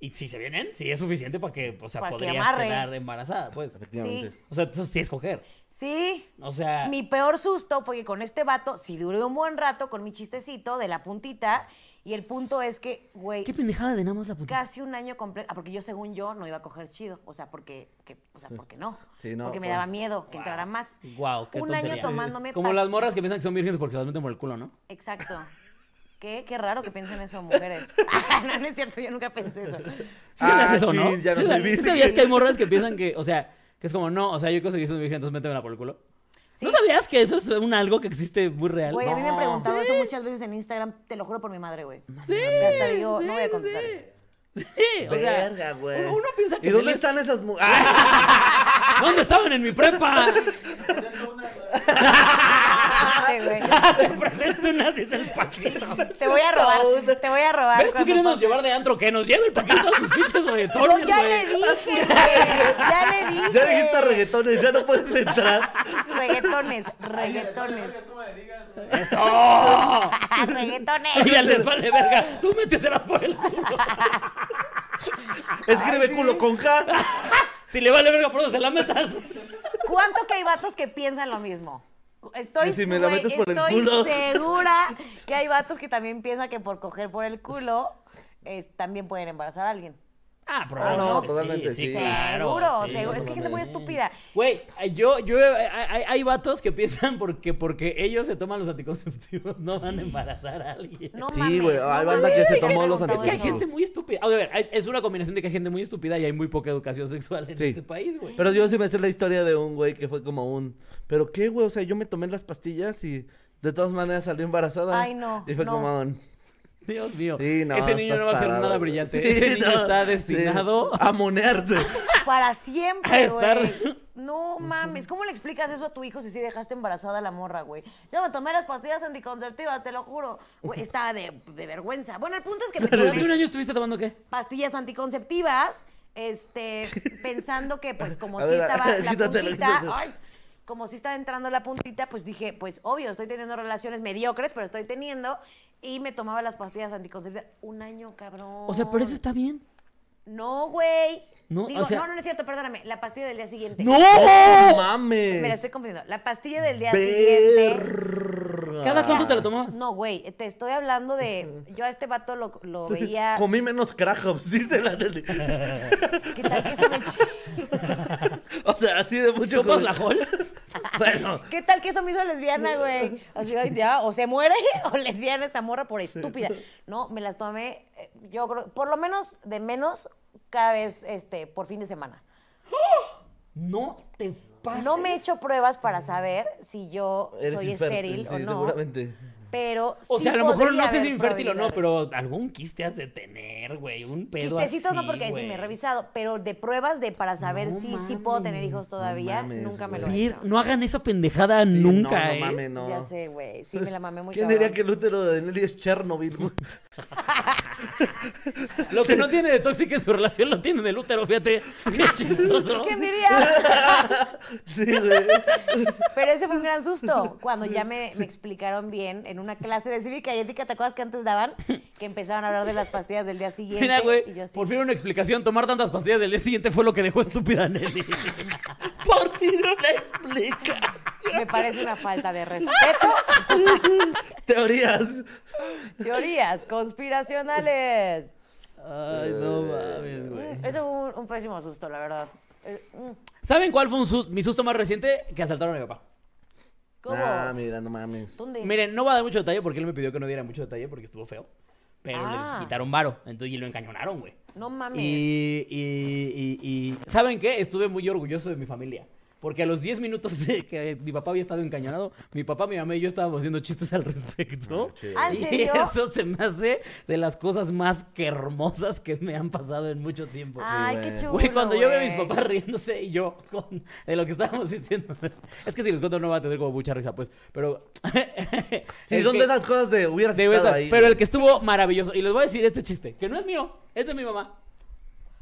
[SPEAKER 2] y si se vienen, sí es suficiente para que, o sea,
[SPEAKER 3] Para que
[SPEAKER 2] podrías
[SPEAKER 3] amarre.
[SPEAKER 2] quedar embarazada, pues.
[SPEAKER 1] Efectivamente.
[SPEAKER 2] O sea, eso sí es coger.
[SPEAKER 3] sí.
[SPEAKER 2] O sea,
[SPEAKER 3] Mi peor susto fue que con este vato, si duré un buen rato con mi chistecito de la puntita, y el punto es que, güey,
[SPEAKER 2] qué pendejada de nada más la puntita.
[SPEAKER 3] casi un año completo. Ah, porque yo, según yo, no iba a coger chido. O sea, porque, que- o sea, porque no.
[SPEAKER 1] Sí, no,
[SPEAKER 3] Porque me
[SPEAKER 1] por-
[SPEAKER 3] daba miedo que entrara más.
[SPEAKER 2] Wow, qué
[SPEAKER 3] un
[SPEAKER 2] tontería.
[SPEAKER 3] año tomándome.
[SPEAKER 2] Como
[SPEAKER 3] pas-
[SPEAKER 2] las morras que piensan que son vírgenes porque se las meten por el culo, ¿no?
[SPEAKER 3] Exacto. ¿Qué? Qué raro que piensen eso, mujeres. (laughs) no, no es cierto, yo nunca pensé eso.
[SPEAKER 2] Sí se me
[SPEAKER 1] Ah,
[SPEAKER 2] hace eso,
[SPEAKER 1] chin,
[SPEAKER 2] ¿no?
[SPEAKER 1] ya no
[SPEAKER 2] ¿Sí,
[SPEAKER 1] soy
[SPEAKER 2] sab- sí
[SPEAKER 1] virgen.
[SPEAKER 2] sabías que hay morras que piensan que, o sea, que es como, no, o sea, yo conseguí ser virgen, entonces métemela por el culo.
[SPEAKER 3] Sí.
[SPEAKER 2] ¿No sabías que eso es un algo que existe muy real?
[SPEAKER 3] Güey, a mí me han
[SPEAKER 1] No.
[SPEAKER 3] preguntado eso muchas veces en Instagram, te lo juro por mi madre, güey. Que hasta digo, no voy a contestar.
[SPEAKER 2] Sí, o sea,
[SPEAKER 1] Verga, güey.
[SPEAKER 2] uno, uno piensa que...
[SPEAKER 1] ¿Y dónde
[SPEAKER 2] Nelly-
[SPEAKER 1] están esas
[SPEAKER 3] (laughs)
[SPEAKER 1] mu- ¡Ah!
[SPEAKER 2] (laughs) ¿Dónde estaban en mi prepa?
[SPEAKER 1] (laughs)
[SPEAKER 3] Ay, güey,
[SPEAKER 2] Te presento unas y es el Paquito.
[SPEAKER 3] Te voy a robar, te voy a robar.
[SPEAKER 2] ¿Ves tú
[SPEAKER 3] cuando
[SPEAKER 2] queremos
[SPEAKER 3] pase.
[SPEAKER 2] llevar de antro? Que nos lleve el Paquito a sus pinches
[SPEAKER 3] Pues
[SPEAKER 2] reggaetones,
[SPEAKER 3] ya le
[SPEAKER 2] güey.
[SPEAKER 3] dije, güey, ya le dije.
[SPEAKER 1] Ya dijiste reggaetones, ya no puedes entrar.
[SPEAKER 3] Reggaetones,
[SPEAKER 1] (laughs)
[SPEAKER 3] reggaetones.
[SPEAKER 2] ¡Eso!
[SPEAKER 3] Ah, reggaetones.
[SPEAKER 2] Ya les vale verga. Tú méteselas por el (laughs) culo.
[SPEAKER 1] Escribe culo con K.
[SPEAKER 2] Si le vale verga, por eso se la metas.
[SPEAKER 3] ¿Cuánto que hay vatos que piensan lo mismo? Estoy,
[SPEAKER 1] Y si me la
[SPEAKER 3] güey,
[SPEAKER 1] metes por el
[SPEAKER 3] estoy
[SPEAKER 1] culo.
[SPEAKER 3] segura que hay vatos que también piensan que por coger por el culo eh, también pueden embarazar a alguien.
[SPEAKER 2] Ah,
[SPEAKER 1] no,
[SPEAKER 2] probablemente.
[SPEAKER 1] totalmente,
[SPEAKER 2] sí,
[SPEAKER 1] sí.
[SPEAKER 2] claro,
[SPEAKER 3] seguro,
[SPEAKER 2] sí,
[SPEAKER 3] seguro. Es que hay gente muy estúpida.
[SPEAKER 2] Güey, yo, yo, eh, hay, hay vatos que piensan porque, porque ellos se toman los anticonceptivos no van a embarazar a alguien.
[SPEAKER 3] No
[SPEAKER 1] Sí,
[SPEAKER 3] mames,
[SPEAKER 1] güey,
[SPEAKER 3] no
[SPEAKER 1] hay banda
[SPEAKER 3] mames.
[SPEAKER 1] que se
[SPEAKER 3] Yo me
[SPEAKER 1] tomó los
[SPEAKER 2] Es
[SPEAKER 3] preguntaba
[SPEAKER 2] que hay
[SPEAKER 3] eso.
[SPEAKER 2] gente muy estúpida. A ver, es- es una combinación de que hay gente muy estúpida y hay muy poca educación sexual en
[SPEAKER 1] Sí.
[SPEAKER 2] este país, güey.
[SPEAKER 1] Pero yo sí me sé la historia de un güey que fue como un. ¿Pero qué, güey? O sea, yo me tomé las pastillas y de todas maneras salí embarazada.
[SPEAKER 3] Ay, no,
[SPEAKER 1] Y fue
[SPEAKER 3] no.
[SPEAKER 1] como un.
[SPEAKER 2] Dios mío.
[SPEAKER 1] Sí, no,
[SPEAKER 2] Ese niño
[SPEAKER 1] estás
[SPEAKER 2] no va a ser
[SPEAKER 1] tarado,
[SPEAKER 2] nada
[SPEAKER 1] güey. Sí,
[SPEAKER 2] brillante.
[SPEAKER 1] Ah,
[SPEAKER 2] Ese niño
[SPEAKER 1] no,
[SPEAKER 2] está
[SPEAKER 1] sí,
[SPEAKER 2] destinado
[SPEAKER 3] (laughs)
[SPEAKER 1] (laughs) a monearse.
[SPEAKER 3] Para
[SPEAKER 2] a
[SPEAKER 3] siempre,
[SPEAKER 2] estar
[SPEAKER 3] güey. No mames, ¿cómo le explicas eso a tu hijo si sí dejaste embarazada a la morra, güey? Ya me tomé las pastillas anticonceptivas, te lo juro.
[SPEAKER 1] (laughs)
[SPEAKER 3] Güey, estaba de, de vergüenza. Bueno, el punto es que me
[SPEAKER 2] ¿Durante un
[SPEAKER 3] tomé
[SPEAKER 2] año estuviste tomando qué?
[SPEAKER 3] pastillas anticonceptivas,
[SPEAKER 1] (laughs)
[SPEAKER 3] este, pensando que, pues, como
[SPEAKER 1] A
[SPEAKER 3] sí
[SPEAKER 1] ver, (laughs)
[SPEAKER 3] estaba la
[SPEAKER 1] quítatelo,
[SPEAKER 3] puntita,
[SPEAKER 1] quítatelo.
[SPEAKER 3] ay, como sí estaba entrando la puntita, pues dije, pues, obvio, estoy teniendo relaciones mediocres, pero estoy teniendo, y me tomaba las pastillas anticonceptivas un año, cabrón.
[SPEAKER 2] O sea, pero eso está bien.
[SPEAKER 3] No, güey.
[SPEAKER 2] No,
[SPEAKER 3] Digo,
[SPEAKER 2] o sea-
[SPEAKER 3] no, no, no es cierto, perdóname. La pastilla del día siguiente.
[SPEAKER 1] ¡No mames!
[SPEAKER 3] Me la estoy confundiendo. La pastilla del día siguiente.
[SPEAKER 1] Verga.
[SPEAKER 2] ¿Cada cuánto te lo tomabas?
[SPEAKER 3] No, güey, te estoy hablando de. Yo a este vato lo,
[SPEAKER 2] (laughs)
[SPEAKER 3] lo veía.
[SPEAKER 1] Comí menos crackups, dice la Nelly.
[SPEAKER 3] ¿Qué tal que eso me chi-
[SPEAKER 1] o sea, así de mucho.
[SPEAKER 2] ¿Chupas
[SPEAKER 1] como-
[SPEAKER 2] la Halls?
[SPEAKER 1] (laughs) Bueno,
[SPEAKER 3] ¿Qué tal que eso me hizo lesbiana, güey? Así, ay, ya, o se muere (laughs) o lesbiana esta morra por estúpida. No, me las tomé, eh, yo creo, por lo menos de menos cada vez, este, por fin de semana.
[SPEAKER 2] No te pases.
[SPEAKER 3] No me he hecho pruebas para saber si yo
[SPEAKER 1] eres
[SPEAKER 3] soy
[SPEAKER 1] infértil,
[SPEAKER 3] estéril
[SPEAKER 1] sí,
[SPEAKER 3] o no.
[SPEAKER 1] seguramente.
[SPEAKER 3] Pero
[SPEAKER 2] O
[SPEAKER 3] sí
[SPEAKER 2] sea, a lo mejor
[SPEAKER 3] podría
[SPEAKER 2] no sé si
[SPEAKER 3] haber
[SPEAKER 2] infértil o no,
[SPEAKER 3] probabilidades.
[SPEAKER 2] pero algún quiste has de tener, güey. Un pedo
[SPEAKER 3] Quistecitos
[SPEAKER 2] así,
[SPEAKER 3] no, porque ahí sí
[SPEAKER 2] güey.
[SPEAKER 3] me he revisado, pero de pruebas de para saber
[SPEAKER 2] No
[SPEAKER 3] si sí puedo tener
[SPEAKER 2] mames,
[SPEAKER 3] hijos
[SPEAKER 2] no
[SPEAKER 3] todavía,
[SPEAKER 1] mames,
[SPEAKER 3] nunca me lo
[SPEAKER 1] güey.
[SPEAKER 3] he
[SPEAKER 2] Vir,
[SPEAKER 3] hecho.
[SPEAKER 2] no hagan esa pendejada
[SPEAKER 1] Sí,
[SPEAKER 2] nunca,
[SPEAKER 1] no,
[SPEAKER 2] ¿eh?
[SPEAKER 1] No mames, no.
[SPEAKER 3] Ya sé, güey. Sí, me la mamé muy
[SPEAKER 1] ¿Quién
[SPEAKER 3] cabrón.
[SPEAKER 1] diría que el útero de Nelly es Chernobyl? güey? (laughs)
[SPEAKER 2] Lo que no tiene de tóxica en su relación lo tiene en el útero, fíjate. Qué chistoso. (laughs)
[SPEAKER 3] ¿Quién diría?
[SPEAKER 1] sí, güey.
[SPEAKER 3] Pero ese fue un gran susto. Cuando ya me, me explicaron bien en una clase de cívica y ética, ¿te acuerdas que antes daban? Que empezaban a hablar de las pastillas del día siguiente.
[SPEAKER 2] Mira, güey,
[SPEAKER 3] y yo así,
[SPEAKER 2] por fin una explicación. Tomar tantas pastillas del día siguiente fue lo que dejó estúpida a Nelly.
[SPEAKER 1] Por fin una explicación.
[SPEAKER 3] Me parece una falta de respeto.
[SPEAKER 1] Teorías.
[SPEAKER 3] Teorías conspiracionales.
[SPEAKER 2] Ay, no mames, güey.
[SPEAKER 3] Mm, Eso fue un, un pésimo susto, la verdad. Eh, mm,
[SPEAKER 2] ¿Saben cuál fue un sus- mi susto más reciente? Que asaltaron a mi papá.
[SPEAKER 3] ¿Cómo?
[SPEAKER 1] Ah, mira, no mames.
[SPEAKER 3] ¿Dónde?
[SPEAKER 2] Miren, no va a dar mucho detalle porque él me pidió que no diera mucho detalle porque estuvo feo. Pero
[SPEAKER 3] Ah.
[SPEAKER 2] le quitaron varo, entonces y lo encañonaron, güey.
[SPEAKER 3] No mames.
[SPEAKER 2] Y, y- y- y- ¿saben qué? Estuve muy orgulloso de mi familia. Porque a los 10 minutos de que mi papá había estado encañonado, mi papá, mi mamá y yo estábamos haciendo chistes al respecto.
[SPEAKER 1] Ah, chido.
[SPEAKER 3] ¿Ah, en
[SPEAKER 2] y
[SPEAKER 3] serio?
[SPEAKER 2] eso se me hace de las cosas más que hermosas que me han pasado en mucho tiempo.
[SPEAKER 3] Ay,
[SPEAKER 1] güey.
[SPEAKER 3] qué chulo.
[SPEAKER 2] pues Güey, cuando yo veo a mis
[SPEAKER 3] Ah, güey.
[SPEAKER 2] papás riéndose y yo con, de lo que estábamos (laughs) diciendo. Es que si les cuento no va a tener como mucha risa, pues. Pero.
[SPEAKER 1] Sí,
[SPEAKER 2] (laughs) el
[SPEAKER 1] son
[SPEAKER 2] que-
[SPEAKER 1] de esas cosas de hubieras
[SPEAKER 2] de
[SPEAKER 1] estado
[SPEAKER 2] esas-
[SPEAKER 1] ahí.
[SPEAKER 2] Pero el que estuvo maravilloso. Y les voy a decir este chiste, que no es mío, es de mi mamá.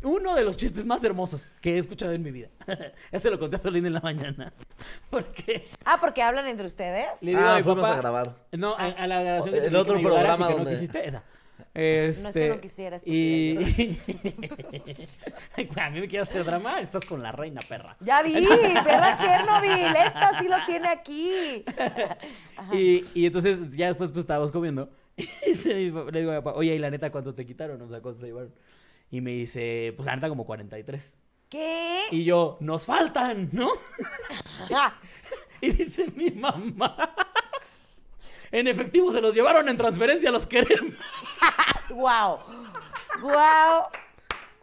[SPEAKER 2] Uno de los chistes más hermosos que he escuchado en mi vida. (laughs) Ese lo conté a Solín en la mañana. (laughs) Porque
[SPEAKER 3] Ah, porque hablan entre ustedes.
[SPEAKER 2] le digo
[SPEAKER 1] Ah,
[SPEAKER 2] a mi
[SPEAKER 1] fuimos
[SPEAKER 2] papá.
[SPEAKER 1] a grabar.
[SPEAKER 2] No, a, a la grabación que
[SPEAKER 1] El
[SPEAKER 2] te dije que
[SPEAKER 1] otro
[SPEAKER 2] me ayudaras
[SPEAKER 1] programa
[SPEAKER 2] y que
[SPEAKER 1] donde-
[SPEAKER 2] no
[SPEAKER 1] (laughs)
[SPEAKER 2] quisiste, esa.
[SPEAKER 3] es que
[SPEAKER 2] Este,
[SPEAKER 3] no quisiera,
[SPEAKER 2] y... (laughs) a mí me quieres hacer drama, estás con la reina perra.
[SPEAKER 3] Ya vi, perra Chernobyl, esta sí lo tiene aquí.
[SPEAKER 2] Y, y entonces ya después pues estábamos comiendo. (laughs) Y se- le digo a mi papá, oye, y la neta, ¿cuánto te quitaron? O sea, ¿cuánto se llevaron? Y me dice, pues la neta como 43.
[SPEAKER 3] ¿Qué?
[SPEAKER 2] Y yo, nos faltan, ¿no? (laughs)
[SPEAKER 3] Ah,
[SPEAKER 2] Y dice mi mamá. (laughs) En efectivo se los llevaron en transferencia,
[SPEAKER 1] (laughs)
[SPEAKER 2] los queremos.
[SPEAKER 3] wow. Wow.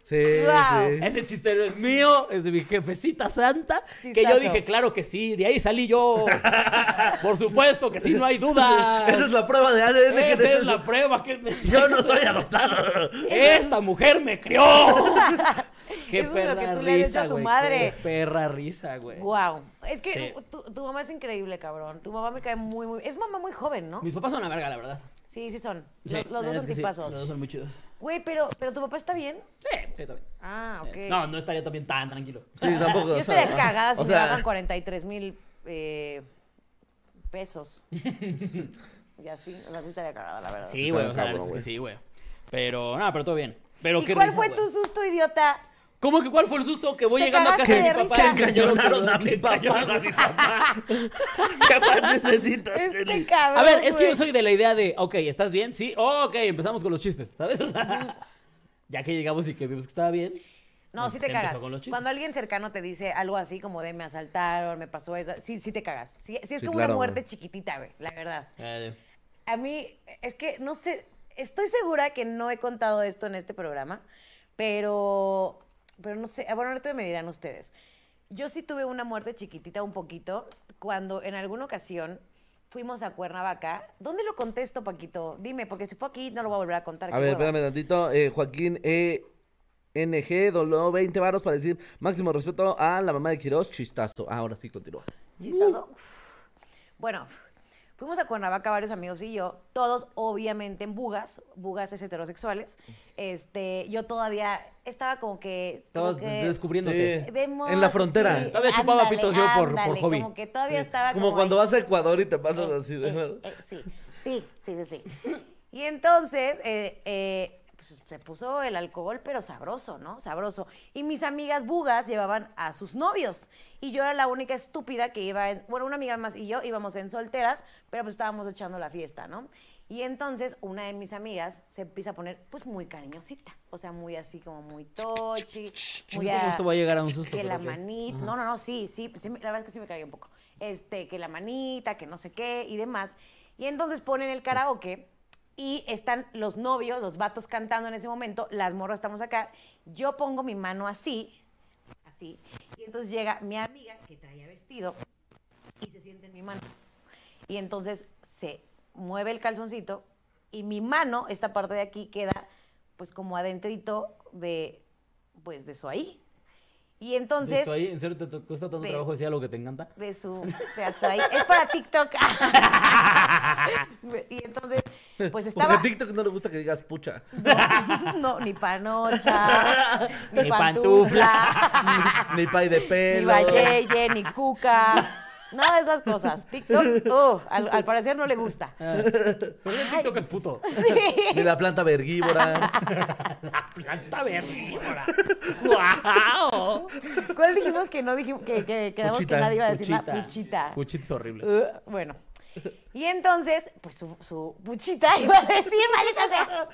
[SPEAKER 1] Sí,
[SPEAKER 3] Wow.
[SPEAKER 1] sí.
[SPEAKER 2] Ese chiste no es mío, es de mi jefecita santa. Que yo
[SPEAKER 3] Chistazo.
[SPEAKER 2] dije, claro que sí, de ahí
[SPEAKER 1] (laughs)
[SPEAKER 2] salí yo. Por supuesto que sí, no hay duda.
[SPEAKER 1] Esa es la prueba de ADN que
[SPEAKER 2] Esa
[SPEAKER 1] te-
[SPEAKER 2] es la prueba que...
[SPEAKER 1] Yo
[SPEAKER 2] (laughs)
[SPEAKER 1] no soy adoptado.
[SPEAKER 2] ¡Esta mujer me
[SPEAKER 3] (laughs)
[SPEAKER 2] crió! ¡Qué
[SPEAKER 3] Eso es lo
[SPEAKER 2] perra
[SPEAKER 3] que tú le has hecho
[SPEAKER 2] risa,
[SPEAKER 3] a tu
[SPEAKER 2] güey!
[SPEAKER 3] madre.
[SPEAKER 2] ¡Qué perra risa, güey!
[SPEAKER 3] Wow. Es que
[SPEAKER 2] Sí.
[SPEAKER 3] tu, tu mamá es increíble, cabrón. Tu mamá me cae muy, muy. Es mamá muy joven, ¿no?
[SPEAKER 2] Mis papás son la verga, la verdad.
[SPEAKER 3] Sí, sí son.
[SPEAKER 2] Sí,
[SPEAKER 3] los, los
[SPEAKER 2] la
[SPEAKER 3] dos
[SPEAKER 2] verdad
[SPEAKER 3] son
[SPEAKER 2] es que sí,
[SPEAKER 3] chispazos.
[SPEAKER 2] Los dos son muy chidos.
[SPEAKER 3] Güey, pero, pero tu papá está bien.
[SPEAKER 2] Sí, sí, también.
[SPEAKER 3] Ah, ok.
[SPEAKER 2] Eh, No, no estaría también tan tranquilo.
[SPEAKER 1] Sí, tampoco.
[SPEAKER 3] Yo
[SPEAKER 1] o
[SPEAKER 3] estaría
[SPEAKER 1] sea,
[SPEAKER 3] cagada si
[SPEAKER 1] o
[SPEAKER 3] me
[SPEAKER 1] sea, (laughs)
[SPEAKER 3] daban 43 mil eh,
[SPEAKER 2] (laughs)
[SPEAKER 3] pesos. y así, o sea, sí estaría cagada, la verdad.
[SPEAKER 2] Sí, güey,
[SPEAKER 1] Está
[SPEAKER 2] o sea, la
[SPEAKER 1] cabrón,
[SPEAKER 2] neta es
[SPEAKER 1] güey.
[SPEAKER 2] que sí, güey. Pero, no, pero todo bien. Pero
[SPEAKER 3] ¿Y
[SPEAKER 2] qué
[SPEAKER 3] cuál
[SPEAKER 2] risa,
[SPEAKER 3] fue
[SPEAKER 2] güey.
[SPEAKER 3] tu
[SPEAKER 2] (laughs)
[SPEAKER 3] susto, idiota?
[SPEAKER 2] ¿Cómo que cuál fue el susto? Que voy
[SPEAKER 3] Te
[SPEAKER 2] llegando a casa
[SPEAKER 3] cagaste
[SPEAKER 2] de mi
[SPEAKER 3] de
[SPEAKER 2] papá
[SPEAKER 3] risa.
[SPEAKER 2] y me dijeron que
[SPEAKER 1] Encañonaron a
[SPEAKER 2] no,
[SPEAKER 1] mi
[SPEAKER 2] que
[SPEAKER 1] papá.
[SPEAKER 2] encañonaron a mi papá.
[SPEAKER 1] ¿Qué más necesitas,
[SPEAKER 3] Este
[SPEAKER 1] Nelly?
[SPEAKER 3] cabrón.
[SPEAKER 2] A ver, es que
[SPEAKER 3] güey.
[SPEAKER 2] yo soy de la idea de, ok, ¿estás bien? Sí, oh, ok, empezamos con los chistes, ¿sabes? O sea, ya que llegamos y que vimos que estaba bien.
[SPEAKER 3] No,
[SPEAKER 2] No,
[SPEAKER 3] sí
[SPEAKER 2] pues
[SPEAKER 3] te
[SPEAKER 2] empezó
[SPEAKER 3] cagas.
[SPEAKER 2] con los chistes.
[SPEAKER 3] Cuando alguien cercano te dice algo así como de me asaltaron, me pasó eso, sí, sí te cagas. Sí, sí es
[SPEAKER 1] Sí,
[SPEAKER 3] como
[SPEAKER 1] claro,
[SPEAKER 3] una muerte
[SPEAKER 1] güey.
[SPEAKER 3] chiquitita, güey, la verdad.
[SPEAKER 2] eh,
[SPEAKER 3] A mí, es que no sé, estoy segura que no he contado esto en este programa, pero, pero no sé, ah, bueno, ahorita me dirán ustedes. Yo sí tuve una muerte chiquitita un poquito cuando en alguna ocasión fuimos a Cuernavaca. ¿Dónde lo contesto, Paquito? Dime, porque si fue aquí no lo voy a volver a contar.
[SPEAKER 1] A
[SPEAKER 3] qué
[SPEAKER 1] ver,
[SPEAKER 3] hueva.
[SPEAKER 1] espérame tantito. Eh, Joaquín E. NG donó 20 varos para decir máximo respeto a la mamá de Quirós, chistazo. Ah, Ahora sí, continúa.
[SPEAKER 3] Chistoso. Bueno, fuimos a Cuernavaca varios amigos y yo, todos obviamente en bugas, bugas es heterosexuales. Este, yo todavía estaba como que como
[SPEAKER 2] Todos
[SPEAKER 3] que
[SPEAKER 2] descubriéndote.
[SPEAKER 1] Sí.
[SPEAKER 3] vemos-
[SPEAKER 1] En la frontera.
[SPEAKER 2] Todavía chupaba pitos yo por- por
[SPEAKER 3] ándale,
[SPEAKER 2] hobby.
[SPEAKER 3] Como que todavía estaba
[SPEAKER 1] Como, cuando
[SPEAKER 3] ahí.
[SPEAKER 1] vas a Ecuador y te pasas
[SPEAKER 3] Eh,
[SPEAKER 1] así de
[SPEAKER 3] eh,
[SPEAKER 1] verdad.
[SPEAKER 3] eh, sí, sí, sí, sí, sí. Y entonces eh, eh, pues, se puso el alcohol, pero sabroso, ¿no? Sabroso. Y mis amigas bugas llevaban a sus novios. Y yo era la única estúpida que iba en. Bueno, una amiga más y yo íbamos en solteras, pero pues estábamos echando la fiesta, ¿no? Y entonces una de mis amigas se empieza a poner, pues muy cariñosita. O sea, muy así como muy tochi. Muy
[SPEAKER 2] ¿Cómo esto va a llegar a un susto?
[SPEAKER 3] que
[SPEAKER 2] pero
[SPEAKER 3] la
[SPEAKER 2] sí.
[SPEAKER 3] manita, no, no, no, sí, sí, sí me- la verdad es que sí me cayó un poco. Este, que la manita, que no sé qué y demás. Y entonces ponen el karaoke y están los novios, los vatos cantando en ese momento, las morras estamos acá. Yo pongo mi mano así, así, y entonces llega mi amiga que traía vestido y se siente en mi mano. Y entonces se mueve el calzoncito y mi mano, esta parte de aquí, queda pues como adentrito de, pues de su ahí. Y
[SPEAKER 2] De
[SPEAKER 3] entonces
[SPEAKER 2] eso ahí, ¿En serio te to- cuesta tanto
[SPEAKER 3] de-
[SPEAKER 2] trabajo decir algo que te encanta?
[SPEAKER 3] de su de su ahí. Es para TikTok. y entonces, pues
[SPEAKER 1] Porque (laughs)
[SPEAKER 3] estaba.
[SPEAKER 1] a TikTok no le gusta que digas pucha.
[SPEAKER 3] No, no, ni panocha, ni,
[SPEAKER 2] Ni
[SPEAKER 3] pantufla,
[SPEAKER 1] Ni pay de
[SPEAKER 3] (laughs) ni
[SPEAKER 1] pelo.
[SPEAKER 3] valleye, ni cuca. Nada de esas cosas. TikTok, oh, al, al parecer no le gusta.
[SPEAKER 2] Ah, Pero el TikTok es puto.
[SPEAKER 1] Ni la planta
[SPEAKER 3] (laughs)
[SPEAKER 1] vergívora.
[SPEAKER 2] La planta (laughs) vergívora. ¡Guau!
[SPEAKER 3] ¿Cuál dijimos que no dijimos que, que quedamos
[SPEAKER 1] Puchita,
[SPEAKER 3] que nadie iba a decir la
[SPEAKER 2] Puchita.
[SPEAKER 3] puchita?
[SPEAKER 2] Puchita es horrible.
[SPEAKER 3] Eh, bueno. Y entonces, pues su, su puchita (laughs) iba a decir, maldita sea,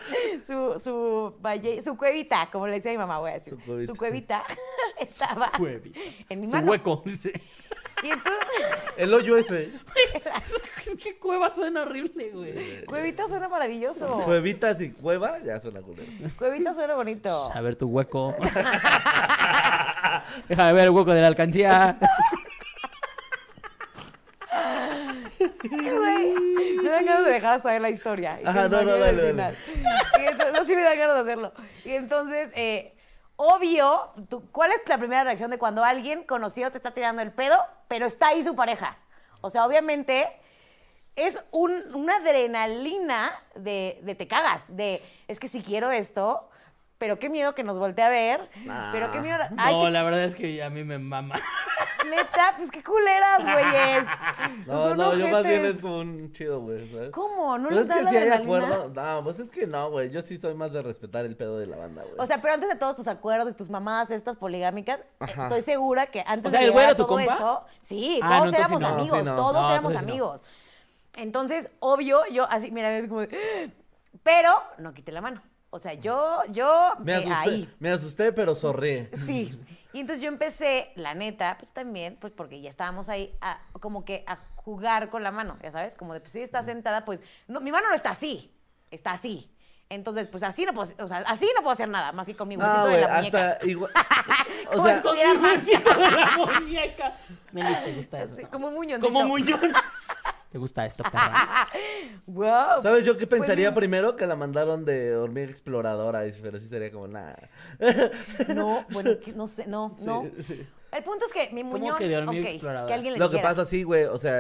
[SPEAKER 3] su, su, valle- su cuevita, como le decía mi mamá, voy a decir.
[SPEAKER 1] Su cuevita.
[SPEAKER 3] Su cuevita (laughs) estaba
[SPEAKER 2] Cuevita.
[SPEAKER 3] en mi
[SPEAKER 2] Su (laughs)
[SPEAKER 3] mano.
[SPEAKER 2] hueco. dice.
[SPEAKER 3] Y entonces, (laughs)
[SPEAKER 1] El hoyo ese.
[SPEAKER 2] ¿Qué cueva suena horrible, güey?
[SPEAKER 3] cuevita suena maravilloso.
[SPEAKER 1] Cuevitas y cueva, ya suena
[SPEAKER 3] (laughs)
[SPEAKER 1] culero.
[SPEAKER 3] Cuevita suena bonito.
[SPEAKER 2] A ver tu (laughs) hueco. Deja de ver el hueco de la alcancía.
[SPEAKER 3] Ay, güey. Me dan ganas de dejar hasta ahí la historia. Y
[SPEAKER 1] Ajá,
[SPEAKER 3] que
[SPEAKER 1] no,
[SPEAKER 3] me
[SPEAKER 1] no,
[SPEAKER 3] olvide
[SPEAKER 1] dale,
[SPEAKER 3] el
[SPEAKER 1] dale.
[SPEAKER 3] final. Y entonces- no, sí me dan ganas de hacerlo. Y entonces, eh, obvio, tú- ¿cuál es la primera reacción de cuando alguien conocido te está tirando el pedo, pero está ahí su pareja? O sea, obviamente es un- una adrenalina de, de te cagas, de es que si quiero esto, pero qué miedo que nos voltee a ver, pero qué miedo... Ay,
[SPEAKER 2] No,
[SPEAKER 3] qué-
[SPEAKER 2] la verdad es que a mí me mama.
[SPEAKER 3] neta, pues qué culeras, güeyes.
[SPEAKER 1] No, (laughs)
[SPEAKER 3] Son
[SPEAKER 1] no, yo más bien
[SPEAKER 3] ojetes.
[SPEAKER 1] es como un chido, güey. ¿sabes?
[SPEAKER 3] ¿Cómo? ¿No
[SPEAKER 1] Pero es
[SPEAKER 3] les da
[SPEAKER 1] que
[SPEAKER 3] la
[SPEAKER 1] si hay
[SPEAKER 3] adrenalina?
[SPEAKER 1] acuerdo. No, pues es que no, güey. Yo sí soy más de respetar el pedo de la banda, güey.
[SPEAKER 3] O sea, pero antes de todos tus acuerdos, tus mamadas estas poligámicas, eh,
[SPEAKER 1] Ajá.
[SPEAKER 3] estoy segura que antes
[SPEAKER 2] O sea,
[SPEAKER 3] de
[SPEAKER 2] ¿el güero
[SPEAKER 3] llegar a
[SPEAKER 2] tu
[SPEAKER 3] todo
[SPEAKER 2] compa?
[SPEAKER 3] eso, sí,
[SPEAKER 2] Ah, no,
[SPEAKER 3] todos
[SPEAKER 2] entonces
[SPEAKER 3] éramos
[SPEAKER 2] sí no,
[SPEAKER 3] amigos,
[SPEAKER 1] sí no.
[SPEAKER 3] todos
[SPEAKER 2] No,
[SPEAKER 3] éramos
[SPEAKER 2] entonces sí no.
[SPEAKER 3] amigos. Entonces, obvio, yo así, mira, es como de, (gasps) pero no quité la mano. O sea, yo, yo,
[SPEAKER 1] me
[SPEAKER 3] eh,
[SPEAKER 1] asusté,
[SPEAKER 3] ahí.
[SPEAKER 1] me asusté, pero sorrí.
[SPEAKER 3] Sí. Y entonces yo empecé, la neta, pues también, pues porque ya estábamos ahí, a- como que a jugar con la mano, ya sabes, como de, pues si está sentada, pues, no, mi mano no está así, está así. Entonces, pues así no puedo, o sea, así no puedo hacer nada, más que con mi huesito
[SPEAKER 1] No,
[SPEAKER 3] de
[SPEAKER 1] güey,
[SPEAKER 3] la muñeca.
[SPEAKER 1] hasta
[SPEAKER 3] (laughs)
[SPEAKER 1] igual. O
[SPEAKER 3] Como
[SPEAKER 1] sea,
[SPEAKER 3] con- Era más-
[SPEAKER 2] de la muñeca. Meli, ¿te (laughs) gusta eso?
[SPEAKER 3] Así, como muñoncito.
[SPEAKER 2] Como muñón. ¿Te gusta (laughs) esto, perra?
[SPEAKER 3] Wow.
[SPEAKER 1] ¿sabes yo qué
[SPEAKER 3] Fue
[SPEAKER 1] pensaría
[SPEAKER 3] bien.
[SPEAKER 1] primero? Que la mandaron de hormiga exploradora, y- pero sí sería como (laughs) nada.
[SPEAKER 3] No,
[SPEAKER 1] (laughs)
[SPEAKER 3] bueno, que- no sé, no, no. El punto es que mi
[SPEAKER 2] ¿Cómo
[SPEAKER 3] muñón,
[SPEAKER 2] que de hormiga
[SPEAKER 3] ok,
[SPEAKER 2] exploradora?
[SPEAKER 3] que alguien le
[SPEAKER 1] Lo que
[SPEAKER 3] dijera.
[SPEAKER 1] pasa, sí, güey, o sea,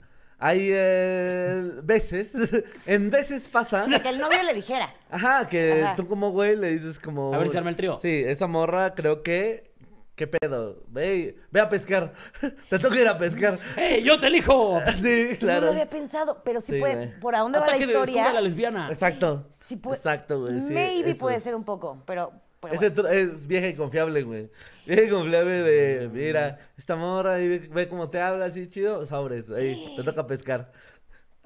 [SPEAKER 1] (clears throat) hay eh, veces, (laughs) en veces pasa,
[SPEAKER 3] (laughs) O sea, que el novio le dijera.
[SPEAKER 1] ajá, que
[SPEAKER 3] Ajá.
[SPEAKER 1] tú como güey le dices como...
[SPEAKER 2] A ver si arma el trío.
[SPEAKER 1] Sí, esa morra creo que... ¿Qué pedo? Ve, y- ve a pescar, (laughs) te toca ir a pescar. (laughs)
[SPEAKER 2] ¡Ey, yo te elijo!
[SPEAKER 1] Sí,
[SPEAKER 3] Yo No lo
[SPEAKER 1] claro.
[SPEAKER 3] había pensado, pero sí,
[SPEAKER 1] Sí,
[SPEAKER 3] puede.
[SPEAKER 1] güey.
[SPEAKER 3] ¿Por a dónde va la
[SPEAKER 2] Ataque de
[SPEAKER 3] historia?
[SPEAKER 2] descubre a la lesbiana.
[SPEAKER 1] Exacto.
[SPEAKER 3] Sí puede-
[SPEAKER 1] Exacto, güey. sí,
[SPEAKER 3] Maybe
[SPEAKER 1] eso
[SPEAKER 3] puede
[SPEAKER 1] es.
[SPEAKER 3] ser un poco, pero. pero
[SPEAKER 1] Ese
[SPEAKER 3] bueno.
[SPEAKER 1] tru- es vieja y confiable, güey. Vieja y confiable de, mira, esta morra, y ve, ve cómo te habla, así chido, sobres, ahí, te toca pescar. (laughs)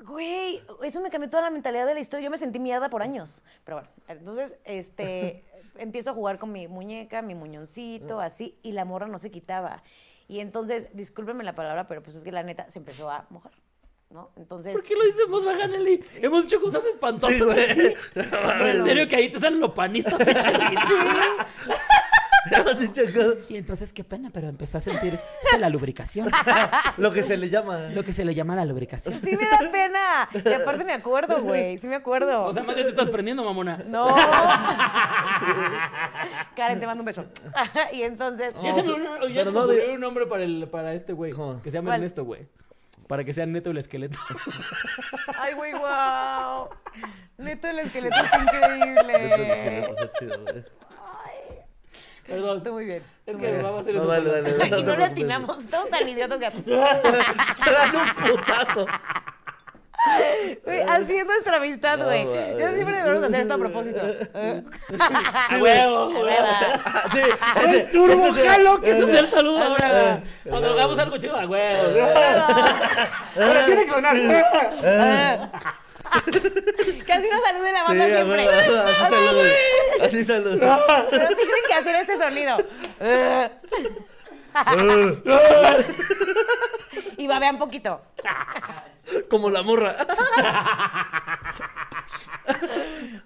[SPEAKER 3] Güey, eso me cambió toda la mentalidad de la historia. Yo me sentí mierda por años. Pero bueno, entonces,
[SPEAKER 2] (laughs)
[SPEAKER 3] este, empiezo a jugar con mi muñeca, mi muñoncito,
[SPEAKER 2] Mm.
[SPEAKER 3] así, y la morra no se quitaba. Y entonces, discúlpenme la palabra, pero pues es que la neta se empezó a mojar, ¿no? Entonces.
[SPEAKER 2] ¿Por qué lo dices en voz baja, Nelly? Hemos hecho cosas espantosas.
[SPEAKER 1] Sí, güey.
[SPEAKER 2] aquí. en serio que ahí te salen los panistas. pinche Nelly?
[SPEAKER 1] Hemos dicho cosas-
[SPEAKER 2] Y entonces, qué pena, pero empezó a sentirse la lubricación.
[SPEAKER 1] Lo que se le llama.
[SPEAKER 3] (laughs)
[SPEAKER 2] Lo que se le llama la lubricación.
[SPEAKER 3] (laughs) Sí me da pena. Y aparte me acuerdo, güey. Sí me acuerdo.
[SPEAKER 2] O sea, más bien te estás prendiendo, mamona. (laughs)
[SPEAKER 3] no. Karen, te mando un beso. (laughs) y entonces.
[SPEAKER 2] Ya se me,
[SPEAKER 1] No,
[SPEAKER 2] ocurrió-
[SPEAKER 1] pero
[SPEAKER 2] ya se me
[SPEAKER 1] no
[SPEAKER 2] ocurrió
[SPEAKER 1] diga-
[SPEAKER 2] un nombre para, el, para este güey.
[SPEAKER 1] ¿Cómo?
[SPEAKER 2] Que se llame
[SPEAKER 3] ¿Cuál?
[SPEAKER 2] Ernesto, güey. Para que sea neto el esqueleto.
[SPEAKER 3] Ay, güey, wow. Neto el esqueleto está
[SPEAKER 1] Dentro de los esqueletos,
[SPEAKER 3] increíble.
[SPEAKER 1] está chido, güey.
[SPEAKER 2] Perdón.
[SPEAKER 3] Está muy bien.
[SPEAKER 2] Es que vamos a hacer
[SPEAKER 1] No,
[SPEAKER 2] eso.
[SPEAKER 1] dale,
[SPEAKER 2] con-
[SPEAKER 1] dale,
[SPEAKER 2] (laughs)
[SPEAKER 1] dale.
[SPEAKER 3] Y no le atinamos. Estamos tan idiotas que.
[SPEAKER 1] Se dan un putazo.
[SPEAKER 3] Güey, así es nuestra amistad,
[SPEAKER 1] No,
[SPEAKER 3] güey.
[SPEAKER 1] güey.
[SPEAKER 3] Yo siempre debemos hacer esto a propósito. ¿Eh?
[SPEAKER 2] ¡A huevo, güey!
[SPEAKER 3] ¿Verdad?
[SPEAKER 1] Sí,
[SPEAKER 2] ¡El
[SPEAKER 1] este-
[SPEAKER 2] turbo
[SPEAKER 1] este-
[SPEAKER 2] jalo! Que eso sea el saludo
[SPEAKER 1] Ah,
[SPEAKER 2] ahora.
[SPEAKER 1] ah,
[SPEAKER 2] güey. Cuando hagamos algo chido, ¡a huevo!
[SPEAKER 1] Ah,
[SPEAKER 2] Ahora tiene que sonar.
[SPEAKER 3] (laughs) Que así nos salude la
[SPEAKER 1] Sí,
[SPEAKER 3] banda
[SPEAKER 1] a
[SPEAKER 3] siempre.
[SPEAKER 1] huevo, (laughs) así saludos. Así saludos.
[SPEAKER 3] Pero sí tienen que hacer ese sonido. (laughs) Y babean poquito.
[SPEAKER 1] Como la morra.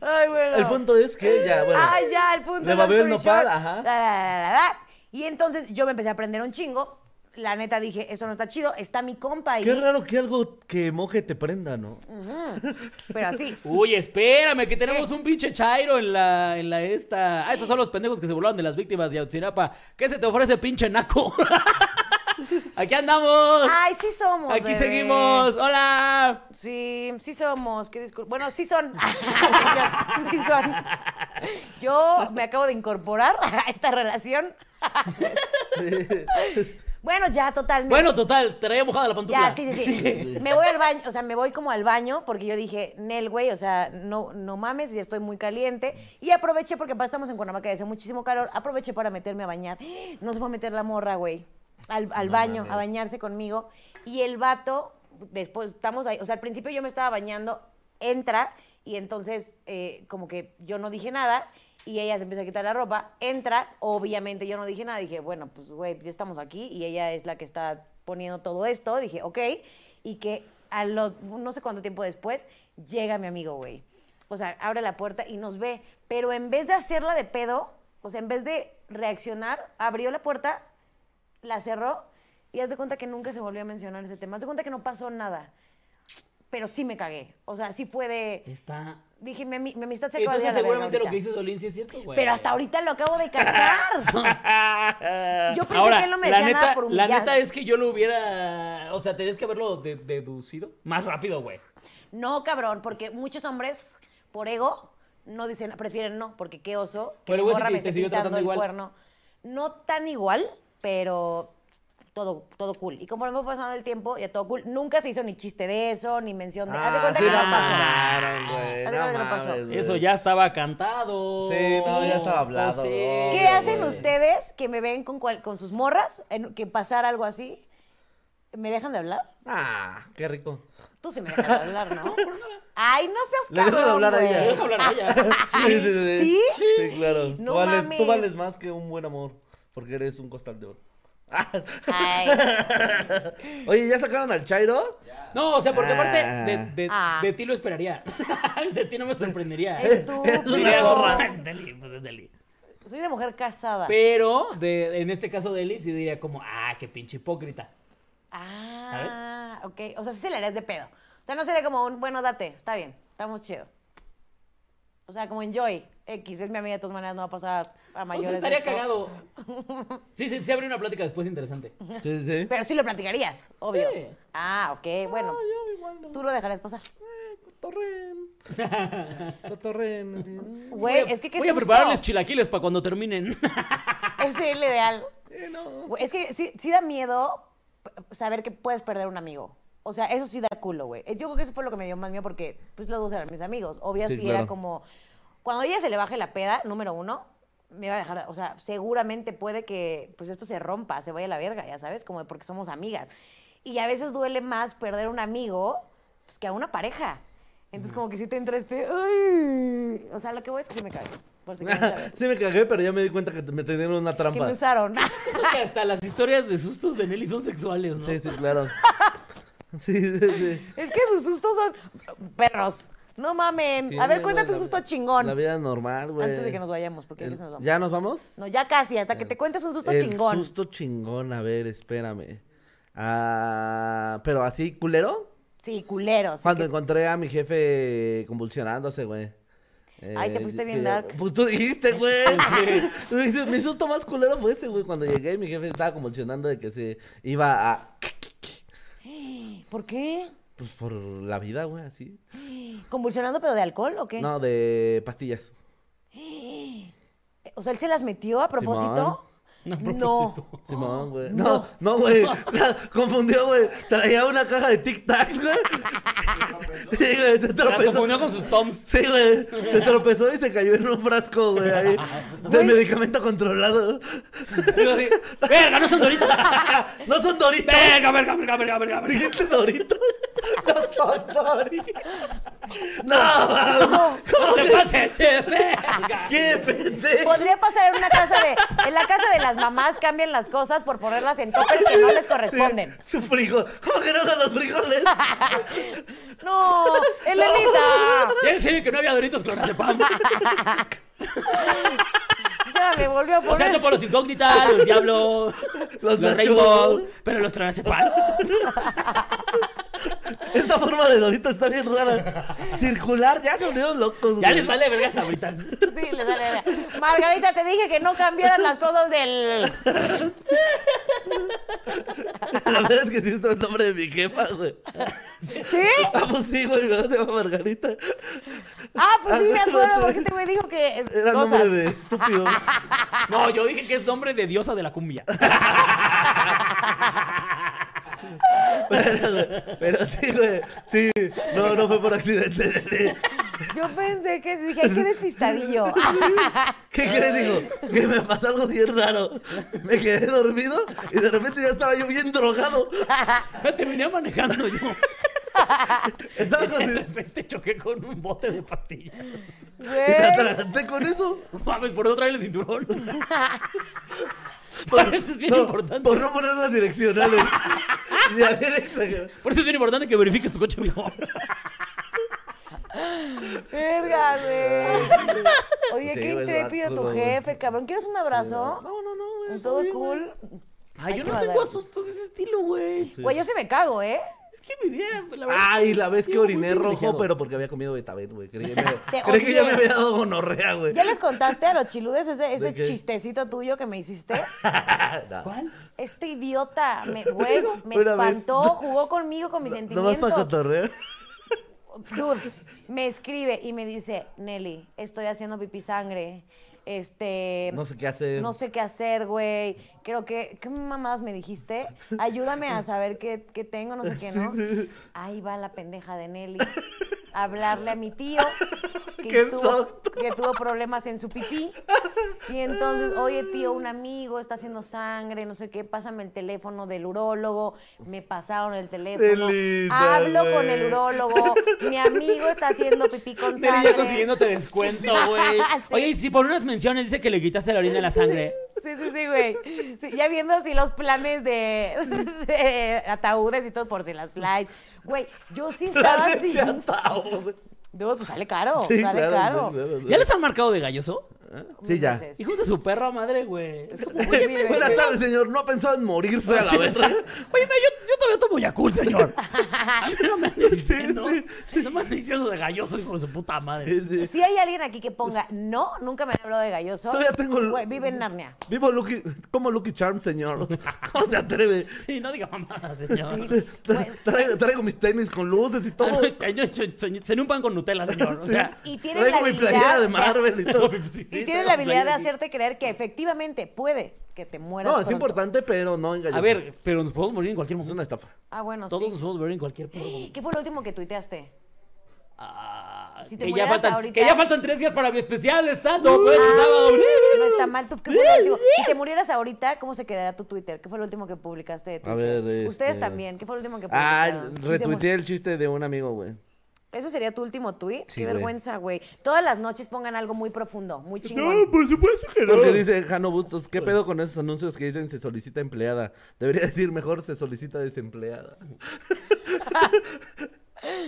[SPEAKER 3] Ay, bueno.
[SPEAKER 1] El punto es que ya, bueno.
[SPEAKER 3] Ah, ya, el punto.
[SPEAKER 1] Le
[SPEAKER 3] long
[SPEAKER 1] babeó el
[SPEAKER 3] story short.
[SPEAKER 1] nopal, ajá.
[SPEAKER 3] La, la, la, la, la. Y entonces yo me empecé a aprender un chingo. La neta dije, esto no está chido, está mi compa ahí.
[SPEAKER 1] Qué raro que algo que moje te prenda, ¿no?
[SPEAKER 3] Pero
[SPEAKER 1] (laughs)
[SPEAKER 3] así.
[SPEAKER 2] Uy, espérame, que tenemos un pinche chairo en la, en la esta. Ah, estos son los pendejos que se burlaron de las víctimas de Ayotzinapa. ¿Qué se te ofrece, pinche naco? (laughs) Aquí andamos.
[SPEAKER 3] Ay, sí somos.
[SPEAKER 2] Aquí
[SPEAKER 3] Ah, bebé.
[SPEAKER 2] seguimos. Hola.
[SPEAKER 3] Sí, sí somos. Qué discul- Bueno, sí son. (laughs) sí son. Yo me acabo de incorporar (laughs) a
[SPEAKER 1] (laughs)
[SPEAKER 3] esta relación. Bueno, ya, totalmente.
[SPEAKER 2] Bueno, total, traía mojada la pantufla.
[SPEAKER 3] Ya, sí, (laughs) sí, sí. me voy al baño, o sea, me voy como al baño porque yo dije, Nel, güey, o sea, no, no mames, ya estoy muy caliente. Y aproveché, porque aparte estamos en Cuernavaca y hace muchísimo calor, aproveché para meterme a bañar. (gasps) No se fue a meter la morra, güey, al, al
[SPEAKER 1] No
[SPEAKER 3] baño,
[SPEAKER 1] mames.
[SPEAKER 3] a bañarse conmigo. Y el vato, después estamos ahí, o sea, al principio yo me estaba bañando, entra, y entonces eh, como que yo no dije nada. Y ella se empieza a quitar la ropa, entra, obviamente yo no dije nada, dije, bueno, pues güey, ya estamos aquí y ella es la que está poniendo todo esto, dije, ok, y que a lo, no sé cuánto tiempo después llega mi amigo, güey. O sea, abre la puerta y nos ve, pero en vez de hacerla de pedo, o sea, en vez de reaccionar, abrió la puerta, la cerró y haz de cuenta que nunca se volvió a mencionar ese tema, haz de cuenta que no pasó nada, pero sí me cagué, o sea, sí fue de...
[SPEAKER 2] (laughs) Está.
[SPEAKER 3] Dije, mi, ami- mi amistad se acaba de ir
[SPEAKER 2] Entonces,
[SPEAKER 3] a la verga
[SPEAKER 2] seguramente lo
[SPEAKER 3] ahorita".
[SPEAKER 2] que hizo Solín sí es cierto, güey. (laughs)
[SPEAKER 3] Pero hasta ahorita lo acabo de captar. Yo pensé
[SPEAKER 2] Ahora,
[SPEAKER 3] que él no me
[SPEAKER 2] la
[SPEAKER 3] decía
[SPEAKER 2] neta,
[SPEAKER 3] nada por humillar.
[SPEAKER 2] La neta es que yo lo hubiera. O sea, tenías que haberlo de- deducido más rápido, güey.
[SPEAKER 3] No, cabrón, porque muchos hombres, por ego, no dicen, prefieren no, porque qué oso. Que
[SPEAKER 2] Pero
[SPEAKER 3] mi
[SPEAKER 2] el güey sí
[SPEAKER 3] morra
[SPEAKER 2] te-
[SPEAKER 3] me
[SPEAKER 2] te
[SPEAKER 3] esté
[SPEAKER 2] siguió
[SPEAKER 3] pintando
[SPEAKER 2] tratando
[SPEAKER 3] el
[SPEAKER 2] igual.
[SPEAKER 3] cuerno. No tan igual, pero todo, todo cool. Y como me fue pasando el tiempo, ya todo cool. Nunca se hizo ni chiste de eso, ni mención de. Haz
[SPEAKER 2] Ah,
[SPEAKER 3] de cuenta
[SPEAKER 1] Ah, sí
[SPEAKER 3] que
[SPEAKER 1] la
[SPEAKER 3] no pasó.
[SPEAKER 1] pasaron, güey,
[SPEAKER 3] Haz de
[SPEAKER 1] no
[SPEAKER 3] cuenta que no pasó.
[SPEAKER 1] mames, güey.
[SPEAKER 2] Eso ya estaba cantado.
[SPEAKER 1] Sí, no, ya estaba hablado,
[SPEAKER 2] Pues sí.
[SPEAKER 1] no,
[SPEAKER 3] ¿Qué
[SPEAKER 1] Obvio,
[SPEAKER 3] hacen
[SPEAKER 1] güey.
[SPEAKER 3] ustedes que me ven con, cual- con sus morras, en- que pasar algo así? ¿Me dejan de hablar?
[SPEAKER 1] Ah, qué rico.
[SPEAKER 3] Tú sí me dejas de hablar,
[SPEAKER 2] (laughs)
[SPEAKER 3] ¿no? Ay, no seas
[SPEAKER 1] Le dejo de
[SPEAKER 3] cabrón,
[SPEAKER 1] hablar a
[SPEAKER 3] güey.
[SPEAKER 1] ella.
[SPEAKER 2] Te dejo hablar a ella.
[SPEAKER 1] (laughs) Sí, sí,
[SPEAKER 3] Ah, ¿Sí?
[SPEAKER 1] Sí, claro.
[SPEAKER 3] No
[SPEAKER 1] tú, vales, tú
[SPEAKER 3] mames.
[SPEAKER 1] vales más que un buen amor, porque eres un costal de oro. (laughs)
[SPEAKER 3] Ay,
[SPEAKER 1] Oye, ¿ya sacaron al Chairo?
[SPEAKER 2] No, o sea, porque aparte
[SPEAKER 1] Ah.
[SPEAKER 2] de, de-
[SPEAKER 3] Ah.
[SPEAKER 2] de ti lo esperaría. (laughs) de ti no me sorprendería.
[SPEAKER 1] (laughs) Es una
[SPEAKER 2] Diría,
[SPEAKER 1] zorra.
[SPEAKER 3] estúpido.
[SPEAKER 2] "Ay, (laughs) Deli, pues es Deli".
[SPEAKER 3] Soy una mujer casada.
[SPEAKER 2] Pero de, en este caso de Eli sí diría como, ah, qué pinche hipócrita.
[SPEAKER 3] Ah, ok. O sea, sí se le harías de pedo. O sea, no sería como un, bueno, date, está bien, estamos chido. O sea, como enjoy. X, es mi amiga, de todas maneras no va a pasar a
[SPEAKER 2] O
[SPEAKER 3] mayores.
[SPEAKER 2] sea,
[SPEAKER 3] de
[SPEAKER 2] estaría
[SPEAKER 3] esto.
[SPEAKER 2] cagado. Sí, sí, sí abre una plática después interesante.
[SPEAKER 1] Sí, sí.
[SPEAKER 3] Pero sí lo platicarías, obvio.
[SPEAKER 2] Sí.
[SPEAKER 3] Ah, ok, bueno.
[SPEAKER 1] yo igual no.
[SPEAKER 3] Tú lo dejarías pasar.
[SPEAKER 1] (laughs) Cotorren. Cotorren.
[SPEAKER 3] Güey,
[SPEAKER 2] Voy a-
[SPEAKER 3] es que qué
[SPEAKER 2] Voy a
[SPEAKER 3] susto.
[SPEAKER 2] prepararles chilaquiles para cuando terminen. (laughs)
[SPEAKER 3] Ese Es el ideal.
[SPEAKER 1] Eh, no.
[SPEAKER 3] Güey, Es que sí, sí da miedo p- saber que puedes perder un amigo. O sea, eso sí da culo, güey. Eh, Yo creo que eso fue lo que me dio más miedo porque pues los dos eran mis amigos. Obvio,
[SPEAKER 1] Sí,
[SPEAKER 3] sí,
[SPEAKER 1] claro.
[SPEAKER 3] era como... Cuando ella se le baje la peda, número uno, me va a dejar... O sea, seguramente puede que pues esto se rompa, se vaya a la verga, ya sabes, como porque somos amigas. Y a veces duele más perder un amigo pues, que a una pareja. Entonces como que sí te entra este... "Ay". O sea, lo que voy es que sí me cae. Por si quieren saber.
[SPEAKER 1] (laughs) Sí me cagué, pero ya me di cuenta que me tenían una
[SPEAKER 3] Que
[SPEAKER 1] trampa.
[SPEAKER 3] me usaron. (laughs) Ah,
[SPEAKER 2] Eso que hasta las historias de sustos de Nelly son sexuales, ¿no?
[SPEAKER 3] (laughs)
[SPEAKER 1] Sí, sí, claro. Sí, sí, sí.
[SPEAKER 3] Es que sus sustos son perros, No mamen.
[SPEAKER 1] Sí,
[SPEAKER 3] a ver,
[SPEAKER 1] güey,
[SPEAKER 3] cuéntate
[SPEAKER 1] la
[SPEAKER 3] un susto
[SPEAKER 1] vi-
[SPEAKER 3] chingón.
[SPEAKER 1] La vida normal, güey.
[SPEAKER 3] Antes de que nos vayamos, porque
[SPEAKER 1] El-
[SPEAKER 3] ellos nos vamos.
[SPEAKER 1] ¿Ya nos vamos?
[SPEAKER 3] No, ya casi, hasta que te cuentes un susto
[SPEAKER 1] El
[SPEAKER 3] chingón.
[SPEAKER 1] susto chingón, a ver, espérame. Ah, pero así, culero.
[SPEAKER 3] Sí, culeros.
[SPEAKER 1] Cuando encontré a mi jefe convulsionándose, güey.
[SPEAKER 3] Ay, te
[SPEAKER 1] Eh,
[SPEAKER 3] fuiste bien
[SPEAKER 1] que-
[SPEAKER 3] dark.
[SPEAKER 1] Pues tú dijiste,
[SPEAKER 3] (laughs)
[SPEAKER 1] güey. Tú dijiste, mi susto más culero fue ese, güey. Cuando llegué, mi jefe estaba convulsionando de que se iba a.
[SPEAKER 3] ¿Por qué?
[SPEAKER 1] Pues por la vida, güey, así.
[SPEAKER 3] ¿Convulsionando pero de alcohol o qué?
[SPEAKER 1] No, de pastillas.
[SPEAKER 3] (gasps) O sea, él se las metió a propósito. No. (laughs)
[SPEAKER 1] Simón,
[SPEAKER 3] (gasps)
[SPEAKER 1] güey. No, no, güey. La- Confundió, güey. Traía una caja de Tic Tacs,
[SPEAKER 2] (laughs)
[SPEAKER 1] güey. Sí, güey, se
[SPEAKER 2] Las
[SPEAKER 1] tropezó.
[SPEAKER 2] confundió con sus
[SPEAKER 1] (laughs)
[SPEAKER 2] toms.
[SPEAKER 1] Sí, güey. Se tropezó y se cayó en un frasco, güey,
[SPEAKER 2] (laughs)
[SPEAKER 1] ahí. De medicamento controlado.
[SPEAKER 2] Digo así, ¡Verga, no son doritos!
[SPEAKER 1] No son Doritos.
[SPEAKER 2] ¡Verga, verga, verga, verga, verga! verga!
[SPEAKER 1] ¿Dijiste Doritos? No son Doritos. No,
[SPEAKER 2] Ah,
[SPEAKER 1] mames.
[SPEAKER 2] ¡No te pases! (laughs) eh, ¡Verga!
[SPEAKER 1] qué pendejo.
[SPEAKER 3] Podría pasar en una casa de. En la casa de las mamás cambian las cosas por ponerlas en topes que no les corresponden.
[SPEAKER 1] Sí, su frijol. ¿Cómo que no son los frijoles?
[SPEAKER 3] ¡No! ¡Elenita!
[SPEAKER 2] Ya en serio que no había doritos (laughs) clonazepam.
[SPEAKER 3] Ya me volvió a
[SPEAKER 2] O sea,
[SPEAKER 3] poner.
[SPEAKER 2] esto por los (laughs) incógnitas, los diablos,
[SPEAKER 1] Los
[SPEAKER 2] los,
[SPEAKER 1] nachos.
[SPEAKER 2] rainbow, pero los clonazepam.
[SPEAKER 1] Esta forma de Doritos está bien rara. Circular, ya se unieron locos,
[SPEAKER 2] Ya
[SPEAKER 1] güey.
[SPEAKER 2] les vale vergas ahorita.
[SPEAKER 3] Sí, le sale. Margarita, te dije que no cambiaras las cosas del.
[SPEAKER 1] La verdad es que sí está el nombre de mi jefa, güey.
[SPEAKER 3] ¿Sí?
[SPEAKER 1] Ah, pues sí, güey, mi mamá se llama Margarita.
[SPEAKER 3] Ah, pues sí, me acuerdo, porque este güey dijo que. eh,
[SPEAKER 1] Era
[SPEAKER 3] cosas.
[SPEAKER 1] nombre de estúpido.
[SPEAKER 2] No, yo dije que es nombre de diosa de la cumbia.
[SPEAKER 1] Pero, güey, pero sí, güey. Sí, no, no fue por accidente.
[SPEAKER 3] Yo pensé que dije, ay,
[SPEAKER 1] (laughs)
[SPEAKER 3] qué despistadillo.
[SPEAKER 1] ¿Qué crees, hijo? Que me pasó algo bien raro. Me quedé dormido y de repente ya estaba yo bien drogado.
[SPEAKER 2] Te venía manejando yo.
[SPEAKER 1] Estaba
[SPEAKER 2] De
[SPEAKER 1] con...
[SPEAKER 2] repente choqué con un bote de pastillas.
[SPEAKER 1] Y me
[SPEAKER 2] ¿Eh?
[SPEAKER 3] Güey.
[SPEAKER 1] atraganté con
[SPEAKER 2] (laughs)
[SPEAKER 1] eso.
[SPEAKER 2] Mames, por no traer el cinturón.
[SPEAKER 1] Por,
[SPEAKER 2] (laughs) Por eso es bien
[SPEAKER 1] no,
[SPEAKER 2] importante.
[SPEAKER 1] Por no poner las direccionales. Ya bien exagerado.
[SPEAKER 2] Por eso es bien importante que verifiques tu coche mejor.
[SPEAKER 3] Verga, güey. Oye,
[SPEAKER 1] Sí,
[SPEAKER 3] qué
[SPEAKER 1] güey,
[SPEAKER 3] intrépido
[SPEAKER 1] vacuno,
[SPEAKER 3] tu
[SPEAKER 1] güey.
[SPEAKER 3] jefe, cabrón. ¿Quieres un abrazo?
[SPEAKER 1] No, no, no, güey.
[SPEAKER 3] Con
[SPEAKER 1] está
[SPEAKER 3] Todo
[SPEAKER 1] bien, güey.
[SPEAKER 3] cool.
[SPEAKER 2] Ay, yo
[SPEAKER 3] Hay
[SPEAKER 2] no
[SPEAKER 3] que
[SPEAKER 2] tengo
[SPEAKER 3] darle.
[SPEAKER 2] asustos de ese estilo, güey.
[SPEAKER 3] Güey, yo sí me cago, ¿eh?
[SPEAKER 2] Es que mi idea, pues, la verdad.
[SPEAKER 1] Ay, la vez que
[SPEAKER 2] Sigo muy
[SPEAKER 1] oriné rojo,
[SPEAKER 2] privilegiado.
[SPEAKER 1] pero porque había comido betabel, güey.
[SPEAKER 2] (laughs)
[SPEAKER 1] Creí que, me-
[SPEAKER 3] Te
[SPEAKER 1] creí que ya me
[SPEAKER 3] odié.
[SPEAKER 1] había dado gonorrea, güey. (laughs)
[SPEAKER 3] ¿Ya les contaste a los chiludes ese, ese
[SPEAKER 1] ¿De qué?
[SPEAKER 3] chistecito tuyo que
[SPEAKER 1] (laughs)
[SPEAKER 3] me hiciste?
[SPEAKER 1] Nah.
[SPEAKER 2] ¿Cuál?
[SPEAKER 3] Este idiota, me, güey, me
[SPEAKER 1] Una vez.
[SPEAKER 3] espantó, jugó conmigo con mis
[SPEAKER 1] Nomás
[SPEAKER 3] sentimientos.
[SPEAKER 1] para cotorrear.
[SPEAKER 3] Dude, me escribe y me dice, Nelly, estoy haciendo pipí sangre. Este.
[SPEAKER 1] No sé qué hacer. (laughs)
[SPEAKER 3] No sé qué hacer, güey. Creo que. ¿Qué mamadas me dijiste? Ayúdame a saber qué, qué tengo, no sé qué, ¿no?
[SPEAKER 1] Sí, sí.
[SPEAKER 3] Ahí va la pendeja de Nelly. a Hablarle a
[SPEAKER 1] (laughs)
[SPEAKER 3] mi tío. Que,
[SPEAKER 1] Qué
[SPEAKER 3] tuvo,
[SPEAKER 1] tonto.
[SPEAKER 3] que tuvo problemas en su pipí. Y entonces, oye, tío, un amigo está haciendo sangre, no sé qué, pásame el teléfono del urólogo. Me pasaron el teléfono.
[SPEAKER 1] linda,
[SPEAKER 3] Hablo con
[SPEAKER 1] güey.
[SPEAKER 3] el urólogo. Mi amigo está haciendo pipí con
[SPEAKER 2] Neri
[SPEAKER 3] sangre.
[SPEAKER 2] ya consiguiéndote
[SPEAKER 3] (laughs)
[SPEAKER 2] descuento, güey.
[SPEAKER 3] Sí.
[SPEAKER 2] Oye, y si por unas menciones dice que le quitaste la orina a
[SPEAKER 1] (laughs)
[SPEAKER 2] la sangre.
[SPEAKER 3] Sí, sí, sí, güey. Sí, ya viendo así los planes de, (laughs) de ataúdes y todo por si las flies. Güey, yo sí estaba
[SPEAKER 1] Planes
[SPEAKER 3] así.
[SPEAKER 1] de
[SPEAKER 3] (laughs)
[SPEAKER 1] ataúd.
[SPEAKER 3] Dude, pues sale caro,
[SPEAKER 1] Sí,
[SPEAKER 3] sale
[SPEAKER 1] claro,
[SPEAKER 3] caro.
[SPEAKER 1] sí, claro, sí.
[SPEAKER 2] ¿Ya les han marcado de galloso?
[SPEAKER 1] Sí,
[SPEAKER 3] Mil
[SPEAKER 1] ya.
[SPEAKER 3] veces.
[SPEAKER 2] Hijos de su perra madre, güey.
[SPEAKER 3] Muy bien.
[SPEAKER 1] (laughs) Buenas tardes, señor. No pensaba en morirse a la vez.
[SPEAKER 2] (laughs) Oye, me, yo, yo todavía tomo Yakul,
[SPEAKER 3] (laughs)
[SPEAKER 2] señor. A mí no me andes diciendo. No me andes diciendo de galloso, hijo de su puta
[SPEAKER 1] (laughs)
[SPEAKER 2] madre.
[SPEAKER 1] Sí, sí.
[SPEAKER 3] Si hay alguien aquí que ponga no, nunca me han hablado de galloso.
[SPEAKER 1] Todavía tengo el-
[SPEAKER 3] Güey, vive en Narnia.
[SPEAKER 1] Vivo Lucky, como Lucky Charm,
[SPEAKER 3] (laughs)
[SPEAKER 1] señor. ¿Cómo se atreve?
[SPEAKER 2] Sí, no diga mamadas, (laughs) señor.
[SPEAKER 3] Sí. Güey,
[SPEAKER 1] Traigo, traigo mis tenis con luces y todo.
[SPEAKER 2] Se un pan con Nutella, señor. O sea,
[SPEAKER 3] (laughs) Y tiene la
[SPEAKER 1] Traigo mi
[SPEAKER 3] habilidad.
[SPEAKER 1] playera de
[SPEAKER 3] (laughs)
[SPEAKER 1] Marvel y todo.
[SPEAKER 2] (laughs) sí,
[SPEAKER 3] Y
[SPEAKER 2] sí,
[SPEAKER 3] tiene
[SPEAKER 2] traigo
[SPEAKER 3] la habilidad de
[SPEAKER 2] playa aquí.
[SPEAKER 3] hacerte creer que efectivamente puede que te mueras.
[SPEAKER 1] No, es
[SPEAKER 3] pronto.
[SPEAKER 1] importante, pero no engañoso.
[SPEAKER 2] A ver, pero nos podemos morir en cualquier
[SPEAKER 1] Es una
[SPEAKER 2] momento.
[SPEAKER 1] estafa.
[SPEAKER 3] Ah, bueno,
[SPEAKER 2] Todos
[SPEAKER 3] sí.
[SPEAKER 2] nos podemos morir en cualquier puto momento.
[SPEAKER 3] ¿Qué fue lo último que tuiteaste?
[SPEAKER 2] Ah,
[SPEAKER 3] Si
[SPEAKER 2] que, ya
[SPEAKER 3] te murieras
[SPEAKER 2] faltan,
[SPEAKER 3] ahorita-
[SPEAKER 2] que ya faltan tres días para mi especial, está. No, pues, sábado.
[SPEAKER 3] Ah, No está mal, tú, ¿qué fue
[SPEAKER 1] (laughs)
[SPEAKER 3] lo último? Si te murieras ahorita, ¿cómo se quedaría tu Twitter? ¿Qué fue lo último que publicaste de Twitter?
[SPEAKER 1] ver,
[SPEAKER 3] Ustedes
[SPEAKER 1] este-
[SPEAKER 3] también, ¿qué fue lo último que
[SPEAKER 1] Ah,
[SPEAKER 3] publicaron?
[SPEAKER 1] retuiteé el chiste de un amigo, güey.
[SPEAKER 3] ¿Eso sería tu último tweet?
[SPEAKER 1] Sí,
[SPEAKER 3] Qué
[SPEAKER 1] güey.
[SPEAKER 3] vergüenza, güey. Todas las noches pongan algo muy profundo, muy
[SPEAKER 2] No,
[SPEAKER 3] chingón.
[SPEAKER 2] por supuesto que
[SPEAKER 1] Porque
[SPEAKER 2] no.
[SPEAKER 1] dice Jano Bustos, ¿qué pedo con esos anuncios que dicen se solicita empleada? Debería decir mejor se solicita desempleada.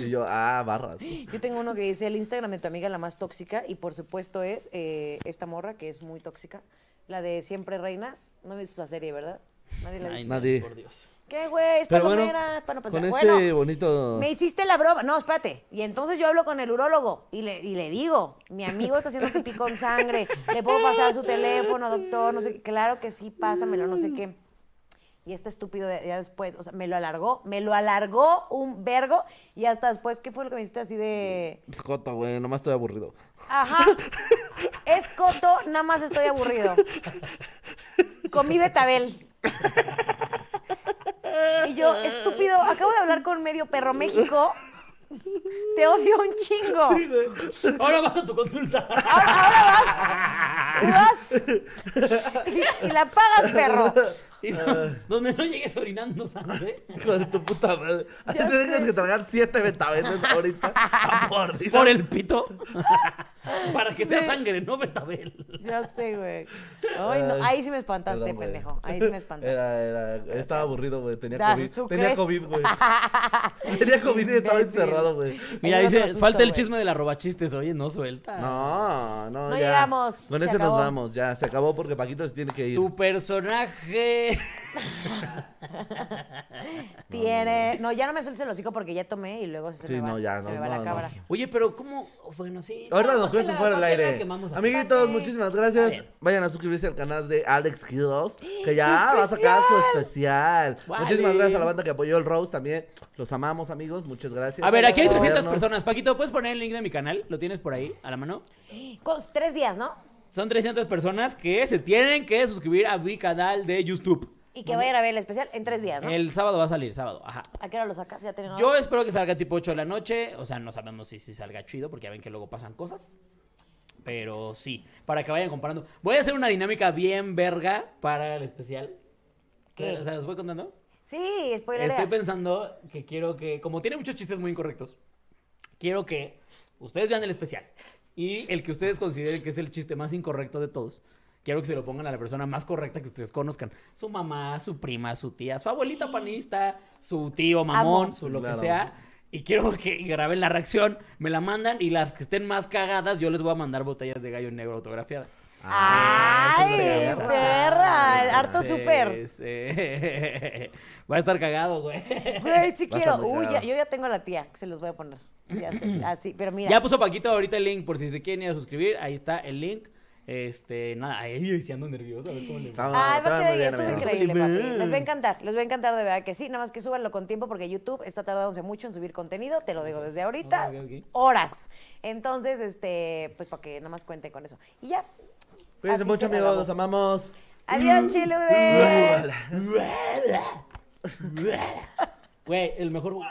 [SPEAKER 1] Y yo, ah, barras.
[SPEAKER 3] Yo tengo uno que dice el Instagram de tu amiga la más tóxica y por supuesto es eh, esta morra que es muy tóxica, la de Siempre Reinas. No me visto la serie, ¿verdad? Nadie la ha
[SPEAKER 2] Ay,
[SPEAKER 3] visto.
[SPEAKER 2] no,
[SPEAKER 1] Nadie.
[SPEAKER 2] Por Dios.
[SPEAKER 3] ¿Qué güey? Es
[SPEAKER 1] Pero bueno,
[SPEAKER 3] palomera, es para no pensar.
[SPEAKER 1] con este
[SPEAKER 3] Bueno,
[SPEAKER 1] bonito...
[SPEAKER 3] me hiciste la broma. No, espérate. Y entonces yo hablo con el urólogo y le, y le digo, mi amigo está haciendo pipí con sangre, le puedo pasar su teléfono, doctor, no sé qué. Claro que sí, pásamelo, no sé qué. Y este estúpido de- ya después, o sea, me lo alargó, me lo alargó un vergo y hasta después, ¿qué fue lo que me hiciste así de...
[SPEAKER 1] Escota, güey, nomás estoy
[SPEAKER 3] (laughs)
[SPEAKER 1] aburrido.
[SPEAKER 3] Ajá. Es coto, nada más estoy aburrido. Comí betabel. Y yo, estúpido, acabo de hablar con medio perro México. Te odio un
[SPEAKER 2] (laughs)
[SPEAKER 3] chingo.
[SPEAKER 2] Ahora vas a tu consulta. (laughs)
[SPEAKER 3] Ahora, ahora vas. Vas. Y, y la pagas, perro.
[SPEAKER 2] Y no- donde no llegues orinando sangre.
[SPEAKER 1] Hijo de tu puta madre. Así
[SPEAKER 3] Ya
[SPEAKER 1] te dejas
[SPEAKER 3] sé.
[SPEAKER 1] que tragar siete betabenes
[SPEAKER 3] (laughs)
[SPEAKER 1] ahorita. Aburrido.
[SPEAKER 2] (laughs) Por el pito. (laughs) Para que sea sangre, no betabel.
[SPEAKER 3] Ya sé, güey. Ay, no, ahí sí me espantaste,
[SPEAKER 1] Perdón, güey.
[SPEAKER 3] pendejo. Ahí sí me espantaste.
[SPEAKER 1] Era, era, estaba aburrido, güey. Tenía
[SPEAKER 3] Das,
[SPEAKER 1] COVID.
[SPEAKER 3] ¿tú
[SPEAKER 1] Tenía
[SPEAKER 3] crees?
[SPEAKER 1] COVID,
[SPEAKER 3] (laughs)
[SPEAKER 1] güey. Tenía COVID y estaba
[SPEAKER 3] Imbécil.
[SPEAKER 1] encerrado, güey.
[SPEAKER 2] Mira,
[SPEAKER 3] Ahí no te
[SPEAKER 2] dice,
[SPEAKER 3] asusta,
[SPEAKER 2] falta el
[SPEAKER 3] güey.
[SPEAKER 2] chisme de la robachistes. Oye, no suelta.
[SPEAKER 1] No, no,
[SPEAKER 3] Ah. No
[SPEAKER 1] ya.
[SPEAKER 3] llegamos,
[SPEAKER 1] Con
[SPEAKER 3] se
[SPEAKER 1] ese nos
[SPEAKER 3] acabó.
[SPEAKER 1] vamos, ya. Se acabó porque Paquito se tiene que ir.
[SPEAKER 2] Tu personaje. (laughs)
[SPEAKER 3] Tiene. No, ya no me sueltes el hocico porque ya tomé y luego se
[SPEAKER 1] Sí,
[SPEAKER 3] me va,
[SPEAKER 1] no, ya,
[SPEAKER 3] se
[SPEAKER 1] no,
[SPEAKER 3] me va
[SPEAKER 1] no,
[SPEAKER 3] la
[SPEAKER 1] no.
[SPEAKER 3] cámara.
[SPEAKER 2] Oye, pero ¿cómo? Bueno, sí.
[SPEAKER 1] Ahorita
[SPEAKER 2] no,
[SPEAKER 1] nos
[SPEAKER 2] ¿pa' qué
[SPEAKER 1] cuentas
[SPEAKER 2] la-
[SPEAKER 1] fuera
[SPEAKER 2] pa'
[SPEAKER 1] del
[SPEAKER 2] qué la
[SPEAKER 1] aire.
[SPEAKER 2] quemamos aquí?
[SPEAKER 1] Amiguitos,
[SPEAKER 3] Dale.
[SPEAKER 1] muchísimas gracias.
[SPEAKER 2] Dale.
[SPEAKER 1] Vayan a suscribirse al canal de Alex Kidos, que ya va a sacar su especial.
[SPEAKER 2] Vale.
[SPEAKER 1] Muchísimas gracias a la banda que apoyó el Rose también. Los amamos, amigos. Muchas gracias.
[SPEAKER 2] A ver, aquí hay
[SPEAKER 1] Por
[SPEAKER 2] 300
[SPEAKER 1] vernos.
[SPEAKER 2] personas. Paquito, ¿puedes poner el link de mi canal? ¿Lo tienes por ahí, a la mano?
[SPEAKER 3] Con- Tres días, ¿no?
[SPEAKER 2] Son 300 personas que se tienen que suscribir a mi canal de YouTube.
[SPEAKER 3] Y que vayan a ver el especial en tres días, ¿no?
[SPEAKER 2] El sábado va a salir, sábado. Ajá.
[SPEAKER 3] ¿A qué hora lo sacas? Ya tenemos.
[SPEAKER 2] Yo espero que salga tipo 8 de la noche. O sea, no sabemos si, si salga chido, porque ya ven que luego pasan cosas. Pero sí, para que vayan comprando. Voy a hacer una dinámica bien verga para el especial.
[SPEAKER 3] ¿Qué?
[SPEAKER 2] O sea, ¿les voy contando?
[SPEAKER 3] Sí, spoiler.
[SPEAKER 2] Estoy pensando que quiero que, como tiene muchos chistes muy incorrectos, quiero que ustedes vean el especial. Y el que ustedes consideren que es el chiste más incorrecto de todos, quiero que se lo pongan a la persona más correcta que ustedes conozcan. Su mamá, su prima, su tía, su abuelita panista, su tío mamón,
[SPEAKER 3] Amo.
[SPEAKER 2] su lo
[SPEAKER 1] Claro.
[SPEAKER 2] que sea. Y quiero que graben la reacción, me la mandan y las que estén más cagadas, yo les voy a mandar botellas de gallo negro autografiadas.
[SPEAKER 1] Ah,
[SPEAKER 2] Ah,
[SPEAKER 3] ¡Ay,
[SPEAKER 2] Eso es lo que vamos a
[SPEAKER 3] perra!
[SPEAKER 2] hacer.
[SPEAKER 3] el harto súper.
[SPEAKER 2] Entonces, eh, (laughs) va a estar cagado, güey.
[SPEAKER 3] Güey, sí
[SPEAKER 1] Va a
[SPEAKER 3] quiero.
[SPEAKER 1] estar muy
[SPEAKER 3] Uy, ya-
[SPEAKER 1] cagado.
[SPEAKER 3] yo ya tengo a la tía, que se los voy a poner.
[SPEAKER 1] (clears throat)
[SPEAKER 3] Ya sé, así, pero mira.
[SPEAKER 2] Ya puso Paquito ahorita el link por si se quieren ir a suscribir. Ahí está el link. Este, nada, ahí se ando nervioso. A ver cómo le va.
[SPEAKER 1] Estamos-
[SPEAKER 3] Ay, va a
[SPEAKER 1] estamos
[SPEAKER 3] quedar,
[SPEAKER 1] muy bien,
[SPEAKER 3] estuvo
[SPEAKER 1] amigos.
[SPEAKER 3] increíble, papi. Les va a encantar, les va a encantar de verdad que sí. Nada más que súbanlo con tiempo porque YouTube está tardándose mucho en subir contenido, te lo digo desde ahorita.
[SPEAKER 2] Ah, Ok, ok.
[SPEAKER 3] Horas. Entonces, este, pues para que nada más cuenten con eso. Y ya.
[SPEAKER 1] Cuídense
[SPEAKER 3] Así
[SPEAKER 1] mucho,
[SPEAKER 3] se
[SPEAKER 1] amigos.
[SPEAKER 3] acabó.
[SPEAKER 1] Los amamos. Mm.
[SPEAKER 3] Adiós, chiludes.
[SPEAKER 2] Güey, el mejor.